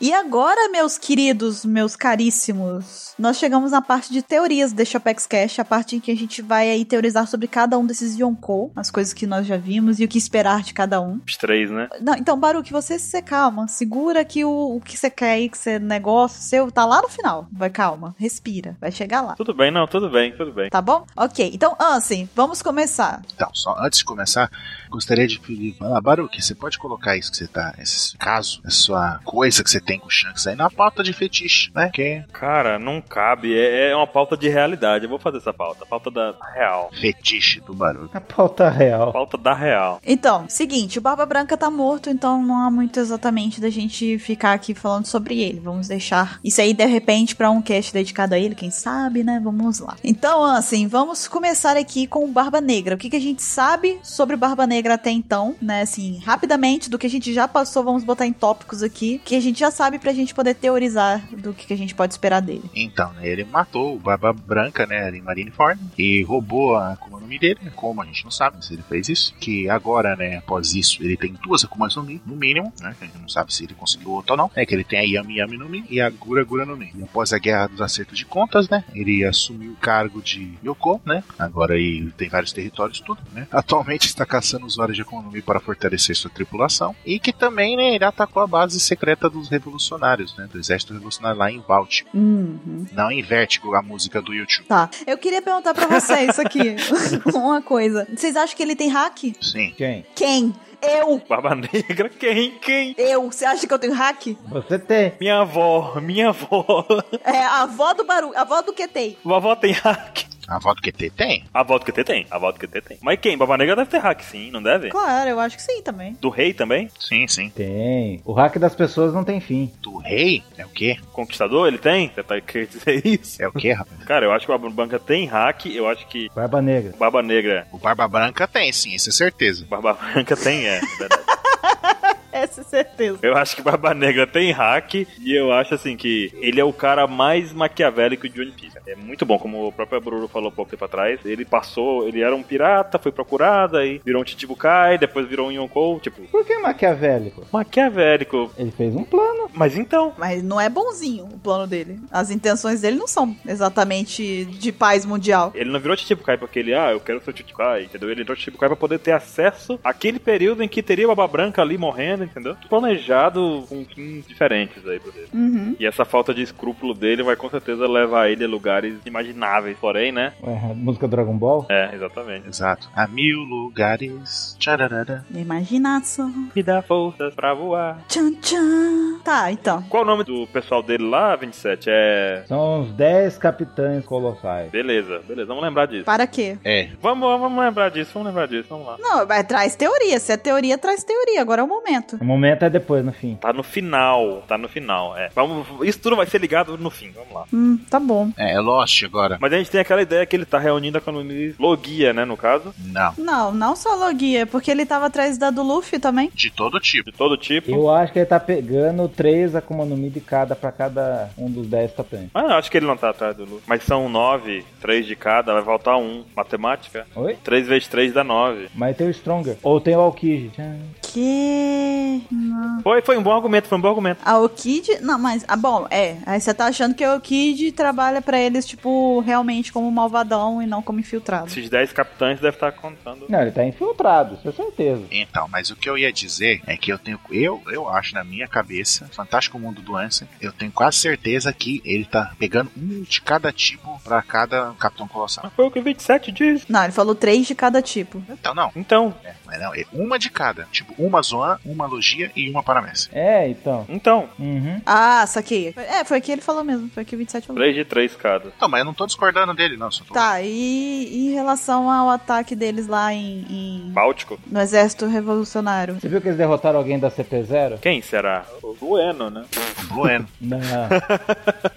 Speaker 3: E agora, meus queridos, meus caríssimos, nós chegamos na parte de teorias deste Apex Cash, a parte em que a gente vai aí teorizar sobre cada um desses Yonkou, as coisas que nós já vimos e o que esperar de cada um.
Speaker 1: Os três, né.
Speaker 3: Não, então, Baruque, você se calma, segura que o, o que você quer aí, que você negócio seu, tá lá no final. Vai, calma, respira, vai chegar lá.
Speaker 1: Tudo bem, não, tudo bem, tudo bem.
Speaker 3: Tá bom? Ok, então, Ansem, vamos começar.
Speaker 2: Então, só antes de começar, gostaria de pedir. Ah, Baruque, você pode colocar isso que você tá. Esse caso, essa coisa que você tem com o Shanks aí na pauta de fetiche, né? Que
Speaker 1: Cara, não cabe, é, é uma pauta de realidade, eu vou fazer essa pauta, a pauta da real.
Speaker 2: é fetiche do Baruque.
Speaker 4: A pauta real.
Speaker 1: Pauta da real.
Speaker 3: Então, seguinte, o Barba Branca tá morto, então não há muito exatamente da gente ficar aqui falando sobre ele. Vamos deixar isso aí de repente pra um cast dedicado a ele, quem sabe, né? Vamos lá. Então, assim, vamos começar aqui com o Barba Negra. O que, que a gente sabe sobre o Barba Negra até então, né? Assim, rapidamente, do que a gente já passou, vamos botar em tópicos aqui, que a gente já sabe pra gente poder teorizar do que, que a gente pode esperar dele.
Speaker 2: Então, né, ele matou o Barba Branca, né, ali em Marineford, e roubou a Akuma no Mi dele, né, como a gente não sabe se ele fez isso, que agora, né, após isso, ele tem duas Akumas no Mi, no mínimo, né, que a gente não sabe se ele conseguiu outra ou não, né, que ele tem a Yami Yami no Mi e a Gura Gura no Mi. E após a Guerra dos Acertos de Contas, né, ele assumiu o cargo de Yoko, né, agora aí tem vários territórios, tudo, né, atualmente está caçando usuários de Akuma no Mi para fortalecer sua tripulação, e que também, né, ele atacou a base secreta dos, revo- revolucionários, né? Do exército revolucionário lá em Báltico.
Speaker 3: Uhum.
Speaker 2: Não em Vértigo, a música do YouTube.
Speaker 3: Tá. Eu queria perguntar pra vocês aqui uma coisa. Vocês acham que ele tem hack?
Speaker 2: Sim.
Speaker 4: Quem?
Speaker 3: Quem? Eu!
Speaker 1: Barba Negra, quem? Quem?
Speaker 3: Eu! Você acha que eu tenho hack?
Speaker 4: Você tem.
Speaker 1: Minha avó, minha avó.
Speaker 3: É, a avó do barulho, a avó do QT.
Speaker 1: Vovó tem hack.
Speaker 2: A avó do QT tem.
Speaker 1: A avó do QT tem, a avó do QT tem. Mas quem? Barba Negra deve ter hack sim, não deve?
Speaker 3: Claro, eu acho que sim também.
Speaker 1: Do rei também?
Speaker 2: Sim, sim.
Speaker 4: Tem. O hack das pessoas não tem fim.
Speaker 2: Do rei? É o quê?
Speaker 1: Conquistador, ele tem? Você tá querendo dizer isso?
Speaker 2: É o quê, rapaz?
Speaker 1: Cara, eu acho que o Barba Branca tem hack, eu acho que
Speaker 4: Barba negra.
Speaker 1: Barba Negra,
Speaker 2: O Barba Branca tem, sim, isso é certeza.
Speaker 1: Barba Branca tem, é, é verdade.
Speaker 3: Essa é certeza.
Speaker 1: Eu acho que Barba Negra tem hack e eu acho assim que ele é o cara mais maquiavélico de One Piece. É muito bom, como o próprio Bruno falou pouco tempo atrás, ele passou, ele era um pirata, foi procurado, aí virou um Chichibukai, depois virou um Yonkou, tipo,
Speaker 4: Por que maquiavélico?
Speaker 1: maquiavélico.
Speaker 4: Ele fez um plano.
Speaker 1: Mas então,
Speaker 3: Mas não é bonzinho o plano dele. As intenções dele não são exatamente de paz mundial.
Speaker 1: ele não virou Chichibukai porque ele, ah, eu quero ser o Chichibukai, entendeu? Ele virou Chichibukai pra poder ter acesso àquele período em que teria Barba Branca ali morrendo, entendeu? Tudo Planejado com fins diferentes aí pra ele.
Speaker 3: Uhum.
Speaker 1: E essa falta de escrúpulo dele vai com certeza levar ele a lugares imagináveis. Porém, né?
Speaker 4: Ué, a música Dragon Ball.
Speaker 1: É, exatamente.
Speaker 2: Exato. A mil lugares. Tchararara.
Speaker 3: Imaginação.
Speaker 1: Me dá forças pra voar.
Speaker 3: Tchan, tchan. Tá, então.
Speaker 1: Qual o nome do pessoal dele lá, 27? É.
Speaker 4: São os 10 capitães colossais.
Speaker 1: Beleza, beleza, vamos lembrar disso.
Speaker 3: Para quê?
Speaker 2: É.
Speaker 1: Vamos, vamos lembrar disso, vamos lembrar disso, vamos lá.
Speaker 3: Não, mas traz teoria. Se é teoria, traz teoria. Agora é o momento.
Speaker 4: O momento é depois, no fim.
Speaker 1: Tá no final, tá no final, é. Vamos, isso tudo vai ser ligado no fim, vamos lá.
Speaker 3: Hum, tá bom.
Speaker 2: É, é Lost agora.
Speaker 1: Mas a gente tem aquela ideia que ele tá reunindo a economia Logia, né, no caso,
Speaker 2: Não.
Speaker 3: Não, não só Logia, porque ele tava atrás da do Luffy também.
Speaker 2: De todo tipo.
Speaker 1: de todo tipo.
Speaker 4: Eu acho que ele tá pegando três Akuma no Mi de cada pra cada um dos 10 capitães.
Speaker 1: Mas eu acho que ele não tá atrás do Luffy. Mas são nove, três de cada, vai faltar um. Matemática?
Speaker 4: Oi?
Speaker 1: Três vezes três dá nove.
Speaker 4: Mas tem o Stronger. Ou tem o Aokiji.
Speaker 3: Que.
Speaker 1: Foi, foi um bom argumento, foi um bom argumento.
Speaker 3: A Okid. Não, mas. Ah, bom, é. Aí você tá achando que a Okid trabalha pra eles, tipo, realmente como malvadão e não como infiltrado.
Speaker 1: Esses 10 capitães devem estar contando.
Speaker 4: Não, ele tá infiltrado, isso é certeza.
Speaker 2: Então, mas o que eu ia dizer é que eu tenho. Eu, eu acho, na minha cabeça, Fantástico Mundo do Ansem, eu tenho quase certeza que ele tá pegando um de cada tipo pra cada Capitão Colossal.
Speaker 1: Mas Ah, foi o que o 27 disse.
Speaker 3: Não, ele falou três de cada tipo.
Speaker 2: Então, não.
Speaker 1: Então,
Speaker 2: É, mas não, é uma de cada. Tipo, uma Zoan, uma Logia e uma Paramessa.
Speaker 4: É, então.
Speaker 1: então.
Speaker 4: Uhum.
Speaker 3: Ah, saquei. É, foi o que ele falou mesmo. Foi o que o 27 falou.
Speaker 1: 3 de 3 cada.
Speaker 2: Então, mas eu não tô discordando dele, não. Só tô...
Speaker 3: Tá, e em relação ao ataque deles lá em. em-
Speaker 1: Báltico?
Speaker 3: no Exército Revolucionário.
Speaker 4: Você viu que eles derrotaram alguém da CP0?
Speaker 1: Quem será? O Bueno, né?
Speaker 2: Bueno.
Speaker 4: Não.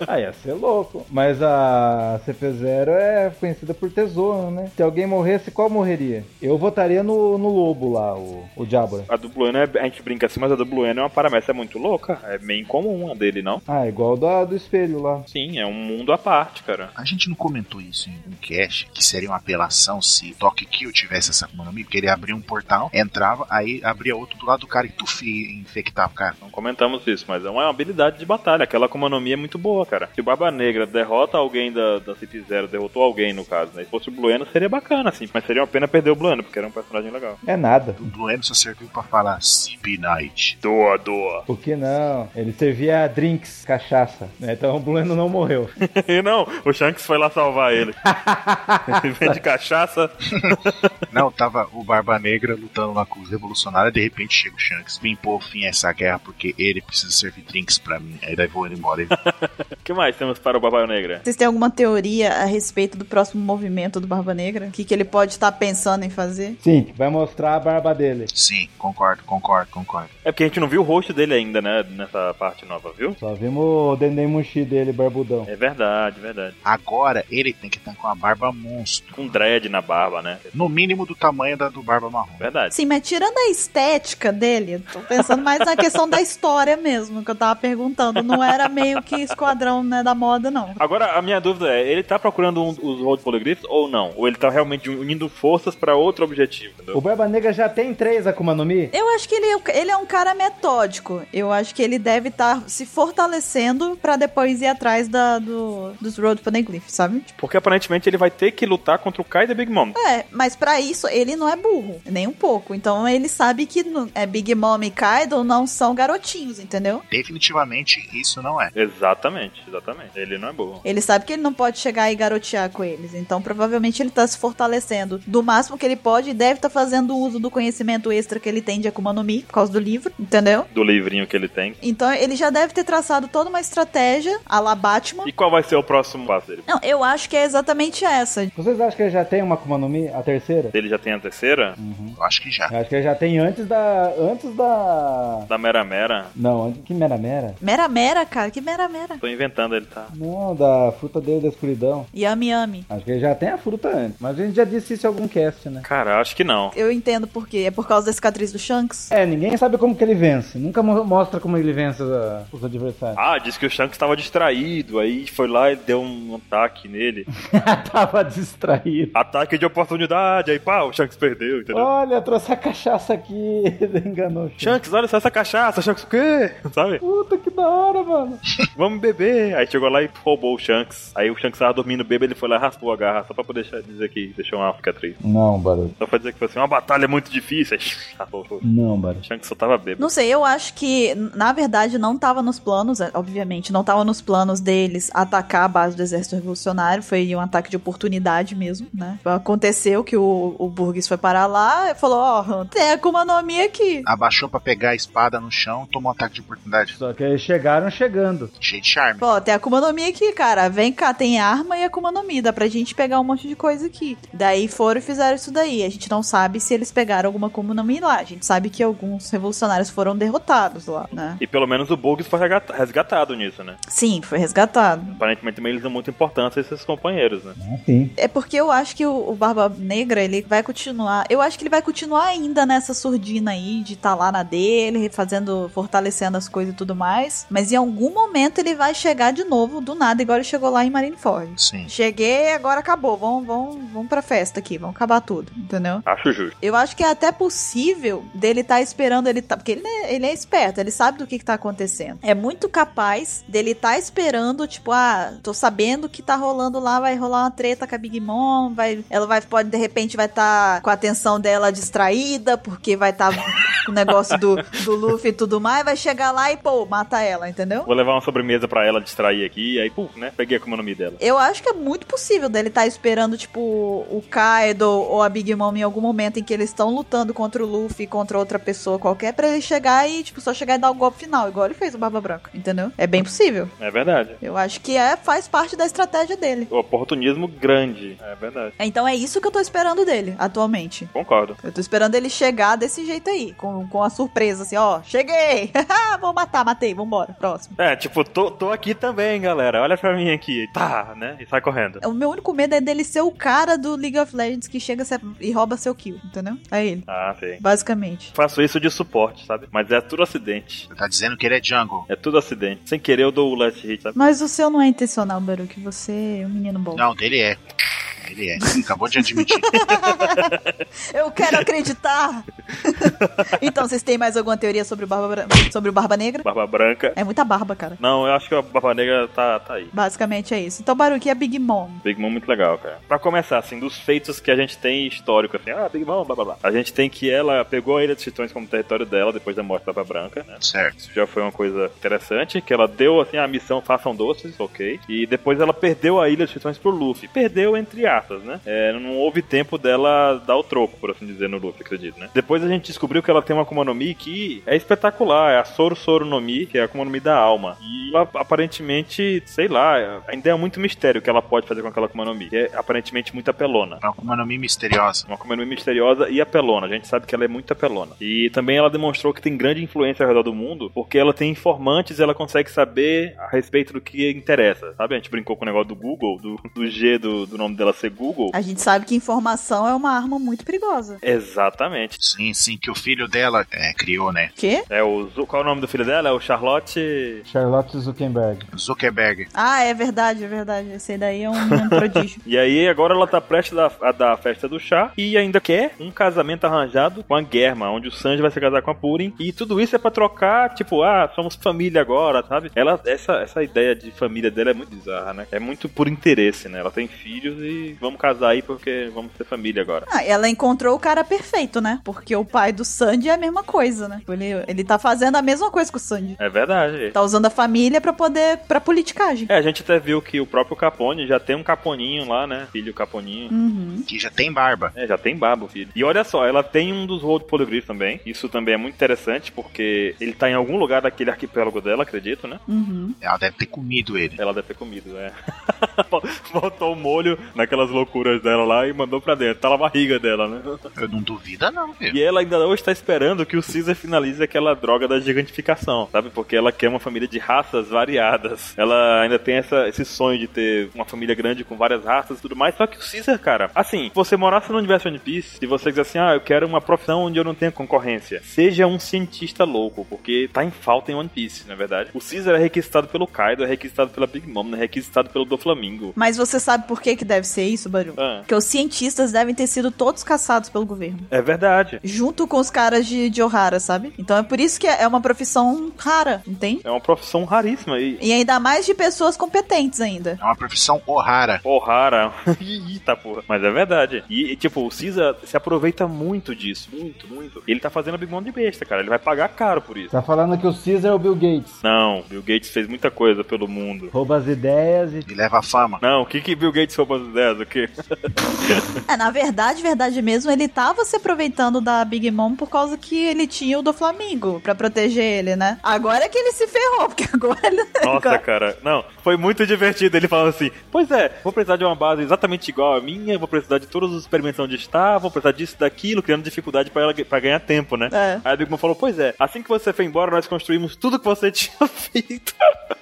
Speaker 4: ah, ia ser louco. Mas a CP0 é conhecida por tesouro, né? Se alguém morresse, qual morreria? Eu votaria no, no lobo lá, o, o Diabra.
Speaker 1: A do Bueno, é, a gente brinca assim, mas a do Bueno é uma paramécia muito louca. É meio incomum a dele, não?
Speaker 4: Ah, igual da, do espelho lá.
Speaker 1: Sim, é um mundo à parte, cara.
Speaker 2: A gente não comentou isso em um cast, que seria uma apelação se Toque Kill tivesse essa Akuma no Mi, porque ele abria um portal, entrava, aí abria outro do lado do cara e tuf, e infectava o cara.
Speaker 1: Não comentamos isso, mas é uma habilidade de batalha. Aquela economia é muito boa, cara. Se o Barba Negra derrota alguém da, da City Zero, derrotou alguém, no caso, né? Se fosse o Bueno, seria bacana, assim. Mas seria uma pena perder o Bueno, porque era um personagem legal.
Speaker 4: É nada.
Speaker 2: O Blueno só serviu pra falar Cip Knight.
Speaker 1: Doa, doa.
Speaker 4: O que não? Ele servia drinks, cachaça. né? Então o Bruno não morreu.
Speaker 1: E não, o Shanks foi lá salvar ele. ele vende cachaça.
Speaker 2: Não, tava o Barba Negra lutando lá com os revolucionários, de repente chega o Shanks. Vim pôr fim a essa guerra porque ele precisa servir drinks pra mim. Aí daí vou ele embora. Ele,
Speaker 1: O que mais temos para o Barba Negra?
Speaker 3: Vocês têm alguma teoria a respeito do próximo movimento do Barba Negra? O que, que ele pode estar pensando em fazer?
Speaker 4: Sim, que vai mostrar a barba dele.
Speaker 2: Sim, concordo, concordo, concordo.
Speaker 1: É porque a gente não viu o rosto dele ainda, né? Nessa parte nova, viu?
Speaker 4: Só vimos o Dendem Mushi dele, barbudão.
Speaker 1: É verdade, verdade.
Speaker 2: Agora ele tem que estar com a barba monstro.
Speaker 1: Com dread na barba, né? É
Speaker 2: No mínimo do tamanho da do Barba Marrom.
Speaker 1: Verdade.
Speaker 3: Sim, mas tirando a estética dele, eu tô pensando mais na questão da história mesmo, que eu tava perguntando. Não era meio que esquadrão né, da moda, não.
Speaker 1: Agora, a minha dúvida é, ele tá procurando um- os Road Polygrifs ou não? Ou ele tá realmente unindo forças pra outro objetivo,
Speaker 4: O
Speaker 1: entendeu?
Speaker 4: Barba Negra já tem três Akuma no Mi?
Speaker 3: Eu acho que ele, ele é um cara metódico. Eu acho que ele deve estar se fortalecendo pra depois ir atrás da, do, dos Road Poneglyph, sabe? Tipo,
Speaker 1: Porque aparentemente ele vai ter que lutar contra o Kai da Big Mom.
Speaker 3: é, mas pra isso ele não é burro, nem um pouco. Então ele sabe que não- é, Big Mom e Kaido não são garotinhos, entendeu?
Speaker 2: definitivamente isso não é.
Speaker 1: Exatamente, exatamente. Ele não é burro.
Speaker 3: Ele sabe que ele não pode chegar e garotear com eles. Então, provavelmente, ele tá se fortalecendo do máximo que ele pode e deve estar fazendo uso do conhecimento extra que ele tem de Akuma no Mi, por causa do livro, entendeu?
Speaker 1: Do livrinho que ele tem.
Speaker 3: Então, ele já deve ter traçado toda uma estratégia a la Batman.
Speaker 1: E qual vai ser o próximo passo dele?
Speaker 3: Não, eu acho que é exatamente essa.
Speaker 4: Vocês acham que ele já tem uma Akuma no Mi, a terceira?
Speaker 1: Ele já tem a terceira?
Speaker 2: Eu acho que já.
Speaker 4: Eu acho que ele já tem antes da. Antes da.
Speaker 1: Da Mera Mera?
Speaker 4: Não, antes que Mera Mera.
Speaker 3: Mera Mera, cara, que Mera Mera.
Speaker 1: Tô inventando, ele tá.
Speaker 4: Não, da fruta dele da escuridão.
Speaker 3: Yami Yami.
Speaker 4: Acho que ele já tem a fruta antes. Mas a gente já disse isso em algum cast, né?
Speaker 1: Cara, acho que não.
Speaker 3: Eu entendo por quê. É por causa da cicatriz do Shanks?
Speaker 4: É, ninguém sabe como que ele vence. Nunca mo- mostra como ele vence os- os adversários.
Speaker 1: Ah, disse que o Shanks tava distraído, aí foi lá e deu um ataque nele.
Speaker 4: Tava distraído.
Speaker 1: Ataque de oportunidade, aí pá, o Shanks perdeu, entendeu?
Speaker 4: Olha, trouxe a cachaça aqui. Ele enganou o Shanks.
Speaker 1: Shanks, olha só essa cachaça, Shanks o quê? Sabe?
Speaker 4: Puta que da hora, mano.
Speaker 1: Vamos beber. Aí chegou lá e roubou o Shanks. Aí o Shanks tava dormindo bêbado, ele foi lá e raspou a garra, só pra poder deixar- dizer que deixou uma cicatriz.
Speaker 4: Não, Baru.
Speaker 1: Só pra dizer que foi assim, uma batalha muito difícil. Aí, raspou. o
Speaker 4: Não, Baru.
Speaker 1: Shanks só tava bêbado.
Speaker 3: Não sei, eu acho que, na verdade, não tava nos planos, é, obviamente, não tava nos planos deles atacar a base do Exército Revolucionário, foi um ataque de oportunidade mesmo, né? Aconteceu que o, o Burgess foi parar lá e falou, ó, tem Akuma no Mi aqui.
Speaker 2: Abaixou pra pegar a espada no chão, tomou um ataque de oportunidade.
Speaker 4: Só que eles chegaram chegando.
Speaker 2: Cheio de charme.
Speaker 3: Ó, tem Akuma no Mi aqui, cara. Vem cá, tem arma e Akuma no Mi. Dá pra gente pegar um monte de coisa aqui. Daí foram e fizeram isso daí. A gente não sabe se eles pegaram alguma Akuma no Mi lá. A gente sabe que alguns revolucionários foram derrotados lá, né?
Speaker 1: E pelo menos o Bugs foi resgata- resgatado nisso, né?
Speaker 3: Sim, foi resgatado.
Speaker 1: Aparentemente também eles dão muita importância a esses companheiros, né?
Speaker 4: Ah, sim.
Speaker 3: É porque eu acho que o, o Barba Negra, ele vai continuar. Eu acho que ele vai continuar ainda nessa surdina aí de estar lá na dele, fazendo, fortalecendo as coisas e tudo mais. Mas em algum momento ele vai chegar de novo, do nada, igual ele chegou lá em Marineford.
Speaker 2: Sim.
Speaker 3: Cheguei, agora acabou. Vamos, vamos, vamos pra festa aqui, vamos acabar tudo, entendeu?
Speaker 1: Acho justo.
Speaker 3: Eu acho que é até possível dele estar esperando ele tá, porque ele é, ele é esperto, ele sabe do que, que tá acontecendo. É muito capaz dele estar esperando, tipo, ah, tô sabendo que tá rolando lá, vai rolar uma treta com a Big Mom, vai, ela vai pode de repente vai estar com a atenção dela distraída, porque vai estar com o negócio do, do Luffy e tudo mais, vai chegar lá e pô, mata ela, entendeu?
Speaker 1: Vou levar uma sobremesa pra ela distrair aqui, aí, puf, né? Peguei como o nome dela.
Speaker 3: Eu acho que é muito possível dele estar esperando, tipo, o Kaido ou a Big Mom em algum momento em que eles estão lutando contra o Luffy, contra outra pessoa qualquer, pra ele chegar e, tipo, só chegar e dar o golpe final, igual ele fez o Barba Branca, entendeu? É bem possível.
Speaker 1: É verdade.
Speaker 3: Eu acho que é, faz parte da estratégia dele.
Speaker 1: O oportunismo grande. É verdade.
Speaker 3: Então é isso que eu tô esperando dele, atualmente.
Speaker 1: Concordo.
Speaker 3: Eu tô esperando ele chegar desse jeito aí, com, com a surpresa, assim, ó, cheguei! Haha, Vou matar, matei, vambora, próximo.
Speaker 1: É, tipo, tô, tô aqui também, galera. Olha pra mim aqui. Tá, né? E sai correndo.
Speaker 3: O meu único medo é dele ser o cara do League of Legends que chega e rouba seu kill, entendeu? É ele,
Speaker 1: Ah, sei.
Speaker 3: basicamente.
Speaker 1: Faço isso de suporte, sabe? Mas é tudo acidente.
Speaker 2: Tá dizendo que ele é jungle.
Speaker 1: É tudo acidente. Sem querer eu dou o last hit, sabe?
Speaker 3: Mas o seu não é intencional, Baruque. Você é um menino bom.
Speaker 2: Não, dele é. Ele é. Ele acabou de admitir.
Speaker 3: Eu quero acreditar! então, vocês têm mais alguma teoria sobre o Barba, Bran- sobre o barba Negra?
Speaker 1: Barba branca.
Speaker 3: É muita barba, cara.
Speaker 1: Não, eu acho que a Barba Negra tá, tá aí.
Speaker 3: Basicamente é isso. Então, Baruque é Big Mom.
Speaker 1: Big Mom é muito legal, cara. Pra começar, assim, dos feitos que a gente tem histórico, assim, ah, Big Mom, blá blá blá. A gente tem que ela pegou a Ilha dos Titões como território dela depois da morte da Barba Branca, né?
Speaker 2: é certo.
Speaker 1: Isso já foi uma coisa interessante, que ela deu, assim, a missão façam doces, ok. E depois ela perdeu a Ilha dos Titões pro Luffy. Perdeu entre aspas, né? É, não houve tempo dela dar o troco, por assim dizer, no Luffy, acredito, né? Depois a gente descobriu que ela tem uma Akuma no Mi que é espetacular, é a Soro Soro no Mi, que é a Akuma no Mi da alma. E ela, aparentemente, sei lá, ainda é muito mistério o que ela pode fazer com aquela Akuma no Mi, que é aparentemente muito apelona.
Speaker 2: É uma nome misteriosa.
Speaker 1: Uma Akuma no Mi misteriosa e apelona. A gente sabe que ela é muito apelona. E também ela demonstrou que tem grande influência ao redor do mundo, porque ela tem informantes e ela consegue saber a respeito do que interessa. Sabe? A gente brincou com o negócio do Google, do, do G do, do nome dela ser Google.
Speaker 3: A gente sabe que informação é uma arma muito perigosa.
Speaker 1: Exatamente.
Speaker 2: Sim, sim, que o filho dela é, criou, né?
Speaker 3: Quê?
Speaker 1: É o, Zu- qual é o nome do filho dela? É o Charlotte.
Speaker 4: Charlotte Zuckerberg.
Speaker 2: Zuckerberg.
Speaker 3: Ah, é verdade, é verdade. Esse daí é um, um prodígio.
Speaker 1: E aí agora ela tá prestes a, a dar a festa do chá e ainda quer um casamento arranjado com a Germa, onde o Sanji vai se casar com a Purim. E tudo isso é pra trocar, tipo, ah, somos família agora, sabe? Ela, essa, essa ideia de família dela é muito bizarra, né? É muito por interesse, né? Ela tem filhos e vamos casar aí porque vamos ser família agora.
Speaker 3: Ah, ela encontrou o cara perfeito, né? Porque o pai do Sandy é a mesma coisa, né? Ele, ele tá fazendo a mesma coisa que o Sandy.
Speaker 1: É verdade.
Speaker 3: Tá usando a família pra poder. pra politicagem.
Speaker 1: É, a gente até viu que o próprio Capone já tem um caponinho lá, né? Filho caponinho.
Speaker 3: Uhum.
Speaker 2: Que já tem barba.
Speaker 1: É, já tem babo, filho. E olha só, ela tem um dos Road Polygrifs também. Isso também é muito interessante, porque ele tá em algum lugar daquele arquipélago dela, acredito, né?
Speaker 3: Uhum.
Speaker 2: Ela deve ter comido ele.
Speaker 1: Ela deve ter comido, né? Botou o molho naquelas loucuras dela lá e mandou pra dentro. Tá na barriga dela, né?
Speaker 2: Eu não duvida, não, velho.
Speaker 1: E ela ainda hoje tá esperando que o Caesar finalize aquela droga da gigantificação, sabe? Porque ela quer uma família de raças variadas. Ela ainda tem essa, esse sonho de ter uma família grande com várias raças e tudo mais. Só que o Caesar, cara, assim, se você morasse no universo One Piece e você quisesse assim, ah, eu quero uma profissão onde eu não tenha concorrência. Seja um cientista louco, porque tá em falta em One Piece, na verdade. O Caesar é requisitado pelo Kaido, é requisitado pela Big Mom, é requisitado pelo Doflamingo.
Speaker 3: Mas você sabe por que, que deve ser isso, Baru?
Speaker 1: Ah.
Speaker 3: Porque os cientistas devem ter sido todos caçados pelo governo.
Speaker 1: É verdade.
Speaker 3: Junto com os caras de, de Ohara, sabe? Então é por isso que é uma profissão rara, entende?
Speaker 1: É uma profissão raríssima e
Speaker 3: E ainda mais de pessoas competentes ainda.
Speaker 2: É uma profissão Ohara.
Speaker 1: Ohara. Eita porra. Mas é verdade. E, e, tipo, o Caesar se aproveita muito disso. Muito, muito. Ele tá fazendo a Big Mom de besta, cara. Ele vai pagar caro por isso.
Speaker 4: Tá falando que o Caesar é o Bill Gates.
Speaker 1: Não, Bill Gates fez muita coisa pelo mundo.
Speaker 4: Rouba as ideias e.
Speaker 2: E leva a fama.
Speaker 1: Não, o que que Bill Gates roubou as ideias? O quê?
Speaker 3: É, na verdade, verdade mesmo, ele tava se aproveitando da Big Mom por causa que ele tinha o do Flamengo pra proteger ele, né? Agora que ele se ferrou, porque agora ele.
Speaker 1: Nossa,
Speaker 3: agora-
Speaker 1: cara. Não, foi muito divertido. Ele falando assim: Pois é, vou precisar de uma base exatamente igual à minha, vou precisar de todos os experimentos onde está, vou precisar disso, daquilo, criando dificuldade pra ela para ganhar tempo, né?
Speaker 3: É.
Speaker 1: Aí a Big Mom falou: Pois é, assim que você foi embora, nós construímos tudo que você tinha feito.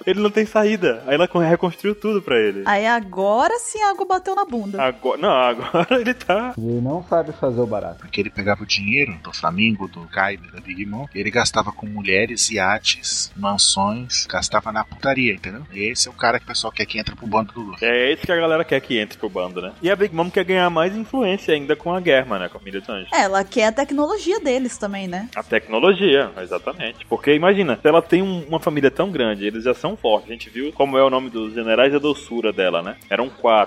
Speaker 1: ele não tem saída. Aí ela reconstruiu tudo pra ele.
Speaker 3: Aí agora sim a água bateu na bunda.
Speaker 1: Agora, não, agora ele tá.
Speaker 4: E ele não sabe fazer o barato.
Speaker 2: Porque ele pegava o dinheiro do Flamengo, do Kaido, da Big Mom, e ele gastava com mulheres, iates, mansões, gastava na putaria, entendeu? E esse é o cara que o pessoal quer que entra pro bando do Luffy.
Speaker 1: É isso que a galera quer que entre pro bando, né? E a Big Mom quer ganhar mais influência ainda com a Germa, né? Com a Miriam Sanji.
Speaker 3: É, Ela quer a tecnologia deles também, né?
Speaker 1: A tecnologia, exatamente. Porque imagina, se ela tem um- uma família tão grande, eles já são fortes. A gente viu como é o nome dos generais da doçura dela, né? Eram quatro.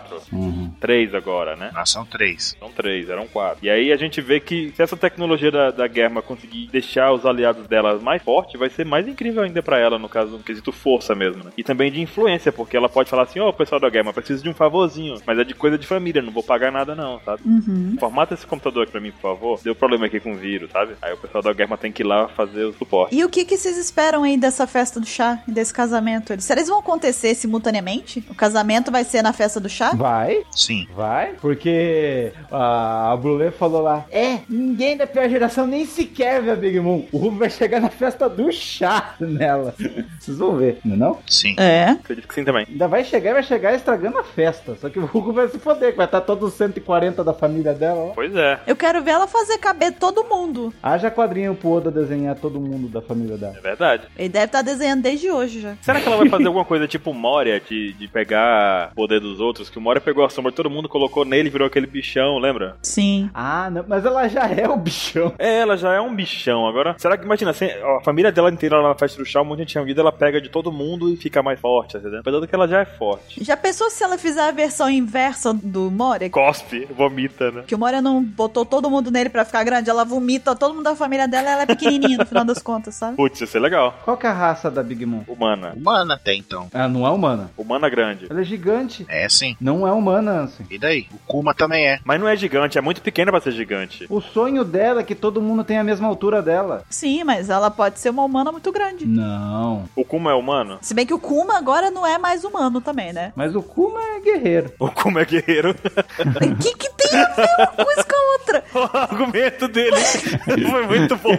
Speaker 1: Três agora, né?
Speaker 2: Nós são três.
Speaker 1: São três, eram quatro. E aí a gente vê que se essa tecnologia da, da Germa conseguir deixar os aliados dela mais forte, vai ser mais incrível ainda pra ela, no caso, no quesito força mesmo, né? E também de influência, porque ela pode falar assim, ó, pessoal da Germa, preciso de um favorzinho, mas é de coisa de família, não vou pagar nada não, sabe?
Speaker 3: Uhum.
Speaker 1: Formata esse computador aqui pra mim, por favor. Deu problema aqui com o vírus, sabe? Aí o pessoal da Germa tem que ir lá fazer o suporte.
Speaker 3: E o que, que vocês esperam aí dessa festa do chá e desse casamento? Eles- Será que eles vão acontecer simultaneamente? O casamento vai ser na festa do
Speaker 4: Ah.
Speaker 3: chá?
Speaker 4: Vai,
Speaker 2: Sim.
Speaker 4: vai, porque a, a Brulé falou lá: É, ninguém da pior geração nem sequer vê a Big Mom. O Ruby vai chegar na festa do chá nela. Vocês vão ver, não é? Não?
Speaker 2: Sim.
Speaker 3: É.
Speaker 1: Acredito que sim também.
Speaker 4: Ainda vai chegar e vai chegar estragando a festa. Só que o Hugo vai se foder, que vai estar todos os 140 da família dela. Ó.
Speaker 1: Pois é,
Speaker 3: Eu quero ver ela fazer caber todo mundo.
Speaker 4: Haja quadrinho pro Oda desenhar todo mundo da família dela.
Speaker 1: é verdade.
Speaker 3: Ele deve estar desenhando desde hoje já.
Speaker 1: Será que ela vai fazer alguma coisa tipo Moria, de, de pegar o poder dos outros? Que o Moria pegou a sombra de todo mundo, colocou nele, virou aquele bichão, lembra?
Speaker 3: Sim.
Speaker 4: Ah, não, mas ela já é o bichão.
Speaker 1: É, ela já é um bichão. Agora, será que, imagina, assim, ó, a família dela inteira lá na festa do chá, um monte de gente reunida, ela pega de todo mundo e fica mais forte, entendeu? Apesar do que ela já é forte.
Speaker 3: Já pensou se ela fizer a versão inversa do Moria?
Speaker 1: Cospe, vomita, né?
Speaker 3: Que o Moria não botou todo mundo nele pra ficar grande, ela vomita todo mundo da família dela, ela é pequenininha no final das contas, sabe?
Speaker 1: Putz, isso é legal.
Speaker 4: Qual que é a raça da Big Mom?
Speaker 1: Humana.
Speaker 2: Humana até então.
Speaker 4: Ela não é humana.
Speaker 1: Humana grande.
Speaker 4: Ela é gigante.
Speaker 2: É sim.
Speaker 4: Não é humana, Ansem.
Speaker 2: E daí? O Kuma também é.
Speaker 1: Mas não é gigante, é muito pequena pra ser gigante.
Speaker 4: O sonho dela é que todo mundo tenha a mesma altura dela.
Speaker 3: Sim, mas ela pode ser uma humana muito grande.
Speaker 4: Não.
Speaker 1: O Kuma é humano?
Speaker 3: Se bem que o Kuma agora não é mais humano também, né?
Speaker 4: Mas o Kuma é guerreiro.
Speaker 1: O Kuma é guerreiro.
Speaker 3: O que, que tem a ver uma coisa com a outra?
Speaker 1: O argumento dele foi muito bom.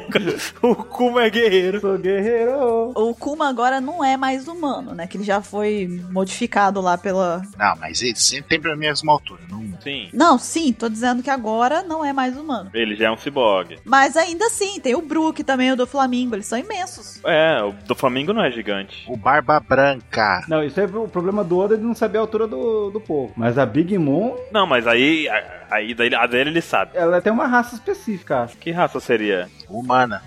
Speaker 1: O Kuma é guerreiro.
Speaker 4: Sou guerreiro.
Speaker 3: O Kuma agora não é mais humano, né? Que ele já foi modificado lá pela.
Speaker 2: Não, mas ele sempre tem pra mesma altura. Não...
Speaker 1: Sim.
Speaker 3: Não, sim, tô dizendo que agora não é mais humano.
Speaker 1: Ele já é um ciborgue.
Speaker 3: Mas ainda assim, tem o Brook também, o do Flamingo, eles são imensos.
Speaker 1: É, o do Flamengo não é gigante.
Speaker 2: O Barba Branca.
Speaker 4: Não, isso é o problema do Oda de não saber a altura do, do povo. Mas a Big Mom,
Speaker 1: Não, mas aí. a- Aí daí, a dele ele sabe.
Speaker 4: ela tem uma raça específica, acho.
Speaker 1: Que raça seria?
Speaker 2: Humana.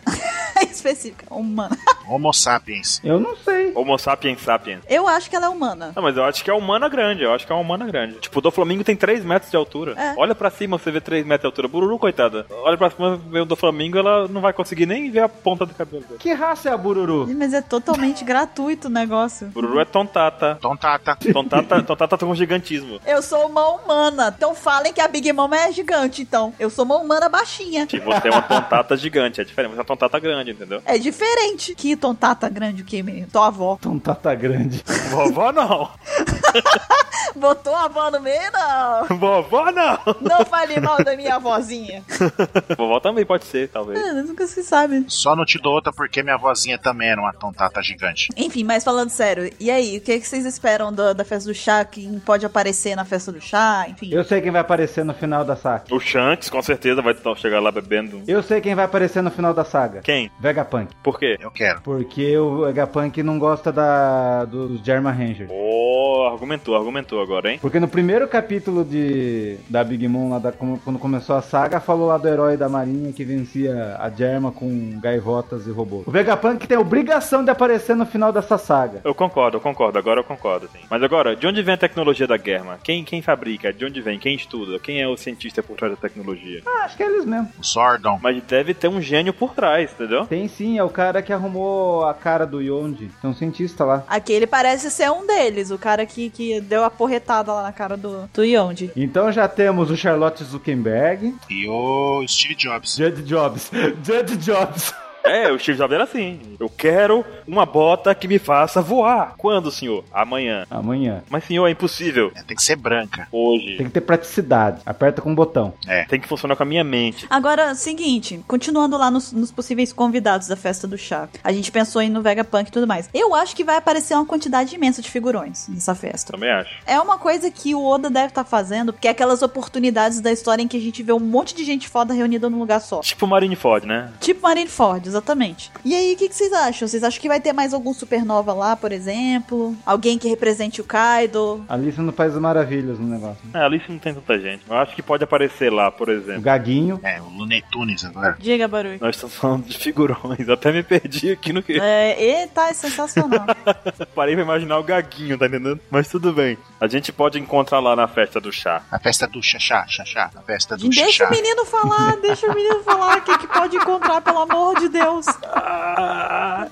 Speaker 3: Específica, É humana.
Speaker 2: Homo sapiens.
Speaker 4: Eu não sei.
Speaker 1: Homo sapiens sapiens.
Speaker 3: Eu acho que ela é humana.
Speaker 1: Não, mas eu acho que é humana grande, eu acho que é uma humana grande. Tipo, o do Flamengo tem 3 metros de altura.
Speaker 3: É.
Speaker 1: Olha pra cima, você vê 3 metros de altura. Bururu, coitada. Olha pra cima, vê o do Flamengo, ela não vai conseguir nem ver a ponta do cabelo dele.
Speaker 4: Que raça é a Bururu?
Speaker 3: Mas é totalmente gratuito o negócio.
Speaker 1: Bururu é tontata.
Speaker 2: Então tá, tá.
Speaker 1: Tontata, tontata com gigantismo.
Speaker 3: Eu sou uma humana. Então falem que a Big Mom é gigante, então. Eu sou uma humana baixinha.
Speaker 1: Tipo, você é uma tontata gigante, é diferente. Você é uma tontata grande, entendeu?
Speaker 3: É diferente. Que tontata grande o que, menino? Tua avó.
Speaker 4: Então tá, tá grande.
Speaker 1: Vovó não.
Speaker 3: Botou a avó no meio? Não.
Speaker 1: Vovó não.
Speaker 3: Não fale mal da minha avózinha.
Speaker 1: Vovó também pode ser, talvez.
Speaker 3: É, nunca se sabe.
Speaker 2: Só não te dou outra porque minha vozinha também era uma tontata gigante.
Speaker 3: Enfim, mas falando sério, e aí, o que, é que vocês esperam da, da festa do chá? Quem pode aparecer na festa do chá? Enfim.
Speaker 4: Eu sei quem vai aparecer no final da saga.
Speaker 1: O Shanks com certeza vai t- chegar lá bebendo. um-
Speaker 4: Eu sei quem vai aparecer no final da saga.
Speaker 1: Quem?
Speaker 4: Vegapunk.
Speaker 1: Por quê?
Speaker 2: Eu quero.
Speaker 4: Porque o Vegapunk não gosta da, dos German Rangers.
Speaker 1: Oh, argumentou, argumentou agora, hein?
Speaker 4: Porque no primeiro capítulo de da Big Mom, lá da- como- quando começou a saga, falou lá do herói da marinha que vencia a Germa com gaivotas e robôs. O Vegapunk tem a obrigação de aparecer no final dessa saga.
Speaker 1: Eu concordo, eu concordo, agora eu concordo, sim. Mas agora, de onde vem a tecnologia da Germa? Quem, quem fabrica? De onde vem? Quem estuda? Quem é o cientista por trás da tecnologia?
Speaker 4: Ah, acho que é eles mesmo.
Speaker 2: O Sordon.
Speaker 1: Mas deve ter um gênio por trás, entendeu?
Speaker 4: Tem sim, é o cara que arrumou a cara do Yonde. Tem um cientista lá.
Speaker 3: Aquele parece ser um deles, o cara que, que deu a porretada lá na cara do, do Yonde.
Speaker 4: Então já temos o Charlotte Zuckerberg.
Speaker 2: E o Steve Jobs.
Speaker 4: Judd Jobs. Judd Jobs.
Speaker 1: É, o Steve Jobs era assim. Eu quero uma bota que me faça voar. Quando, senhor? Amanhã.
Speaker 4: Amanhã.
Speaker 1: Mas, senhor, é impossível.
Speaker 2: É, tem que ser branca.
Speaker 1: Hoje.
Speaker 4: Tem que ter praticidade. Aperta com o botão.
Speaker 1: Tem que funcionar com a minha mente.
Speaker 3: Agora, seguinte, continuando lá nos, nos possíveis convidados da festa do chá. A gente pensou em no Vegapunk e tudo mais. Eu acho que vai aparecer uma quantidade imensa de figurões nessa festa.
Speaker 1: Também acho.
Speaker 3: É uma coisa que o Oda deve estar fazendo, que é aquelas oportunidades da história em que a gente vê um monte de gente foda reunida num lugar só.
Speaker 1: Tipo Marineford, né?
Speaker 3: Tipo Marineford, exatamente. E aí, o que, que vocês acham? Vocês acham que vai ter mais algum supernova lá, por exemplo? Alguém que represente o Kaido?
Speaker 4: A Alice não faz maravilhas no negócio.
Speaker 1: É, ali não tem tanta gente. Eu acho que pode aparecer lá, por
Speaker 4: O
Speaker 1: exemplo.
Speaker 4: Gaguinho.
Speaker 2: É, o Lunetunes agora.
Speaker 3: Diga, Baru.
Speaker 1: Nós estamos falando de figurões. Até me perdi aqui no que.
Speaker 3: É, e tá, é sensacional.
Speaker 1: Parei pra imaginar o gaguinho, tá entendendo? Mas tudo bem. A gente pode encontrar lá na festa do chá.
Speaker 2: A festa do Xaxá, Xaxá. A festa do
Speaker 3: deixa
Speaker 2: Xaxá.
Speaker 3: o menino falar, deixa o menino falar o que, que pode encontrar, pelo amor de Deus.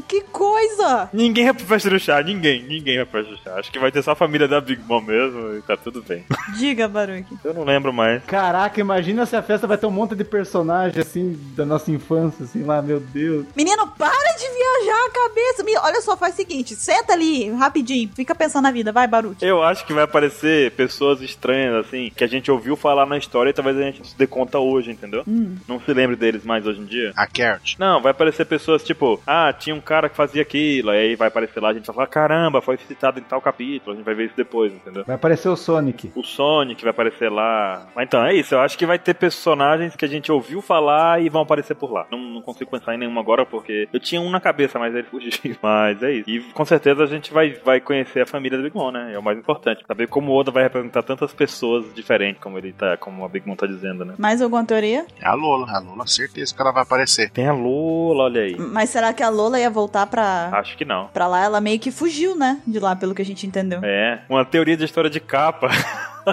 Speaker 3: Que coisa!
Speaker 1: Ninguém vai pra festa do chá, ninguém, ninguém vai pra festa do chá. Acho que vai ter só a família da Big Mom mesmo e tá tudo bem.
Speaker 3: Diga, Baruque.
Speaker 1: Eu não lembro mais.
Speaker 4: Caraca, imagina se a festa vai ter um monte de personagem assim da nossa infância, assim lá, meu Deus.
Speaker 3: Menino, para de viajar a cabeça. Me- Olha só, faz o seguinte, senta ali, rapidinho. Fica pensando na vida, vai, Baruque.
Speaker 1: Eu acho que vai aparecer pessoas estranhas, assim, que a gente ouviu falar na história e talvez a gente não se dê conta hoje, entendeu? Não se lembre deles mais hoje em dia.
Speaker 2: A Carrot.
Speaker 1: Não, vai aparecer pessoas tipo, ah, tinha um cara que fazia aquilo, aí vai aparecer lá, a gente vai falar, caramba, foi citado em tal capítulo, a gente vai ver isso depois, entendeu?
Speaker 4: Vai aparecer o Sonic.
Speaker 1: O Sonic vai aparecer lá. Mas então, é isso. Eu acho que vai ter personagens que a gente ouviu falar e vão aparecer por lá. Não, não consigo pensar em nenhum agora porque eu tinha um na cabeça, mas ele fugiu. Mas é isso. E com certeza a gente vai, vai conhecer a família da Big Mom, né? É o mais importante. Saber como o Oda vai representar tantas pessoas diferentes, como ele tá, como a Big Mom tá dizendo, né?
Speaker 3: Mais alguma teoria?
Speaker 2: É a Lola. A Lola, certeza que ela vai aparecer.
Speaker 1: Tem a Lola, olha aí.
Speaker 3: Mas será que a Lola ia voltar pra,
Speaker 1: Acho que não.
Speaker 3: pra lá? Ela meio que fugiu, né? De lá, pelo que a gente entendeu.
Speaker 1: É. Uma teoria de história de capa.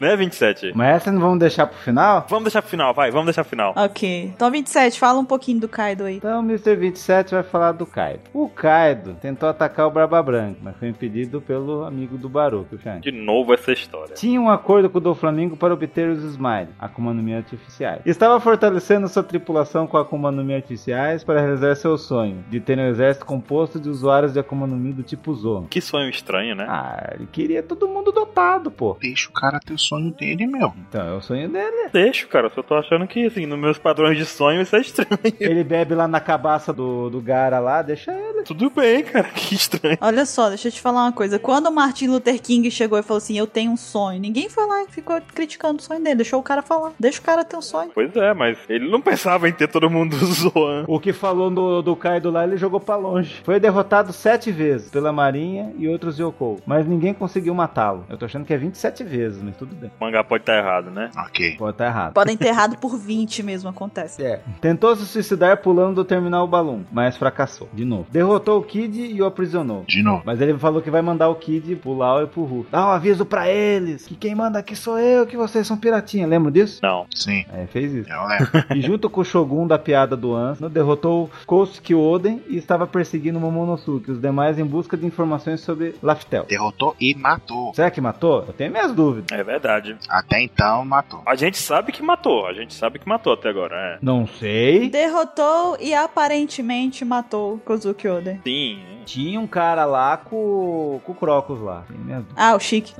Speaker 1: né, 27?
Speaker 4: Mas essa não vamos deixar pro final?
Speaker 1: Vamos deixar pro final, vai. Vamos deixar pro final.
Speaker 3: Ok. Então, 27, fala um pouquinho do Kaido aí.
Speaker 4: Então o Mr. 27 vai falar do Kaido. O Kaido tentou atacar o Barba Branca, mas foi impedido pelo amigo do Baruch, o Shanks.
Speaker 1: De novo essa história.
Speaker 4: Tinha um acordo com o do Flamengo para obter os Smile, Akuma no Mi artificiais. Estava fortalecendo sua tripulação com Akuma no Mi artificiais para realizar seu sonho de ter um exército composto de usuários de Akuma no Mi do tipo Zoma.
Speaker 1: Que sonho estranho, né?
Speaker 4: Ah, ele queria todo mundo dotado, pô.
Speaker 2: Deixa Deixa o cara ter o sonho dele, meu.
Speaker 4: Então, é o sonho dele.
Speaker 1: Deixo, cara. Só tô achando que, assim, nos meus padrões de sonho isso é estranho.
Speaker 4: Ele bebe lá na cabaça do, do Gara lá, deixa ele.
Speaker 1: Tudo bem, cara. Que estranho.
Speaker 3: Olha só, deixa eu te falar uma coisa. Quando o Martin Luther King chegou e falou assim, eu tenho um sonho, ninguém foi lá e ficou criticando o sonho dele. Deixou o cara falar. Deixa o cara ter um sonho.
Speaker 1: Pois é, mas ele não pensava em ter todo mundo zoando.
Speaker 4: O que falou do, do Kaido lá, ele jogou pra longe. Foi derrotado sete vezes pela Marinha e outros Yokou. Mas ninguém conseguiu matá-lo. Eu tô achando que é 27 vezes, mas tudo bem.
Speaker 1: O mangá pode estar errado, né?
Speaker 2: Ok.
Speaker 4: Pode estar errado.
Speaker 3: Podem ter errado por 20 mesmo, acontece.
Speaker 4: É. Tentou se suicidar pulando do terminal balão, mas fracassou. De novo. Derrotou o Kid e o aprisionou.
Speaker 2: De novo.
Speaker 4: Mas ele falou que vai mandar o Kid pular e pro Hulk. Dá um aviso pra eles que quem manda aqui sou eu, que vocês são piratinha. Lembra disso?
Speaker 1: Não.
Speaker 2: Sim.
Speaker 4: É, fez isso.
Speaker 2: Eu lembro.
Speaker 4: E junto com o Shogun da piada do Anson, derrotou Kosuke Oden e estava perseguindo Momonosuke, os demais em busca de informações sobre Laftel.
Speaker 2: Derrotou e matou.
Speaker 4: Será que matou? Eu tenho minhas dúvidas.
Speaker 1: É verdade.
Speaker 2: Até então, matou.
Speaker 1: A gente sabe que matou. A gente sabe que matou até agora, é.
Speaker 4: Não sei.
Speaker 3: Derrotou e aparentemente matou Kozuki Oden.
Speaker 1: Sim.
Speaker 4: Tinha um cara lá com, com o Crocus lá. Tenho minhas dúvidas.
Speaker 3: Ah, o Chique.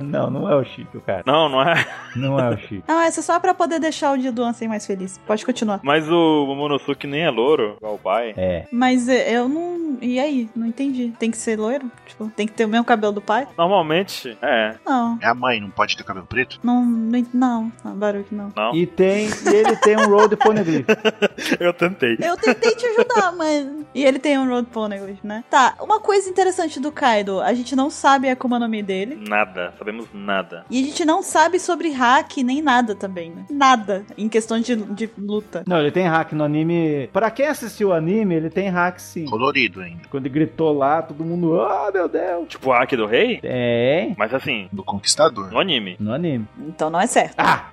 Speaker 4: não, não é o Chico, cara.
Speaker 1: Não, não é.
Speaker 4: Não é o Chico.
Speaker 3: Não, essa é só pra poder deixar o dia do Ansem mais feliz. Pode continuar.
Speaker 1: Mas o Momonosuke nem é louro, igual o pai.
Speaker 4: É.
Speaker 3: Mas é, eu não. E aí? Não entendi. Tem que ser loiro? Tipo, tem que ter o mesmo cabelo do pai?
Speaker 1: Normalmente, é.
Speaker 3: Não.
Speaker 2: É a mãe, não pode ter cabelo preto?
Speaker 3: Não, não, ent- não, não, Baruque, não.
Speaker 1: Não.
Speaker 4: E tem. E ele tem um Road Poneglyph.
Speaker 1: Eu tentei.
Speaker 3: Eu tentei te ajudar, mas. E ele tem um Road Poneglyph, né? Tá, uma coisa interessante do Kaido: a gente não sabe a Akuma no Mi dele.
Speaker 1: Nada. Sabemos nada.
Speaker 3: E a gente não sabe sobre hack nem nada também, né? Nada em questão de, de luta.
Speaker 4: Não, ele tem hack no anime. Pra quem assistiu o anime, ele tem hack sim.
Speaker 2: Colorido ainda.
Speaker 4: Quando ele gritou lá, todo mundo, ah, meu Deus.
Speaker 1: Tipo o Aki do Rei?
Speaker 4: Tem.
Speaker 1: Mas assim,
Speaker 2: Do conquistador.
Speaker 1: no anime.
Speaker 4: No anime.
Speaker 3: Então não é certo.
Speaker 4: Ah!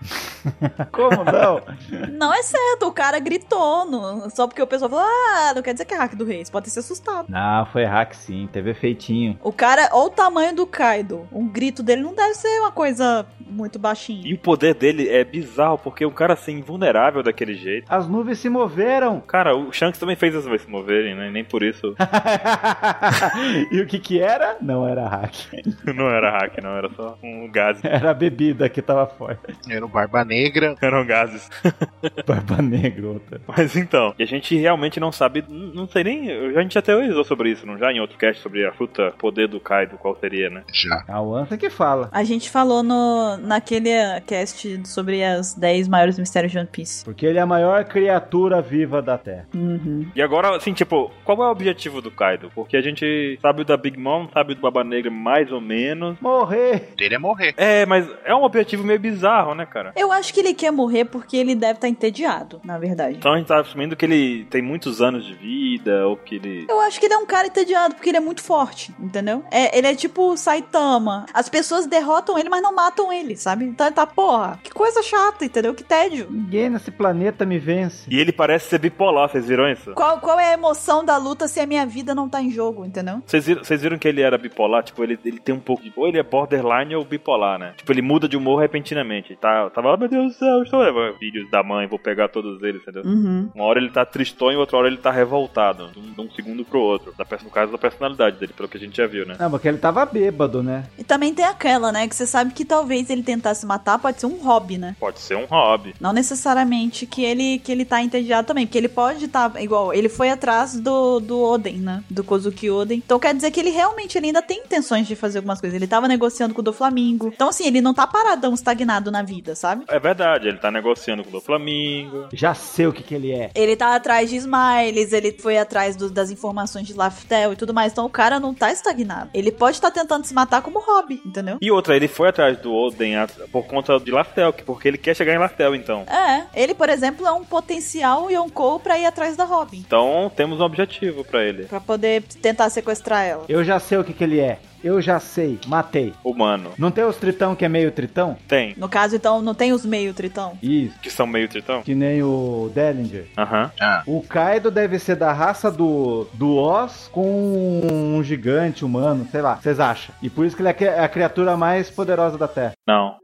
Speaker 4: Como não?
Speaker 3: Não é certo, o cara gritou. no- Só porque o pessoal falou, ah, não quer dizer que é hack do rei. Você pode ter se assustado.
Speaker 4: não, foi hack sim. Teve feitinho.
Speaker 3: O cara, olha o tamanho do Kaido. Um grito dele não deve ser uma coisa muito
Speaker 1: E
Speaker 3: baixinha.
Speaker 1: o poder dele é bizarro, porque um cara assim, invulnerável daquele jeito.
Speaker 4: As nuvens se moveram.
Speaker 1: Cara, o Shanks também fez as vezes se moverem, né? Nem por isso
Speaker 4: e o que que era? Não era hack.
Speaker 1: não era hack, não. Era só um gás.
Speaker 4: Era a bebida que tava forte.
Speaker 2: Era o Barba Negra.
Speaker 1: Eram gases.
Speaker 4: Barba negra, outra.
Speaker 1: Mas então, e a gente realmente não sabe, n- não sei nem, eu- a gente já teorizou sobre isso, não já em outro cast sobre a fruta poder do Kaido, qual seria, né?
Speaker 2: Já.
Speaker 4: A Wansa que fala.
Speaker 3: A gente falou no, naquele eh, cast sobre as 10 maiores mistérios de One Piece.
Speaker 4: Porque ele é a maior criatura viva da Terra.
Speaker 3: Uhum.
Speaker 1: E agora, assim, tipo, qual é o objetivo do Kaido? Porque a gente sabe o da Big Mom, sabe o do Baba Negra mais ou menos.
Speaker 4: Morrer!
Speaker 2: O dele é morrer.
Speaker 1: É, mas é um objetivo meio bizarro, né, cara?
Speaker 3: Eu acho que ele quer morrer porque ele deve estar entediado, na verdade.
Speaker 1: Então a gente tá assumindo que ele tem muitos anos de vida, ou que ele.
Speaker 3: Eu acho que ele é um cara entediado porque ele é muito forte, entendeu? É, ele é tipo o Saitama. As pessoas derrotam ele, mas não matam ele, sabe? Então ele tá, porra, que coisa chata, entendeu? Que tédio.
Speaker 4: Ninguém nesse planeta me vence.
Speaker 1: E ele parece ser bipolar, vocês viram isso?
Speaker 3: Qual, qual é a emoção da luta se a minha vida não tá em jogo, entendeu?
Speaker 1: Vocês viram, vocês viram que ele era bipolar? Tipo, ele, ele tem um pouco de. Ou ele é borderline ou bipolar, né? Tipo, ele muda de humor repentinamente. Ele Tá, tava, oh, meu Deus do céu, eu estou levando vídeos da mãe, vou pegar todos eles, entendeu?
Speaker 3: Uhum.
Speaker 1: Uma hora ele tá tristonho, outra hora ele tá revoltado. De um, de um segundo pro outro. Da, pers- no caso da personalidade dele, pelo que a gente já viu, né?
Speaker 4: Não, porque ele tava bêbado, né?
Speaker 3: E também tem aquela, né? Que você sabe que talvez ele tentar se matar pode ser um hobby, né?
Speaker 1: Pode ser um hobby.
Speaker 3: Não necessariamente que ele que ele tá entediado também, porque ele pode estar igual, ele foi atrás do, do Oden, né? Do Kozuki Oden. Então quer dizer que ele realmente ele ainda tem intenções de fazer algumas coisas. Ele tava negociando com o do Flamengo. Então assim, ele não tá paradão, estagnado na vida, sabe?
Speaker 1: É verdade, ele tá negociando com o Flamengo.
Speaker 4: Já sei o que que ele é.
Speaker 3: Ele tá atrás de Smiles, ele foi atrás do- das informações de Laftel e tudo mais. Então o cara não tá estagnado. Ele pode estar tentando se matar como hobby, entendeu?
Speaker 1: E outra, ele foi atrás do Oden a- por conta de Laftel, que- porque ele quer chegar em Laftel, então.
Speaker 3: É, ele, por exemplo, é um potencial Yonkou pra ir atrás da Robin.
Speaker 1: Então temos um objetivo pra ele.
Speaker 3: Pra poder tentar sequestrar ela.
Speaker 4: Eu já sei o que que ele é. Eu já sei. Matei.
Speaker 1: Humano.
Speaker 4: Não tem os tritão que é meio tritão?
Speaker 1: Tem.
Speaker 3: No caso, então, não tem os meio tritão?
Speaker 4: Isso.
Speaker 1: Que são meio tritão?
Speaker 4: Que nem o Dellinger.
Speaker 1: Aham.
Speaker 2: Ah,
Speaker 4: O Kaido deve ser da raça do, do Oz com um gigante humano, sei lá, vocês acham? E por isso que ele é que- a criatura mais poderosa da Terra.
Speaker 1: Não.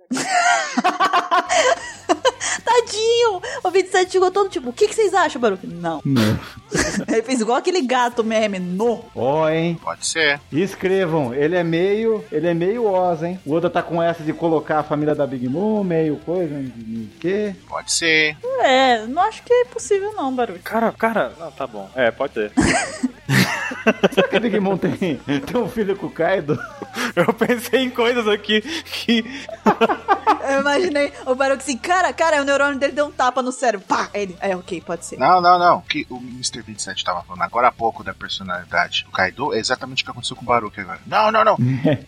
Speaker 3: Tadinho! O 27 chegou todo tipo, o que, que vocês acham, Baruque? Não.
Speaker 4: Não.
Speaker 3: Ele fez igual aquele gato meme, no.
Speaker 4: Ó, hein?
Speaker 2: Pode ser.
Speaker 4: E escrevam, ele é meio. Ele é meio Oz, hein? O Oda tá com essa de colocar a família da Big Mom, meio coisa, meio quê?
Speaker 2: Pode ser.
Speaker 3: É, não acho que é possível não, Baruque.
Speaker 1: Cara, cara, não, tá bom. É, pode ser.
Speaker 4: Será que a Big Mom tem, tem um filho com o Kaido?
Speaker 1: Eu pensei em coisas aqui que.
Speaker 3: Eu imaginei o Baruque assim, cara, cara, o neurônio dele deu um tapa no cérebro. Pá, ele, é ok, pode ser.
Speaker 2: Não, não, não. O que o Mr. 27 tava falando agora há pouco da personalidade do Kaido é exatamente o que aconteceu com o Baruch agora. Não, não, não.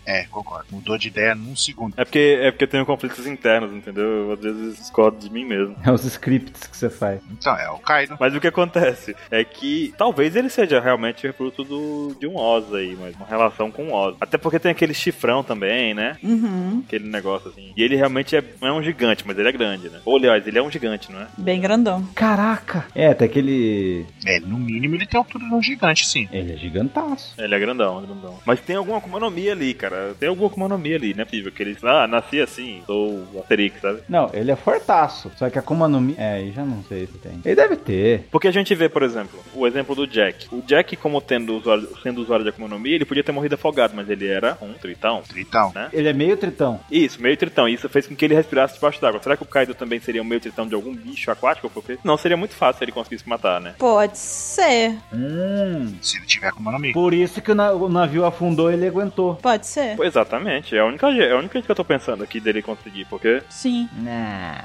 Speaker 2: é, concordo. Mudou de ideia num segundo.
Speaker 1: É porque, é porque eu tenho conflitos internos, entendeu? Eu às vezes discordo de mim mesmo.
Speaker 4: É os scripts que você faz.
Speaker 2: Então, é o Kaido.
Speaker 1: Mas o que acontece é que talvez ele seja realmente fruto do, de um Oz aí, mas uma relação com o Oz. Até porque tem aquele chifrão também, né?
Speaker 3: Uhum.
Speaker 1: Aquele negócio assim. E ele realmente é, não é um gigante, mas ele é grande, né? Ou, aliás, ele é um gigante, não é?
Speaker 3: Bem grandão.
Speaker 4: Caraca! É, tem aquele.
Speaker 2: É, no mínimo ele tem a altura de um gigante, sim.
Speaker 4: Ele é gigantaço.
Speaker 1: Ele é grandão, grandão. Mas tem alguma kumanomia ali, cara. Tem alguma kumanomia ali, né, possível? Que ele ah, nasci assim, sou o Asterix, sabe?
Speaker 4: Não, ele é fortaço. Só que a Kuma no Mi. É, aí já não sei se tem. Ele deve ter.
Speaker 1: Porque a gente vê, por exemplo, o exemplo do Jack. O Jack, como tendo usuário- sendo usuário de Akuma no Mi, ele podia ter morrido afogado, mas ele era um tritão.
Speaker 2: Tritão.
Speaker 1: Né?
Speaker 4: Ele é meio tritão.
Speaker 1: Isso, meio tritão. E Isso fez com que ele respirasse debaixo d'água. Será que o Kaido também seria um meio tritão de algum bicho aquático? Porque não seria muito fácil se ele conseguisse matar, né?
Speaker 3: Pode ser,
Speaker 4: Hum.
Speaker 2: Se ele tiver com o Mi.
Speaker 4: Por isso que o, na- o navio afundou e ele aguentou.
Speaker 3: pode ser.
Speaker 1: Pô, exatamente. É a única, je- é a única coisa que eu tô pensando aqui dele conseguir, porque.
Speaker 3: Sim.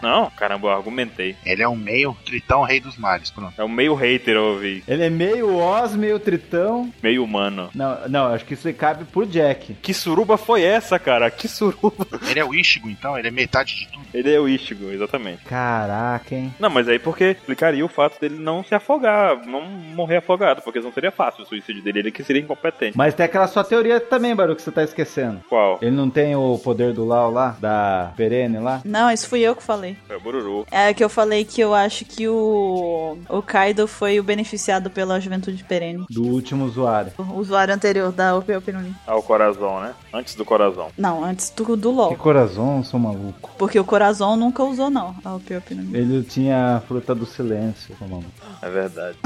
Speaker 1: Não, caramba, eu argumentei.
Speaker 2: Ele é um meio tritão rei dos mares. Pronto.
Speaker 1: É um meio hater, eu ouvi.
Speaker 4: Ele é meio Oz, meio tritão.
Speaker 1: Meio humano.
Speaker 4: Não, não, acho que isso aí cabe pro Jack.
Speaker 1: Que suruba foi essa, cara? Que suruba?
Speaker 2: Ele é o Ishigo, então. Ele é metade de tudo.
Speaker 1: Ele é o Ishigo, exatamente.
Speaker 4: Caraca, hein?
Speaker 1: Não, mas aí porque explicaria o fato dele não se afogar, não morrer afogado, porque não seria fácil o suicídio dele, ele que seria incompetente.
Speaker 4: Mas tem aquela sua teoria também, Baru, que você tá esquecendo.
Speaker 1: Qual?
Speaker 4: Ele não tem o poder do Lau lá? Da perene lá?
Speaker 3: Não, isso fui eu que falei.
Speaker 1: É o Bururu.
Speaker 3: É que eu falei que eu acho que o, o Kaido foi o beneficiado pela juventude perene.
Speaker 4: Do último usuário.
Speaker 3: O usuário anterior da OP Opinoni.
Speaker 1: Ah, o coração, né? Antes do coração.
Speaker 3: Não, antes do, do
Speaker 4: Que
Speaker 3: LOL.
Speaker 4: coração, sou maluco.
Speaker 3: Porque o Corazon nunca usou, não, Ah, a OP Opinoni.
Speaker 4: Ele tinha a fruta do silêncio, seu maluco.
Speaker 1: É verdade.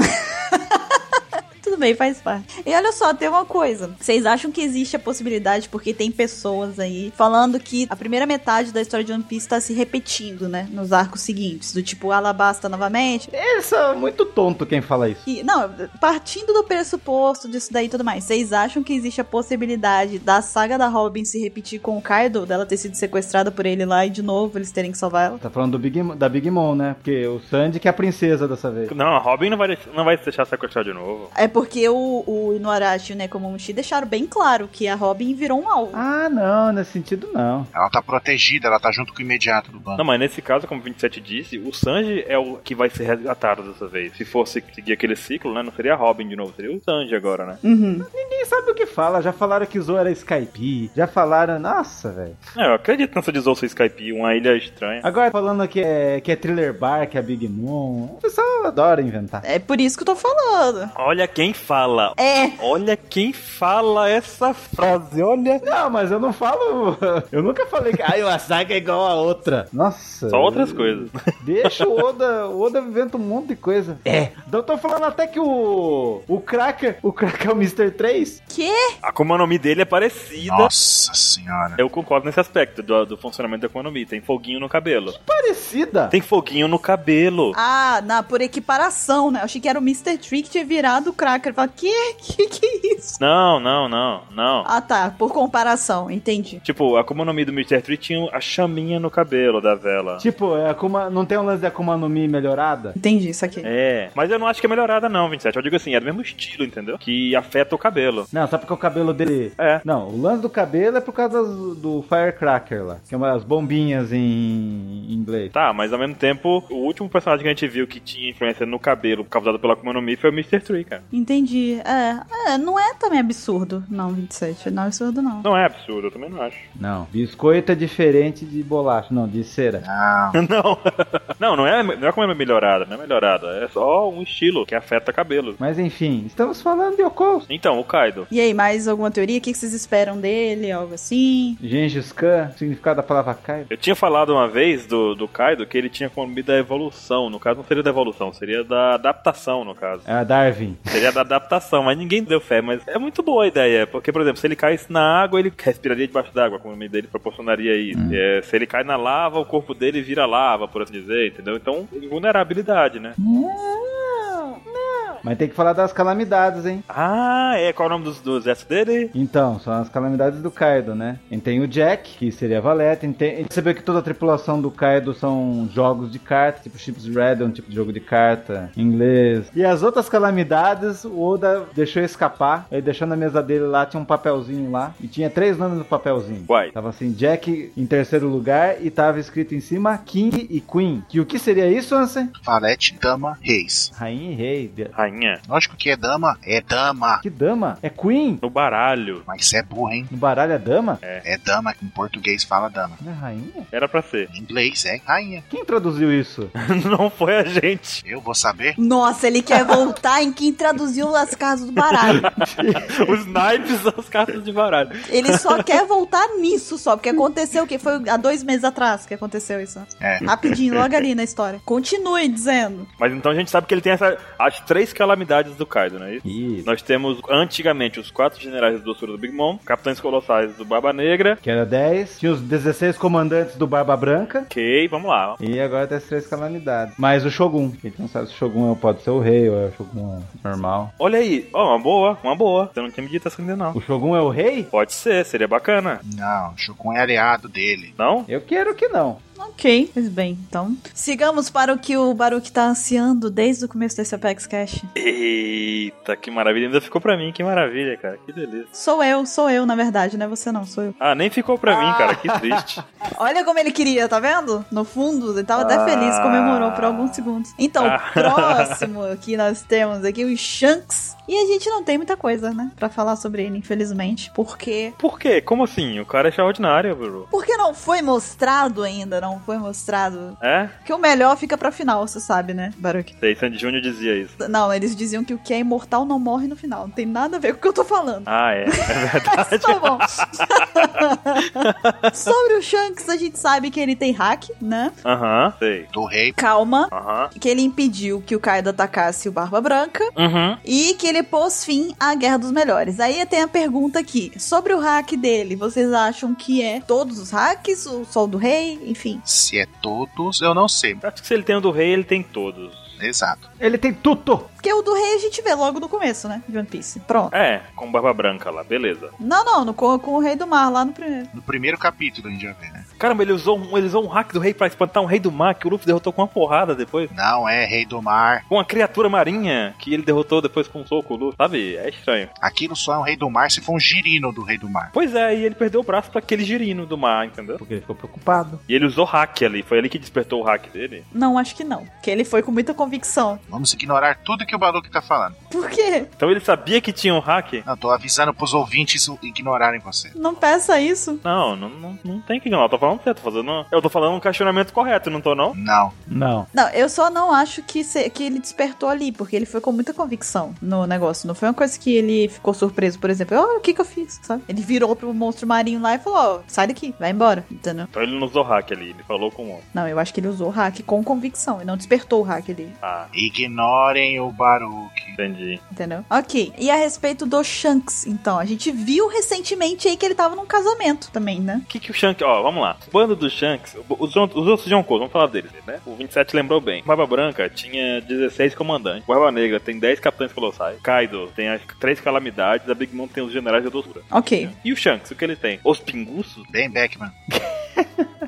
Speaker 3: Tudo bem, faz parte. E olha só, tem uma coisa. Vocês acham que existe a possibilidade, porque tem pessoas aí falando que a primeira metade da história de One Piece tá se repetindo, né? Nos arcos seguintes. Do tipo Alabasta novamente,
Speaker 4: Eles são é muito tonto quem fala isso.
Speaker 3: E, não, partindo do pressuposto disso daí e tudo mais, vocês acham que existe a possibilidade da saga da Robin se repetir com o Kaido, dela ter sido sequestrada por ele lá e de novo eles terem que salvar ela?
Speaker 4: Tá falando do Big, Mom- da Big Mom, né? Porque o Sandy que é a princesa dessa vez.
Speaker 1: Não, a Robin não vai, não vai se deixar sequestrar de novo.
Speaker 3: É porque o, o Inuarashi e o Nekomamushi deixaram bem claro que a Robin virou um alvo.
Speaker 4: Ah, não, nesse sentido não.
Speaker 2: Ela tá protegida, ela tá junto com o imediato do
Speaker 1: Não,
Speaker 2: bando.
Speaker 1: mas nesse caso, como o 27 disse, o Sanji é o que vai ser resgatado dessa vez. Se fosse seguir aquele ciclo, né? Não seria a Robin de novo, seria o Sanji agora, né?
Speaker 3: Uhum.
Speaker 4: Ninguém sabe o que fala. Já falaram que Zou era Skype. Já falaram. Nossa, velho.
Speaker 1: É, eu acredito nessa de Zou Skype, uma ilha estranha.
Speaker 4: Agora falando que é, que é Thriller Bar, que é Big Mom. O pessoal adora inventar.
Speaker 3: É por isso que eu tô falando.
Speaker 1: Olha quem fala.
Speaker 3: É,
Speaker 1: Olha quem fala essa frase, olha.
Speaker 4: Não, mas eu não falo. Eu nunca falei que. Ai, uma saga é igual a outra. Nossa.
Speaker 1: Só outras coisas.
Speaker 4: Deixa o Oda. O Oda inventa um monte de coisa. É. Então eu tô falando até que o. O Cracker. O Cracker é o Mr. 3.
Speaker 3: que?
Speaker 1: A Kumanomi dele é parecida.
Speaker 2: Nossa senhora.
Speaker 1: Eu concordo nesse aspecto do, do funcionamento da Kumanomi. Tem foguinho no cabelo.
Speaker 4: Parecida.
Speaker 1: Tem foguinho no cabelo.
Speaker 3: Ah, na, por equiparação, né? Eu achei que era o Mr. Trick que tinha virado o Cracker. Eu falei, que? Que que é isso?
Speaker 1: Não, não, não, não.
Speaker 3: Ah, tá, por comparação, entendi.
Speaker 1: Tipo, a Kumanomi do Mr. Tree tinha a chaminha no cabelo da vela.
Speaker 4: Tipo, é Akuma, não tem um lance de Akuma no Mi melhorada?
Speaker 3: Entendi isso aqui.
Speaker 1: É, mas eu não acho que é melhorada não, 27. Eu digo assim, é do mesmo estilo, entendeu? Que afeta o cabelo.
Speaker 4: Não, só porque o cabelo dele.
Speaker 1: É.
Speaker 4: Não, o lance do cabelo é por causa das- do Firecracker lá, que é umas bombinhas em inglês.
Speaker 1: Tá, mas ao mesmo tempo, o último personagem que a gente viu que tinha influência no cabelo causada pela Kumanomi foi o Mr. Tree, cara.
Speaker 3: Entendi. É, é, não é também absurdo. Não, 27. Não é absurdo, não.
Speaker 1: Não é absurdo, eu também não acho.
Speaker 4: Não, biscoito é diferente de bolacha, não, de cera.
Speaker 2: Não.
Speaker 1: Não. não, não é, não é como é melhorada, não é melhorada. É só um estilo que afeta cabelo.
Speaker 4: Mas enfim, estamos falando de Yoko.
Speaker 1: Então, o Kaido, Obrigado.
Speaker 3: E aí, mais alguma teoria? O que que vocês esperam dele? Algo assim?
Speaker 4: Gengis Khan, significado da palavra Kaido.
Speaker 1: Eu tinha falado uma vez do, do Kaido que ele tinha comido a evolução. No caso, não seria da evolução, seria da adaptação, no caso.
Speaker 4: Ah, Darwin.
Speaker 1: Seria da adaptação, mas ninguém deu fé. Mas é muito boa a ideia, porque, por exemplo, se ele caísse na água, ele respiraria debaixo d'água, como o meio dele proporcionaria isso. É, se ele cai na lava, o corpo dele vira lava, por assim dizer, entendeu? Então, vulnerabilidade, né?
Speaker 4: Mas tem que falar das calamidades, hein?
Speaker 1: Ah, é. Qual é o nome dos, do exército dele?
Speaker 4: Então, são as calamidades do Kaido, né? E tem o Jack, que seria a Valeta. E tem... e Você vê que toda a tripulação do Kaido são jogos de carta, tipo Chips Red, é um tipo de jogo de carta em inglês. E as outras calamidades, o Oda deixou escapar. Ele deixou na mesa dele lá, tinha um papelzinho lá. E tinha três nomes no papelzinho.
Speaker 1: Uai.
Speaker 4: Tava assim, Jack em terceiro lugar e tava escrito em cima King e Queen. Que o que seria isso, Ansem?
Speaker 2: Valete, dama, reis.
Speaker 4: Rainha e rei. de-
Speaker 1: Rainha.
Speaker 2: Lógico que é dama. É dama.
Speaker 4: Que dama? É Queen?
Speaker 1: No baralho.
Speaker 2: Mas você é burro, hein?
Speaker 4: No baralho é dama?
Speaker 2: É dama, que em português fala dama.
Speaker 4: Não é rainha?
Speaker 1: Era pra ser.
Speaker 2: Em inglês é rainha.
Speaker 4: Quem traduziu isso?
Speaker 1: Não foi a gente.
Speaker 2: Eu vou saber.
Speaker 3: Nossa, ele quer voltar em quem traduziu as casas do baralho.
Speaker 1: Os naipes são as cartas de baralho.
Speaker 3: Ele só quer voltar nisso só, porque aconteceu o que foi há dois meses atrás que aconteceu isso.
Speaker 2: É.
Speaker 3: Rapidinho, logo ali na história. Continue dizendo.
Speaker 1: Mas então a gente sabe que ele tem essa, as três calamidades do Kaido, não é isso?
Speaker 4: Isso.
Speaker 1: Nós temos antigamente os quatro generais do doçura do Big Mom, capitães colossais do Barba Negra.
Speaker 4: Que era 10. Tinha os 16 comandantes do Barba Branca.
Speaker 1: Ok, vamos lá.
Speaker 4: E agora tem as três calamidades. Mas o Shogun. A gente não sabe se o Shogun pode ser o rei ou é o Shogun normal.
Speaker 1: Olha aí, ó, uma boa, uma boa. Você não tinha me dito essa ainda não.
Speaker 4: O Shogun é o rei?
Speaker 1: Pode ser, seria bacana.
Speaker 2: Não, o Shogun é aliado dele.
Speaker 1: Não?
Speaker 4: Eu quero que não.
Speaker 3: Ok, pois bem, então. Sigamos para o que o Baruch tá ansiando desde o começo desse Apex Cash.
Speaker 1: Eita, que maravilha. Ainda ficou pra mim, que maravilha, cara. Que delícia.
Speaker 3: Sou eu, sou eu, na verdade, não é você não, sou eu.
Speaker 1: Ah, nem ficou pra mim, cara. Que triste.
Speaker 3: Olha como ele queria, tá vendo? No fundo, ele tava
Speaker 1: Ah.
Speaker 3: até feliz, comemorou por alguns segundos. Então,
Speaker 1: Ah.
Speaker 3: próximo que nós temos aqui, o Shanks. E a gente não tem muita coisa, né, pra falar sobre ele, infelizmente, porque...
Speaker 1: Por quê? Como assim? O cara é extraordinário, bro.
Speaker 3: Porque não foi mostrado ainda, não foi mostrado.
Speaker 1: É?
Speaker 3: Que o melhor fica pra final, você sabe, né, Baruch?
Speaker 1: Sei, Sandy Júnior dizia isso.
Speaker 3: Não, eles diziam que o que é imortal não morre no final. Não tem nada a ver com o que eu tô falando.
Speaker 1: Ah, é.
Speaker 3: Mas tá bom. Sobre o Shanks, a gente sabe que ele tem hack, né?
Speaker 1: Aham, sei.
Speaker 2: Do rei.
Speaker 3: Calma.
Speaker 1: Aham.
Speaker 3: Que ele impediu que o Kaido atacasse o Barba Branca
Speaker 1: Uhum.
Speaker 3: e que ele pôs fim à Guerra dos Melhores. Aí tem a pergunta aqui: sobre o hack dele, vocês acham que é todos os hacks, o Sol do Rei, enfim?
Speaker 2: Se é todos, eu não sei.
Speaker 1: Acho que se ele tem o do rei, ele tem todos.
Speaker 2: Exato.
Speaker 4: Ele tem tudo.
Speaker 3: Porque o do Rei a gente vê logo no começo, né? De One Piece. Pronto.
Speaker 1: É, com barba branca lá, beleza.
Speaker 3: Não, não, no, com, com o Rei do Mar, lá no primeiro.
Speaker 2: No primeiro capítulo a gente já vê, né?
Speaker 1: Caramba, ele usou, um, ele usou um hack do rei pra espantar um rei do mar que o Luffy derrotou com uma porrada depois.
Speaker 2: Não é rei do mar.
Speaker 1: Com uma criatura marinha que ele derrotou depois com um soco, o Luffy. Sabe? É estranho.
Speaker 2: Aquilo só é um rei do mar se for um girino do rei do mar.
Speaker 1: Pois é, e ele perdeu o braço pra aquele girino do mar, entendeu?
Speaker 4: Porque ele ficou preocupado.
Speaker 1: E ele usou hack ali, foi ali que despertou o hack dele.
Speaker 3: Não, acho que não. Porque ele foi com muita convicção.
Speaker 2: Vamos ignorar tudo que o Baluque tá falando.
Speaker 3: Por quê?
Speaker 1: Então ele sabia que tinha um hack?
Speaker 2: Não, tô avisando pros ouvintes ignorarem você.
Speaker 3: Não peça isso.
Speaker 1: Não, não, não, não tem que não. Eu tô falando certo, tô fazendo. Eu tô falando um questionamento correto, não tô não?
Speaker 2: Não.
Speaker 4: Não.
Speaker 3: Não, eu só não acho que, se- que ele despertou ali, porque ele foi com muita convicção no negócio. Não foi uma coisa que ele ficou surpreso, por exemplo. Ó, o que que eu fiz, sabe? Ele virou pro monstro marinho lá e falou, ó, sai daqui, vai embora, entendeu?
Speaker 1: Então ele não usou hack ali, ele falou com um o homem.
Speaker 3: Não, eu acho que ele usou o hack com convicção e não despertou o hack ali,
Speaker 1: Ah,
Speaker 2: Ignorem o Baruque.
Speaker 1: entendi.
Speaker 3: entendeu? Ok, e a respeito do Shanks, então, a gente viu recentemente aí que ele tava num casamento também, né?
Speaker 1: O que, que o Shanks. Ó, vamos lá. O bando do Shanks. Os, on- os outros Joncos, vamos falar deles, né? O 27 lembrou bem. Barba Branca tinha 16 comandantes. Barba Negra tem 10 capitães colossais. Kaido tem as 3 calamidades. A Big Mom tem os generais da doçura.
Speaker 3: Ok.
Speaker 1: E o Shanks, o que ele tem? Os pinguços?
Speaker 2: Bem, Beckman.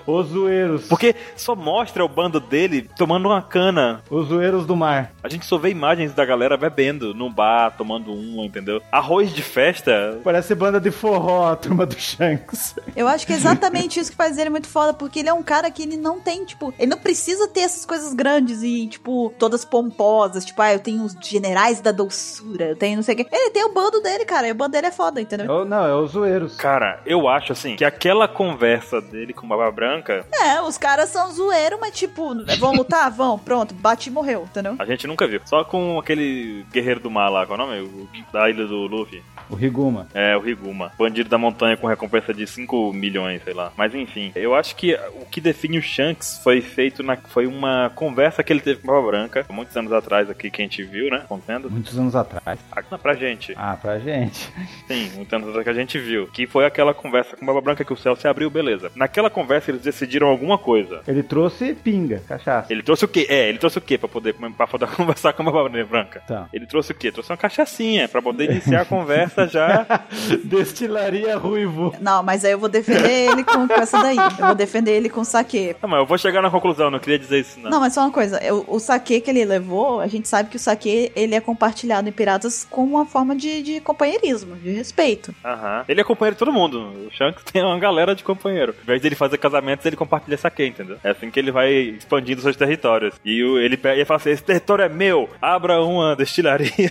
Speaker 4: Os zoeiros.
Speaker 1: Porque só mostra o bando dele tomando uma cana.
Speaker 4: Os zoeiros do mar.
Speaker 1: A gente só vê imagens da galera bebendo num bar, tomando uma, entendeu? Arroz de festa.
Speaker 4: Parece banda de forró, a turma do Shanks.
Speaker 3: Eu acho que é exatamente isso que faz ele muito foda, porque ele é um cara que ele não tem, tipo, ele não precisa ter essas coisas grandes e, tipo, todas pomposas, tipo, ah, eu tenho os generais da doçura, eu tenho não sei o quê. Ele tem o bando dele, cara, e o bando dele é foda, entendeu?
Speaker 4: Ou não, é os zoeiros.
Speaker 1: Cara, eu acho assim que aquela conversa dele com Barba Branca,
Speaker 3: É, os caras são zoeiro, mas, tipo, vão lutar? Vão, pronto, bate e morreu, entendeu?
Speaker 1: a gente nunca viu. Só com aquele guerreiro do mar lá, qual é o nome? O da ilha do Luffy.
Speaker 4: O Riguma.
Speaker 1: É, o Riguma. Bandido da montanha com recompensa de 5 milhões, sei lá. Mas enfim, eu acho que o que define o Shanks foi feito na. Foi uma conversa que ele teve com a Barba Branca, há muitos anos atrás aqui que a gente viu, né? Acontecendo.
Speaker 4: Muitos anos atrás.
Speaker 1: Ah, não, pra gente.
Speaker 4: Ah, pra gente.
Speaker 1: Sim, muitos anos atrás que a gente viu. Que foi aquela conversa com a Barba Branca que o céu se abriu, beleza. Naquela conversa eles decidiram alguma coisa.
Speaker 4: Ele trouxe pinga, cachaça.
Speaker 1: Ele trouxe o quê? É, ele trouxe o quê pra poder, pra poder conversar com a Barba Branca?
Speaker 4: Tá.
Speaker 1: Ele trouxe o quê? Trouxe uma cachaçinha pra poder iniciar a conversa já.
Speaker 4: Destilaria ruivo.
Speaker 3: Não, mas aí eu vou defender ele com, com essa daí. Eu vou defender ele com saque.
Speaker 1: Não, mas eu vou chegar na conclusão, não queria dizer isso não.
Speaker 3: Não, mas só uma coisa, eu- o saque que ele levou, a gente sabe que o saque ele é compartilhado em piratas com uma forma de, de companheirismo, de respeito.
Speaker 1: Aham. Ele é companheiro de todo mundo. O Shanks tem uma galera de companheiro. Ao invés dele fazer casamentos, ele compartilha saque, entendeu? É assim que ele vai expandindo seus territórios. E o- ele, pega, ele fala assim: esse território é meu, abra uma destilaria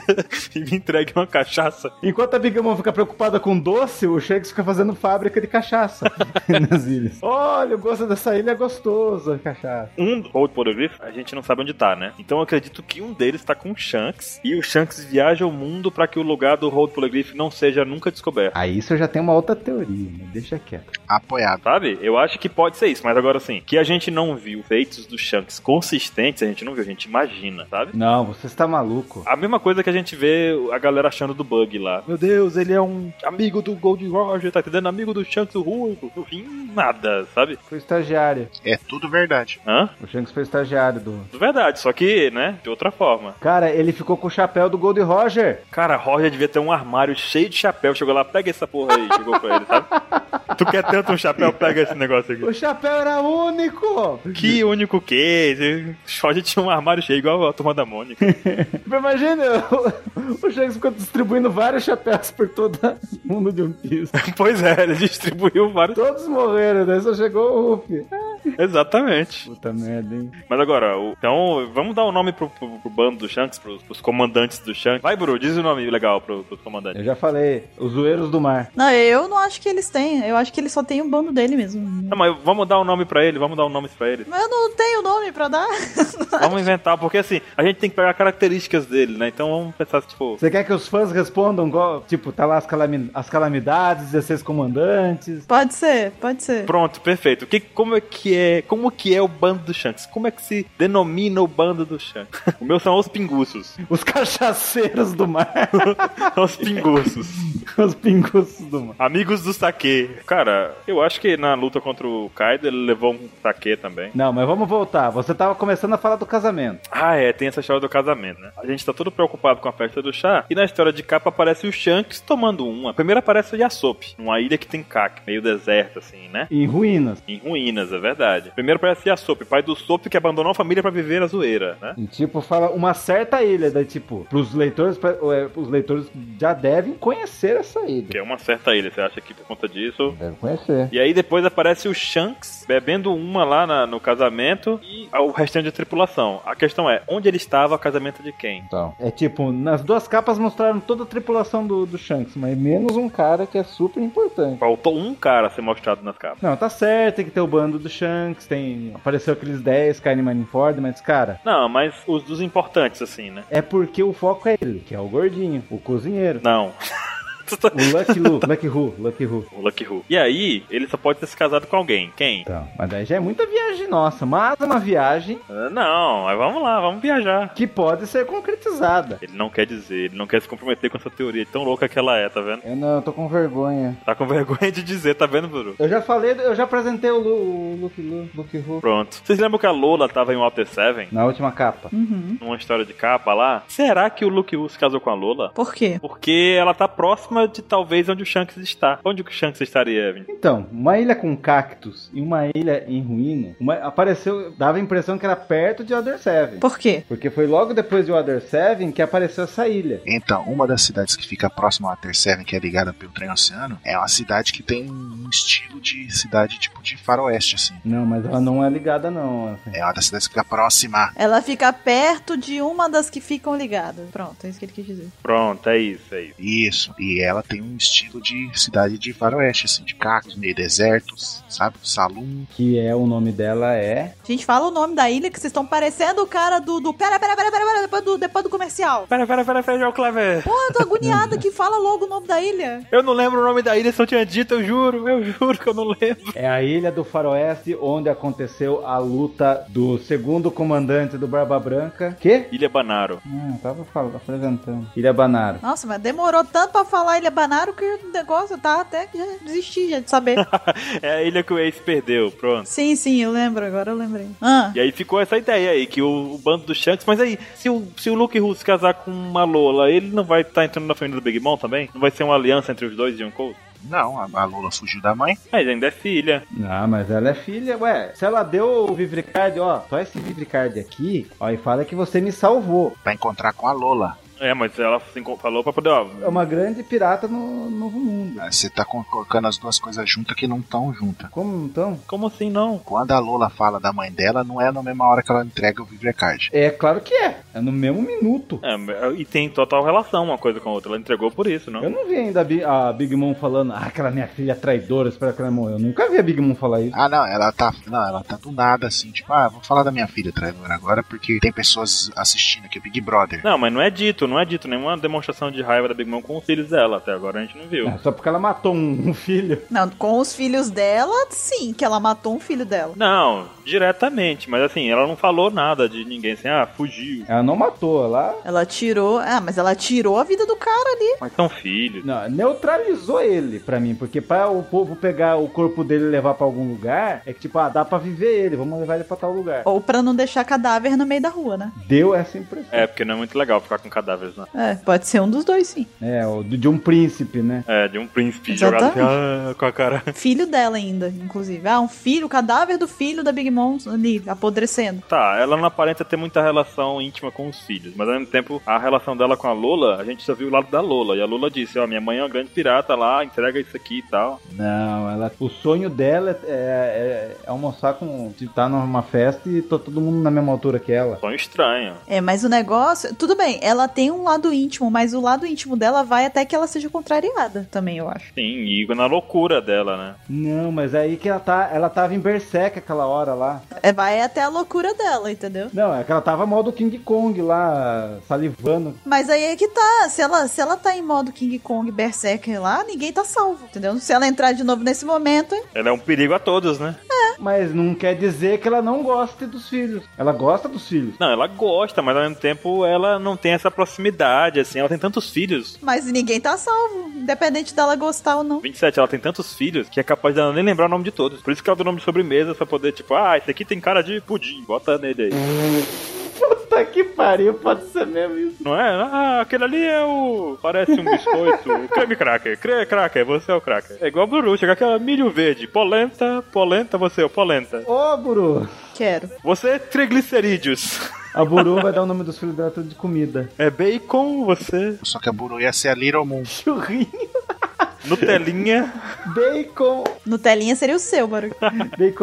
Speaker 1: e me entregue uma cachaça.
Speaker 4: Enquanto a Big Mom fica preocupada com doce, o Shanks fica fazendo fábrica de cachaça nas ilhas. Olha, o gosto dessa ilha é gostoso, a cachaça.
Speaker 1: Um outro podergrifo, a gente não sabe onde tá, né? Então eu acredito que um deles tá com o Shanks. E o Shanks viaja o mundo pra que o lugar do Hold Podergrifo não seja nunca descoberto.
Speaker 4: Aí isso eu já tenho uma outra teoria, né? Deixa quieto.
Speaker 2: Apoiado.
Speaker 1: Sabe? Eu acho que pode ser isso, mas agora sim, que a gente não viu feitos do Shanks consistentes, a gente não viu, a gente imagina, sabe?
Speaker 4: Não, você está maluco.
Speaker 1: A mesma coisa que a gente vê a galera achando do Bug lá. Meu Deus, ele é um amigo do Gold Roger, tá entendendo? Amigo do Shanks, o Ruivo. Enfim, nada, sabe?
Speaker 4: Foi estagiário.
Speaker 2: É tudo verdade.
Speaker 1: Hã?
Speaker 4: O Shanks foi estagiário do.
Speaker 1: Verdade, só que, né, de outra forma.
Speaker 4: Cara, ele ficou com o chapéu do Gold Roger.
Speaker 1: Cara, Roger devia ter um armário cheio de chapéu. Chegou lá, pega essa porra aí, chegou pra ele, sabe? tu quer tanto um chapéu, pega esse negócio aqui.
Speaker 4: O chapéu era único!
Speaker 1: Que único que? Roger tinha um armário cheio, igual a turma da Mônica.
Speaker 4: Tipo, Imagina, o, o Shanks ficou distribuindo vários chapéus por todo o mundo de One Piece.
Speaker 1: pois é, ele distribuiu vários.
Speaker 4: Todos morreram, daí só chegou o Ruffy.
Speaker 1: Exatamente.
Speaker 4: Puta merda, hein?
Speaker 1: Mas agora, o- então, vamos dar o nome pro, pro- pro bando do Shanks, pros, pros comandantes do Shanks. Vai, Bru, diz o nome legal pro, pros comandantes.
Speaker 4: Eu já falei, os zoeiros do mar.
Speaker 3: Não, eu não acho que eles têm. Eu acho que ele só tem o bando dele mesmo.
Speaker 1: Não, mas vamos dar o nome pra ele, vamos dar o nome pra ele.
Speaker 3: Mas eu não tenho nome pra dar.
Speaker 1: Vamos inventar, porque assim, a gente tem que pegar características dele, né? Então vamos pensar, tipo,
Speaker 4: Você quer que os fãs respondam, igual, tipo, tá lá as, calami- as calamidades, 16 comandantes.
Speaker 3: Pode ser, pode ser.
Speaker 1: Pronto, perfeito. O Que, como é que é, como que é o bando do Shanks? Como é que se denomina o bando do Shanks? O meu são os pinguços.
Speaker 4: Os cachaceiros do mar.
Speaker 1: os pinguços.
Speaker 4: os pinguços do mar.
Speaker 1: Amigos do Saque. Cara, eu acho que na luta contra o Kaido ele levou um Saque também.
Speaker 4: Não, mas vamos voltar. Você tava começando a falar do casamento.
Speaker 1: Ah, é, tem essa história do casamento, né? A gente tá todo preocupado com a festa do chá e na história de capa aparece o Shanks tomando uma. Primeiro aparece o Yasop, numa ilha que tem caque, meio deserta assim, né?
Speaker 4: Em ruínas.
Speaker 1: Em ruínas, é verdade. Primeiro aparece Yasop, pai do Sop que abandonou a família pra viver a zoeira, né?
Speaker 4: E tipo, fala uma certa ilha, daí tipo, pros leitores, pra- é, os leitores já devem conhecer essa ilha.
Speaker 1: Que é uma certa ilha, você acha que por conta disso.
Speaker 4: Deve conhecer.
Speaker 1: E aí depois aparece o Shanks bebendo uma lá na- no casamento e o restante da tripulação. A questão é, onde ele estava, casamento de quem?
Speaker 4: Então. É tipo, nas duas capas mostraram toda a tripulação do, do Shanks, mas menos um cara que é super importante.
Speaker 1: Faltou um cara a ser mostrado nas capas.
Speaker 4: Não, tá certo, tem que ter o bando do Shanks, tem. Apareceu aqueles 10 Kine Manford, mas, cara,
Speaker 1: Não, mas os dos importantes, assim, né?
Speaker 4: é porque o foco é ele, que é o gordinho, o cozinheiro.
Speaker 1: Não. Tu tá-
Speaker 4: O Lucky Lu, Lucky Who, Lucky Who.
Speaker 1: o Lucky Who. E aí, ele só pode ter se casado com alguém. Quem?
Speaker 4: Então, mas daí já é muita viagem nossa, mas é uma viagem
Speaker 1: Ah, Não, mas vamos lá, vamos viajar.
Speaker 4: que pode ser concretizada.
Speaker 1: Ele não quer dizer, ele não quer se comprometer com essa teoria tão louca que ela é, tá vendo?
Speaker 4: Eu não, eu tô com vergonha.
Speaker 1: Tá com vergonha de dizer, tá vendo, Bruno?
Speaker 4: Eu já falei, eu já apresentei o, Lu, o Lucky Lu, Lucky Who.
Speaker 1: Pronto. Vocês lembram que a Lola tava em Walter Seven?
Speaker 4: Na última capa.
Speaker 3: Uhum.
Speaker 1: numa história de capa lá. Será que o Luke Wu se casou com a Lola?
Speaker 3: Por quê?
Speaker 1: Porque ela tá próxima de talvez onde o Shanks está. Onde que o Shanks estaria, Vin?
Speaker 4: Então, uma ilha com cactos e uma ilha em ruína, uma- apareceu, dava a impressão que era perto de Other Seven.
Speaker 3: Por quê?
Speaker 4: Porque foi logo depois de Other Seven que apareceu essa ilha.
Speaker 2: Então, uma das cidades que fica próxima à Terceira, que é ligada pelo trem oceano, é uma cidade que tem um estilo de cidade tipo de faroeste, assim.
Speaker 4: Não, mas ela não é ligada não. assim.
Speaker 2: É uma das cidades que fica próxima.
Speaker 3: Ela fica perto de uma das que ficam ligadas. Pronto, é isso que ele quis dizer.
Speaker 1: Pronto, é isso, é isso.
Speaker 2: Isso. E ela tem um estilo de cidade de faroeste, assim, de cacos, meio desertos, sabe? Salum.
Speaker 4: Que é o nome dela é.
Speaker 3: Gente, fala o nome da ilha que vocês estão parecendo o cara do. do pera, pera, pera, pera, pera, depois do, depois do comercial.
Speaker 1: Pera, pera, pera, pera, João Clever.
Speaker 3: Pô, eu tô agoniada que fala logo o nome da ilha.
Speaker 1: Eu não lembro o nome da ilha, se eu tinha dito, eu juro, eu juro que eu não lembro.
Speaker 4: É a ilha do faroeste onde aconteceu a luta do segundo comandante do Barba Branca. Que?
Speaker 1: Ilha Banaro.
Speaker 4: Ah, tava falando, apresentando. Ilha Banaro.
Speaker 3: Nossa, mas demorou tanto pra falar Ilha Banaro que o negócio tá até que já desisti já de saber.
Speaker 1: É a ilha que o ex perdeu, pronto.
Speaker 3: sim, sim, eu lembro, agora eu lembrei. Ah,
Speaker 1: E aí ficou essa ideia aí, que o, o bando do Shanks, mas aí, se o, se o Luke Russo casar com uma Lola, ele não vai estar entrando na família do Big Mom também? Não vai ser uma aliança entre os dois de um Cole?
Speaker 2: Não, a, a Lola fugiu da mãe.
Speaker 1: Mas ainda é filha.
Speaker 4: Ah, mas ela é filha, ué. Se ela deu o Vivricard, ó, só esse Vivricard aqui, ó, e fala que você me salvou.
Speaker 2: Pra encontrar com a Lola.
Speaker 1: É, mas ela se enco- falou pra poder, ó.
Speaker 4: É uma grande pirata no novo mundo.
Speaker 2: Ah, Você tá co- colocando as duas coisas juntas que não estão juntas.
Speaker 4: Como então?
Speaker 1: Como assim não?
Speaker 2: Quando a Lola fala da mãe dela, não é na mesma hora que ela entrega o Vivrecard.
Speaker 4: É claro que é. É no mesmo minuto.
Speaker 1: É, e tem total relação uma coisa com a outra. Ela entregou por isso,
Speaker 4: Eu
Speaker 1: não?
Speaker 4: não vi ainda a Bi- a Big Mom falando, ah, aquela minha filha traidora, espera que ela morra. Eu nunca vi a Big Mom falar isso.
Speaker 2: Ah, não, ela tá. Não, ela tá do nada assim, tipo, ah, vou falar da minha filha traidora agora, porque tem pessoas assistindo aqui o Big Brother.
Speaker 1: Não, mas não é dito, não é dito nenhuma demonstração de raiva da Big Mom com os filhos dela. Até agora a gente não viu.
Speaker 4: É, só porque ela matou um, um filho.
Speaker 3: não, com os filhos dela, sim, que ela matou um filho dela.
Speaker 1: Não, diretamente, mas assim, ela não falou nada de ninguém assim, ah, fugiu.
Speaker 4: Ela não matou, ela
Speaker 3: Ela tirou. Ah, mas ela tirou a vida do cara ali.
Speaker 1: Mas são filhos.
Speaker 4: não, neutralizou ele pra mim, porque pra o povo pegar o corpo dele e levar pra algum lugar, é que tipo, ah, dá pra viver ele, vamos levar ele pra tal lugar.
Speaker 3: Ou pra não deixar cadáver no meio da rua, né?
Speaker 4: Deu essa impressão.
Speaker 1: É, porque não é muito legal ficar com cadáveres, né?
Speaker 3: É, pode ser um dos dois, sim.
Speaker 4: É, o do- de um príncipe, né?
Speaker 1: É, de um príncipe
Speaker 3: Exatamente.
Speaker 1: jogado assim, ah, com a cara.
Speaker 3: Filho dela ainda, inclusive. Ah, um filho, o cadáver do filho da Big Mom ali, apodrecendo.
Speaker 1: Tá, ela não aparenta ter muita relação íntima com os filhos, mas ao mesmo tempo a relação dela com a Lola, a gente só viu o lado da Lola. E a Lola disse: Ó, minha mãe é uma grande pirata lá, entrega isso aqui e tal.
Speaker 4: Não, ela, o sonho dela é, é- é almoçar com. Tipo, tá numa festa e tá todo mundo na mesma altura que ela.
Speaker 1: Sonho um estranho.
Speaker 3: É, mas o negócio. Tudo bem, ela tem um lado íntimo, mas o lado íntimo dela vai até que ela seja contrariada também, eu acho.
Speaker 1: Sim, e na loucura dela, né?
Speaker 4: Não, mas aí que ela tá. Ela tava em Berserk aquela hora lá.
Speaker 3: É, vai até a loucura dela, entendeu?
Speaker 4: Não, é que ela tava mal do King Kong lá, salivando.
Speaker 3: Mas aí é que tá. Se ela, se ela tá em modo King Kong Berserker lá, ninguém tá salvo, entendeu? Se ela entrar de novo nesse momento,
Speaker 1: Ela é um perigo a todos, né?
Speaker 4: Mas não quer dizer que ela não goste dos filhos. Ela gosta dos filhos.
Speaker 1: Não, ela gosta, mas ao mesmo tempo ela não tem essa proximidade, assim. Ela tem tantos filhos.
Speaker 3: mas ninguém tá salvo, independente dela gostar ou não.
Speaker 1: 27, ela tem tantos filhos que é capaz dela nem lembrar o nome de todos. Por isso que ela dá o nome de sobremesa pra poder, tipo, ah, esse aqui tem cara de pudim, bota nele aí.
Speaker 4: Puta que pariu, pode ser mesmo isso.
Speaker 1: Não é? Ah, aquele ali é o. Parece um biscoito. Creme cracker. Creme cracker, você é o cracker. É igual Buru, chega aquela milho verde. Polenta, polenta, você é o polenta.
Speaker 4: Ô, Buru!
Speaker 3: Quero.
Speaker 1: Você é triglicerídeos.
Speaker 4: A Buru vai dar o nome dos filhos dela tudo de comida.
Speaker 1: É bacon, você.
Speaker 2: Só que a Buru ia ser a Little Moon.
Speaker 4: Churrinho,
Speaker 1: Nutelinha.
Speaker 4: bacon,
Speaker 3: Nutelinha seria o seu, Baru.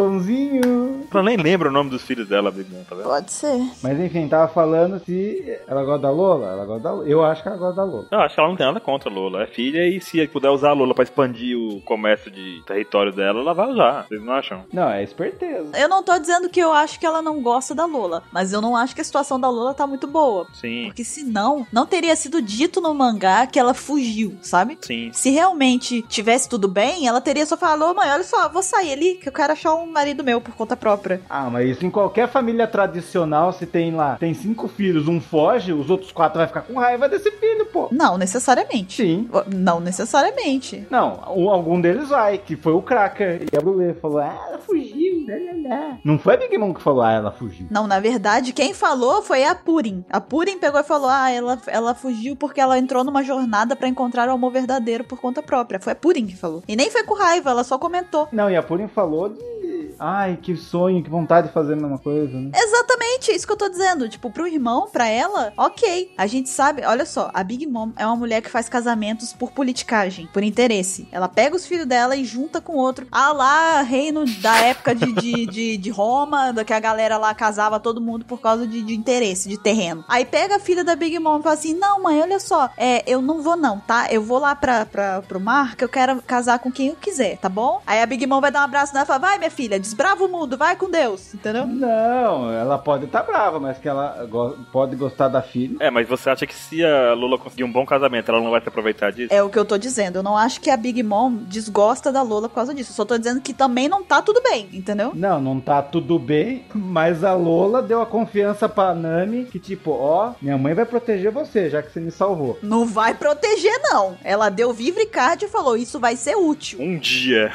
Speaker 4: baconzinho.
Speaker 1: Ela nem lembra o nome dos filhos dela, Big Mom, tá vendo?
Speaker 3: Pode ser.
Speaker 4: Mas enfim, tava falando se ela gosta da Lola. Ela gosta da Lola. Eu acho que ela gosta da Lola.
Speaker 1: Eu acho que ela não tem nada contra a Lola. É filha e se puder usar a Lola pra expandir o comércio de território dela, ela vai usar. Vocês não acham?
Speaker 4: Não, é esperteza.
Speaker 3: Eu não tô dizendo que eu acho que ela não gosta da Lola, mas eu não acho que a situação da Lola tá muito boa.
Speaker 1: Sim.
Speaker 3: Porque senão, não teria sido dito no mangá que ela fugiu, sabe?
Speaker 1: Sim.
Speaker 3: Se realmente tivesse tudo bem, ela teria só falado, "Ô, mãe, olha só, vou sair ali, que eu quero achar um marido meu por conta própria.
Speaker 4: Ah, mas isso em qualquer família tradicional, se tem lá, tem cinco filhos, um foge, os outros quatro vai ficar com raiva desse filho, pô.
Speaker 3: Não, necessariamente.
Speaker 4: Sim.
Speaker 3: Não necessariamente.
Speaker 4: Não, o- algum deles vai, que foi o Cracker. E a Brulé falou, ah, ela fugiu, né, lá, lá, lá. Não foi a Big Mom que falou, ah, ela fugiu.
Speaker 3: Não, na verdade, quem falou foi a Purim. A Purim pegou e falou: Ah, ela, ela fugiu porque ela entrou numa jornada pra encontrar o amor verdadeiro por conta própria. Foi a Purim que falou. E nem foi com raiva, ela só comentou.
Speaker 4: Não, e a Purim falou de ai, que sonho, que vontade de fazer a mesma coisa, né?
Speaker 3: Exatamente, isso que eu tô dizendo. Tipo, pro irmão, pra ela, ok. A gente sabe, olha só, a Big Mom é uma mulher que faz casamentos por politicagem, por interesse. Ela pega os filhos dela e junta com outro. Ah lá, reino da época de, de, de, de Roma, da que a galera lá casava todo mundo por causa de, de interesse, de terreno. Aí pega a filha da Big Mom e fala assim: Não, mãe, olha só, é, eu não vou não, tá? Eu vou lá pra, pra, pro mar que eu quero casar com quem eu quiser, tá bom? Aí a Big Mom vai dar um abraço nela e fala: Vai, minha filha, desbrava o mundo, vai com Deus, entendeu?
Speaker 4: Não, ela pode estar brava, mas que ela go- pode gostar da filha.
Speaker 1: É, mas você acha que se a Lula conseguir um bom casamento, ela não vai se aproveitar disso?
Speaker 3: É o que eu tô dizendo. Eu não acho que a Big Mom desgosta da Lola por causa disso. Eu só tô dizendo que também não tá tudo bem, entendeu?
Speaker 4: Não, não tá tudo bem, mas a Lola deu a confiança pra Nami que, tipo, ó, minha mãe vai proteger você, já que você me salvou.
Speaker 3: Não vai proteger, não. Ela deu livre card e falou: Isso vai ser útil.
Speaker 1: Um dia.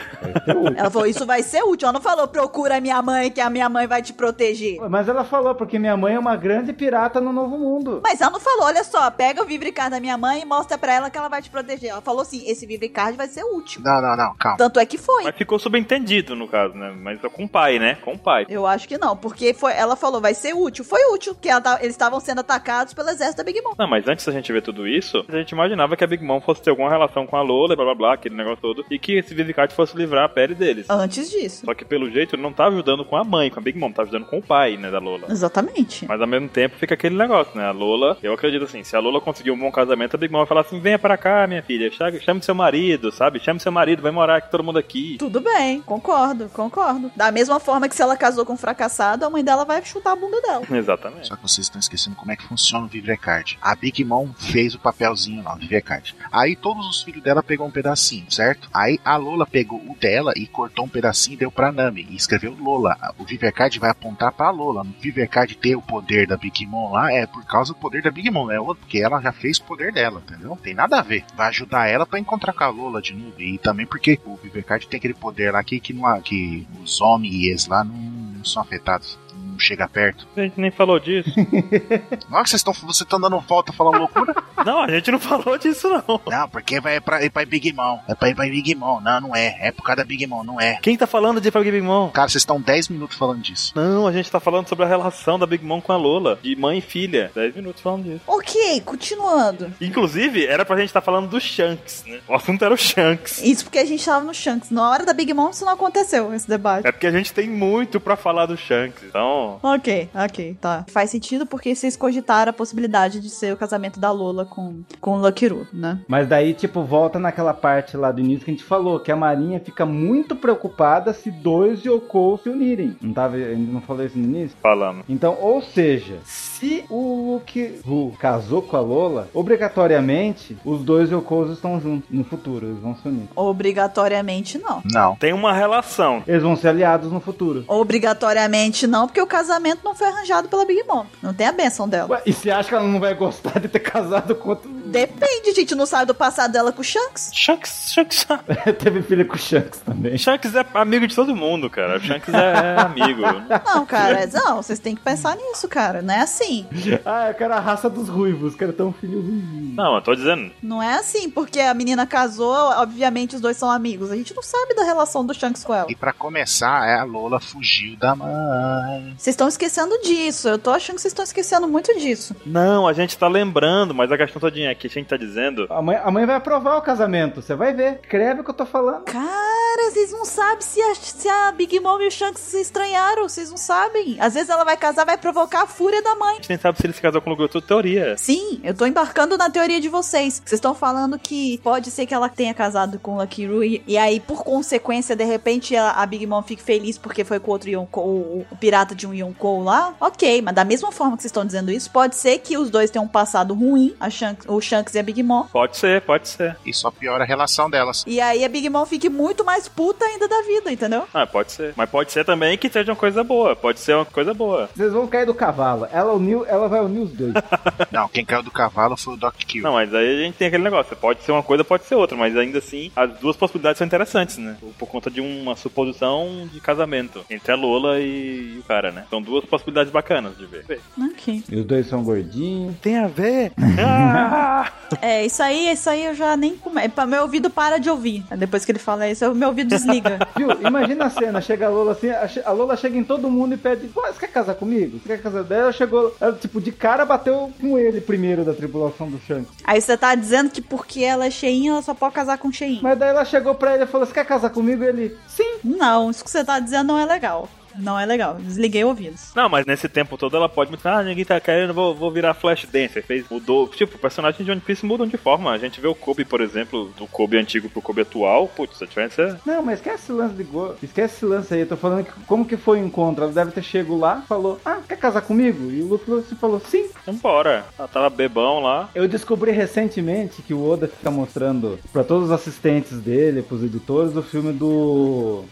Speaker 3: Ela falou: Isso vai ser útil. Ela não falou: Procura a minha mãe, que a minha mãe vai te proteger.
Speaker 4: Mas ela falou, porque minha mãe é uma grande pirata no Novo Mundo.
Speaker 3: Mas ela não falou, olha só, pega o Vivricard da minha mãe e mostra pra ela que ela vai te proteger. Ela falou assim, esse Vivricard vai ser útil.
Speaker 2: Não, não, não, calma.
Speaker 3: Tanto é que foi.
Speaker 1: Mas ficou subentendido, no caso, né? Mas com o pai, né? Com o pai.
Speaker 3: Eu acho que não, porque foi, ela falou, vai ser útil. Foi útil, porque ela tá- eles estavam sendo atacados pelo exército da Big Mom.
Speaker 1: Não, mas antes da gente ver tudo isso, a gente imaginava que a Big Mom fosse ter alguma relação com a Lola, e blá blá blá, aquele negócio todo, e que esse Vivicat fosse livrar a pele deles.
Speaker 3: Antes disso.
Speaker 1: Só que pelo jeito ele não tá ajudando com a mãe, com a Big Mom, tá ajudando com o pai, né, da Lola.
Speaker 3: Exatamente.
Speaker 1: Mas ao mesmo tempo fica aquele negócio, né? A Lola, eu acredito assim, se a Lola conseguir um bom casamento, a Big Mom vai falar assim: venha pra cá, minha filha, chame, chame seu marido, sabe? Chame seu marido, vai morar aqui todo mundo aqui.
Speaker 3: Tudo bem, concordo, concordo. Da mesma forma que se ela casou com um fracassado, a mãe dela vai chutar a bunda dela.
Speaker 1: Exatamente.
Speaker 2: Só que vocês estão esquecendo como é que funciona o Vivrecard. A Big Mom fez o papelzinho lá, o Vivrecard. Aí todos os filhos dela pegou um pedacinho, certo? Aí a Lola pegou o dela e cortou um pedacinho e deu pra Nami. E escreveu Lola. O Vivrecard vai apontar pra Lola. O Vivrecard ter o poder da Big Mom lá é por causa do poder da Big Mom, né? Ou Porque ela já fez o poder dela, entendeu? Não tem nada a ver. Vai ajudar ela pra encontrar com a Lola de novo. E também porque o Vivrecard tem aquele poder lá que, que, não há- que os homens lá não, não são afetados. Não chega perto.
Speaker 1: A gente nem falou disso.
Speaker 2: Nossa, vocês estão você tá dando volta falando loucura?
Speaker 1: não, a gente não falou disso, não.
Speaker 2: não, porque vai pra, é pra Big Mom. É pra ir pra Big Mom. Não, não é. É por causa da Big Mom, não é.
Speaker 1: Quem tá falando de pra Big Mom?
Speaker 2: Cara, vocês estão 10 minutos falando disso.
Speaker 1: Não, a gente tá falando sobre a relação da Big Mom com a Lola, de mãe e filha. 10 minutos falando disso.
Speaker 3: Ok, continuando.
Speaker 1: Inclusive, era pra gente estar falando do Shanks, né? O assunto era o Shanks.
Speaker 3: Isso porque a gente tava no Shanks. Na hora da Big Mom, isso não aconteceu, esse debate.
Speaker 1: É porque a gente tem muito pra falar do Shanks. Então,
Speaker 3: Ok, ok, tá. Faz sentido porque vocês cogitaram a possibilidade de ser o casamento da Lola com, com o Lucky Roo, né?
Speaker 4: Mas daí, tipo, volta naquela parte lá do início que a gente falou, que a Marinha fica muito preocupada se dois Yoko se unirem. Não tava, eu não falei isso no início?
Speaker 1: falando.
Speaker 4: Então, ou seja, se o Luke Ru casou com a Lola, obrigatoriamente os dois Yokos estão juntos no futuro, eles vão se unir.
Speaker 3: Obrigatoriamente não.
Speaker 2: Não.
Speaker 1: Tem uma relação.
Speaker 4: Eles vão ser aliados no futuro.
Speaker 3: Obrigatoriamente não, porque o casamento não foi arranjado pela Big Mom. Não tem a benção dela.
Speaker 4: Ué, e você acha que ela não vai gostar de ter casado com outro?
Speaker 3: Depende, gente, não sabe do passado dela com o Shanks?
Speaker 1: Shanks, Shanks,
Speaker 4: Teve filho com o Shanks também.
Speaker 1: Shanks é amigo de todo mundo, cara. Shanks é amigo.
Speaker 3: Não, cara, não, vocês têm que pensar nisso, cara. Não é assim.
Speaker 4: Ah, eu quero a raça dos ruivos, quero ter um filho ruivinho.
Speaker 1: Não, eu tô dizendo.
Speaker 3: Não é assim, porque a menina casou, obviamente os dois são amigos. A gente não sabe da relação do Shanks com ela.
Speaker 2: E pra começar, é, a Lola fugiu da mãe.
Speaker 3: Vocês estão esquecendo disso. Eu tô achando que vocês estão esquecendo muito disso.
Speaker 1: Não, a gente tá lembrando, mas a questão todinha é que a gente tá dizendo.
Speaker 4: A mãe, a mãe vai aprovar o casamento, você vai ver. Escreve o que eu tô falando.
Speaker 3: Cara, vocês não sabem se a, se a Big Mom e o Shanks se estranharam. Vocês não sabem. Às vezes ela vai casar, vai provocar a fúria da
Speaker 1: A
Speaker 3: mãe.
Speaker 1: gente nem sabe se ele se casou com o Lugoto, teoria.
Speaker 3: Sim, eu tô embarcando na teoria de vocês. Vocês estão falando que pode ser que ela tenha casado com o Lucky Rui e aí, por consequência, de repente a, a Big Mom fique feliz porque foi com outro Yonkou, o, o pirata de um Yonkou lá. Ok, mas da mesma forma que vocês estão dizendo isso, pode ser que os dois tenham um passado ruim, a Shanks- o Shanks e a Big Mom.
Speaker 1: Pode ser, pode ser.
Speaker 2: E só piora a relação delas.
Speaker 3: E aí a Big Mom fique muito mais puta ainda da vida, entendeu?
Speaker 1: Ah, pode ser. Mas pode ser também que seja uma coisa boa. Pode ser uma coisa boa.
Speaker 4: Vocês vão cair do cavalo. Ela uniu, ela vai unir os dois.
Speaker 2: Não, quem caiu do cavalo foi o Doc Kill.
Speaker 1: Não, mas aí a gente tem aquele negócio. Pode ser uma coisa, pode ser outra, mas ainda assim, as duas possibilidades são interessantes, né? Por- Por conta de uma suposição de casamento entre a Lola e o cara, né? São duas possibilidades bacanas de ver.
Speaker 3: Ok.
Speaker 4: e os dois são gordinhos.
Speaker 1: Tem a ver? Ah!
Speaker 3: É, isso aí, isso aí eu já nem come... pa- Meu ouvido para de ouvir. É, Depois que ele fala isso, eu- meu ouvido desliga.
Speaker 4: Viu? Imagina a cena, chega a Lola assim, a, che- a Lola chega em todo mundo e pede, "Pô, você quer casar comigo? Você quer casar? Daí ela chegou, ela, tipo, de cara bateu com ele primeiro da tribulação do Shanks.
Speaker 3: aí você tá dizendo que porque ela é cheinha, ela só pode casar com um cheinho.
Speaker 4: Mas daí ela chegou pra ele e falou, você quer casar comigo? E ele, sim.
Speaker 3: Não, isso que você tá dizendo não é legal. Não é legal. Desliguei o ouvido.
Speaker 1: Não, mas nesse tempo todo ela pode me falar, ah, ninguém tá querendo, vou, vou virar Flash Dancer. Fez, mudou. Tipo, personagens de One Piece mudam de forma. A gente vê o Kobe, por exemplo, do Kobe antigo pro Kobe atual. Putz, a diferença é.
Speaker 4: Não, mas esquece esse lance de go... Esquece esse lance aí, eu tô falando que como que foi o encontro? Ela deve ter chego lá, falou, ah, quer casar comigo? E o Luffy falou- assim, falou, sim.
Speaker 1: Vambora. é Ela tava bebão lá.
Speaker 4: Eu descobri recentemente que o Oda fica mostrando pra todos os assistentes dele, pros editores, o filme do.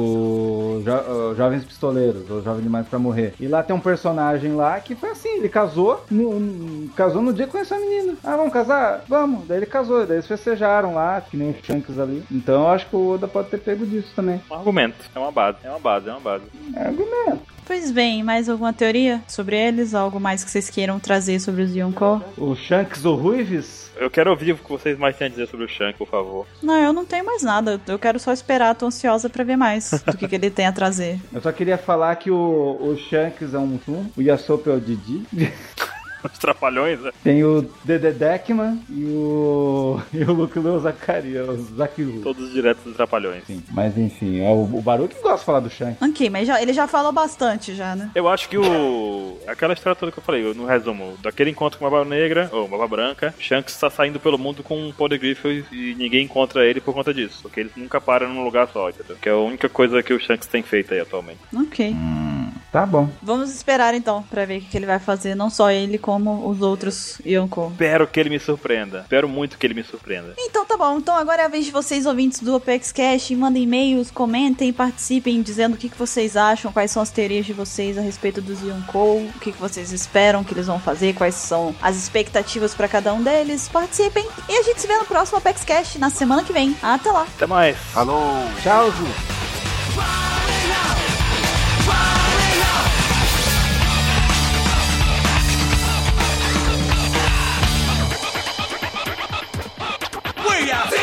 Speaker 4: do. Jo- ah, Jovens Pistoleiros, ou Jovem Demais pra Morrer. E lá tem um personagem lá que foi assim: ele casou no, no- casou no dia que conheceu a menina. Ah, vamos casar? Vamos. Daí ele casou, daí eles festejaram lá, que nem o Shanks ali. Então eu acho que o Oda pode ter pego disso também.
Speaker 1: Um argumento. É uma base, é uma base, é uma base.
Speaker 4: É argumento.
Speaker 3: Pois bem, mais alguma teoria sobre eles? Algo mais que vocês queiram trazer sobre os Yonko?
Speaker 4: O Shanks ou Ruives?
Speaker 1: Eu quero ouvir o que vocês mais têm a dizer sobre o Shank, por favor.
Speaker 3: Não, eu não tenho mais nada. Eu quero só esperar, tô ansiosa pra ver mais do que, que ele tem a trazer.
Speaker 4: Eu só queria falar que o, o Shanks é um Mutum, o Yasop é o Didi.
Speaker 1: Os trapalhões, né?
Speaker 4: Tem o Dede Deckman e o. e o Luke Leo Zacaria, o Zakiru.
Speaker 1: Todos diretos dos trapalhões.
Speaker 4: Sim, mas enfim, é o, o Baruch que gosta de falar do Shanks.
Speaker 3: Ok, mas já- ele já falou bastante já, né?
Speaker 1: Eu acho que o. Aquela história toda que eu falei, eu- no resumo, daquele encontro com a Baba Negra, ou Baba Branca, Shanks tá saindo pelo mundo com um Podegriffo e ninguém encontra ele por conta disso. Porque ele nunca para num lugar só, entendeu? Que é a única coisa que o Shanks tem feito aí atualmente.
Speaker 3: Ok.
Speaker 4: Tá bom.
Speaker 3: Vamos esperar então pra ver o que que ele vai fazer, não só ele como os outros Yonko.
Speaker 1: Espero que ele me surpreenda. Espero muito que ele me surpreenda.
Speaker 3: Então tá bom, então agora é a vez de vocês, ouvintes do Apex Cash, mandem e-mails, comentem, participem, dizendo o que, que vocês acham, quais são as teorias de vocês a respeito dos Yonkou, o que, que vocês esperam que eles vão fazer, quais são as expectativas pra cada um deles. Participem e a gente se vê no próximo Apex Cash, na semana que vem. Até lá!
Speaker 1: Até mais.
Speaker 2: Alô?
Speaker 4: Tchau, Zu.
Speaker 8: We are.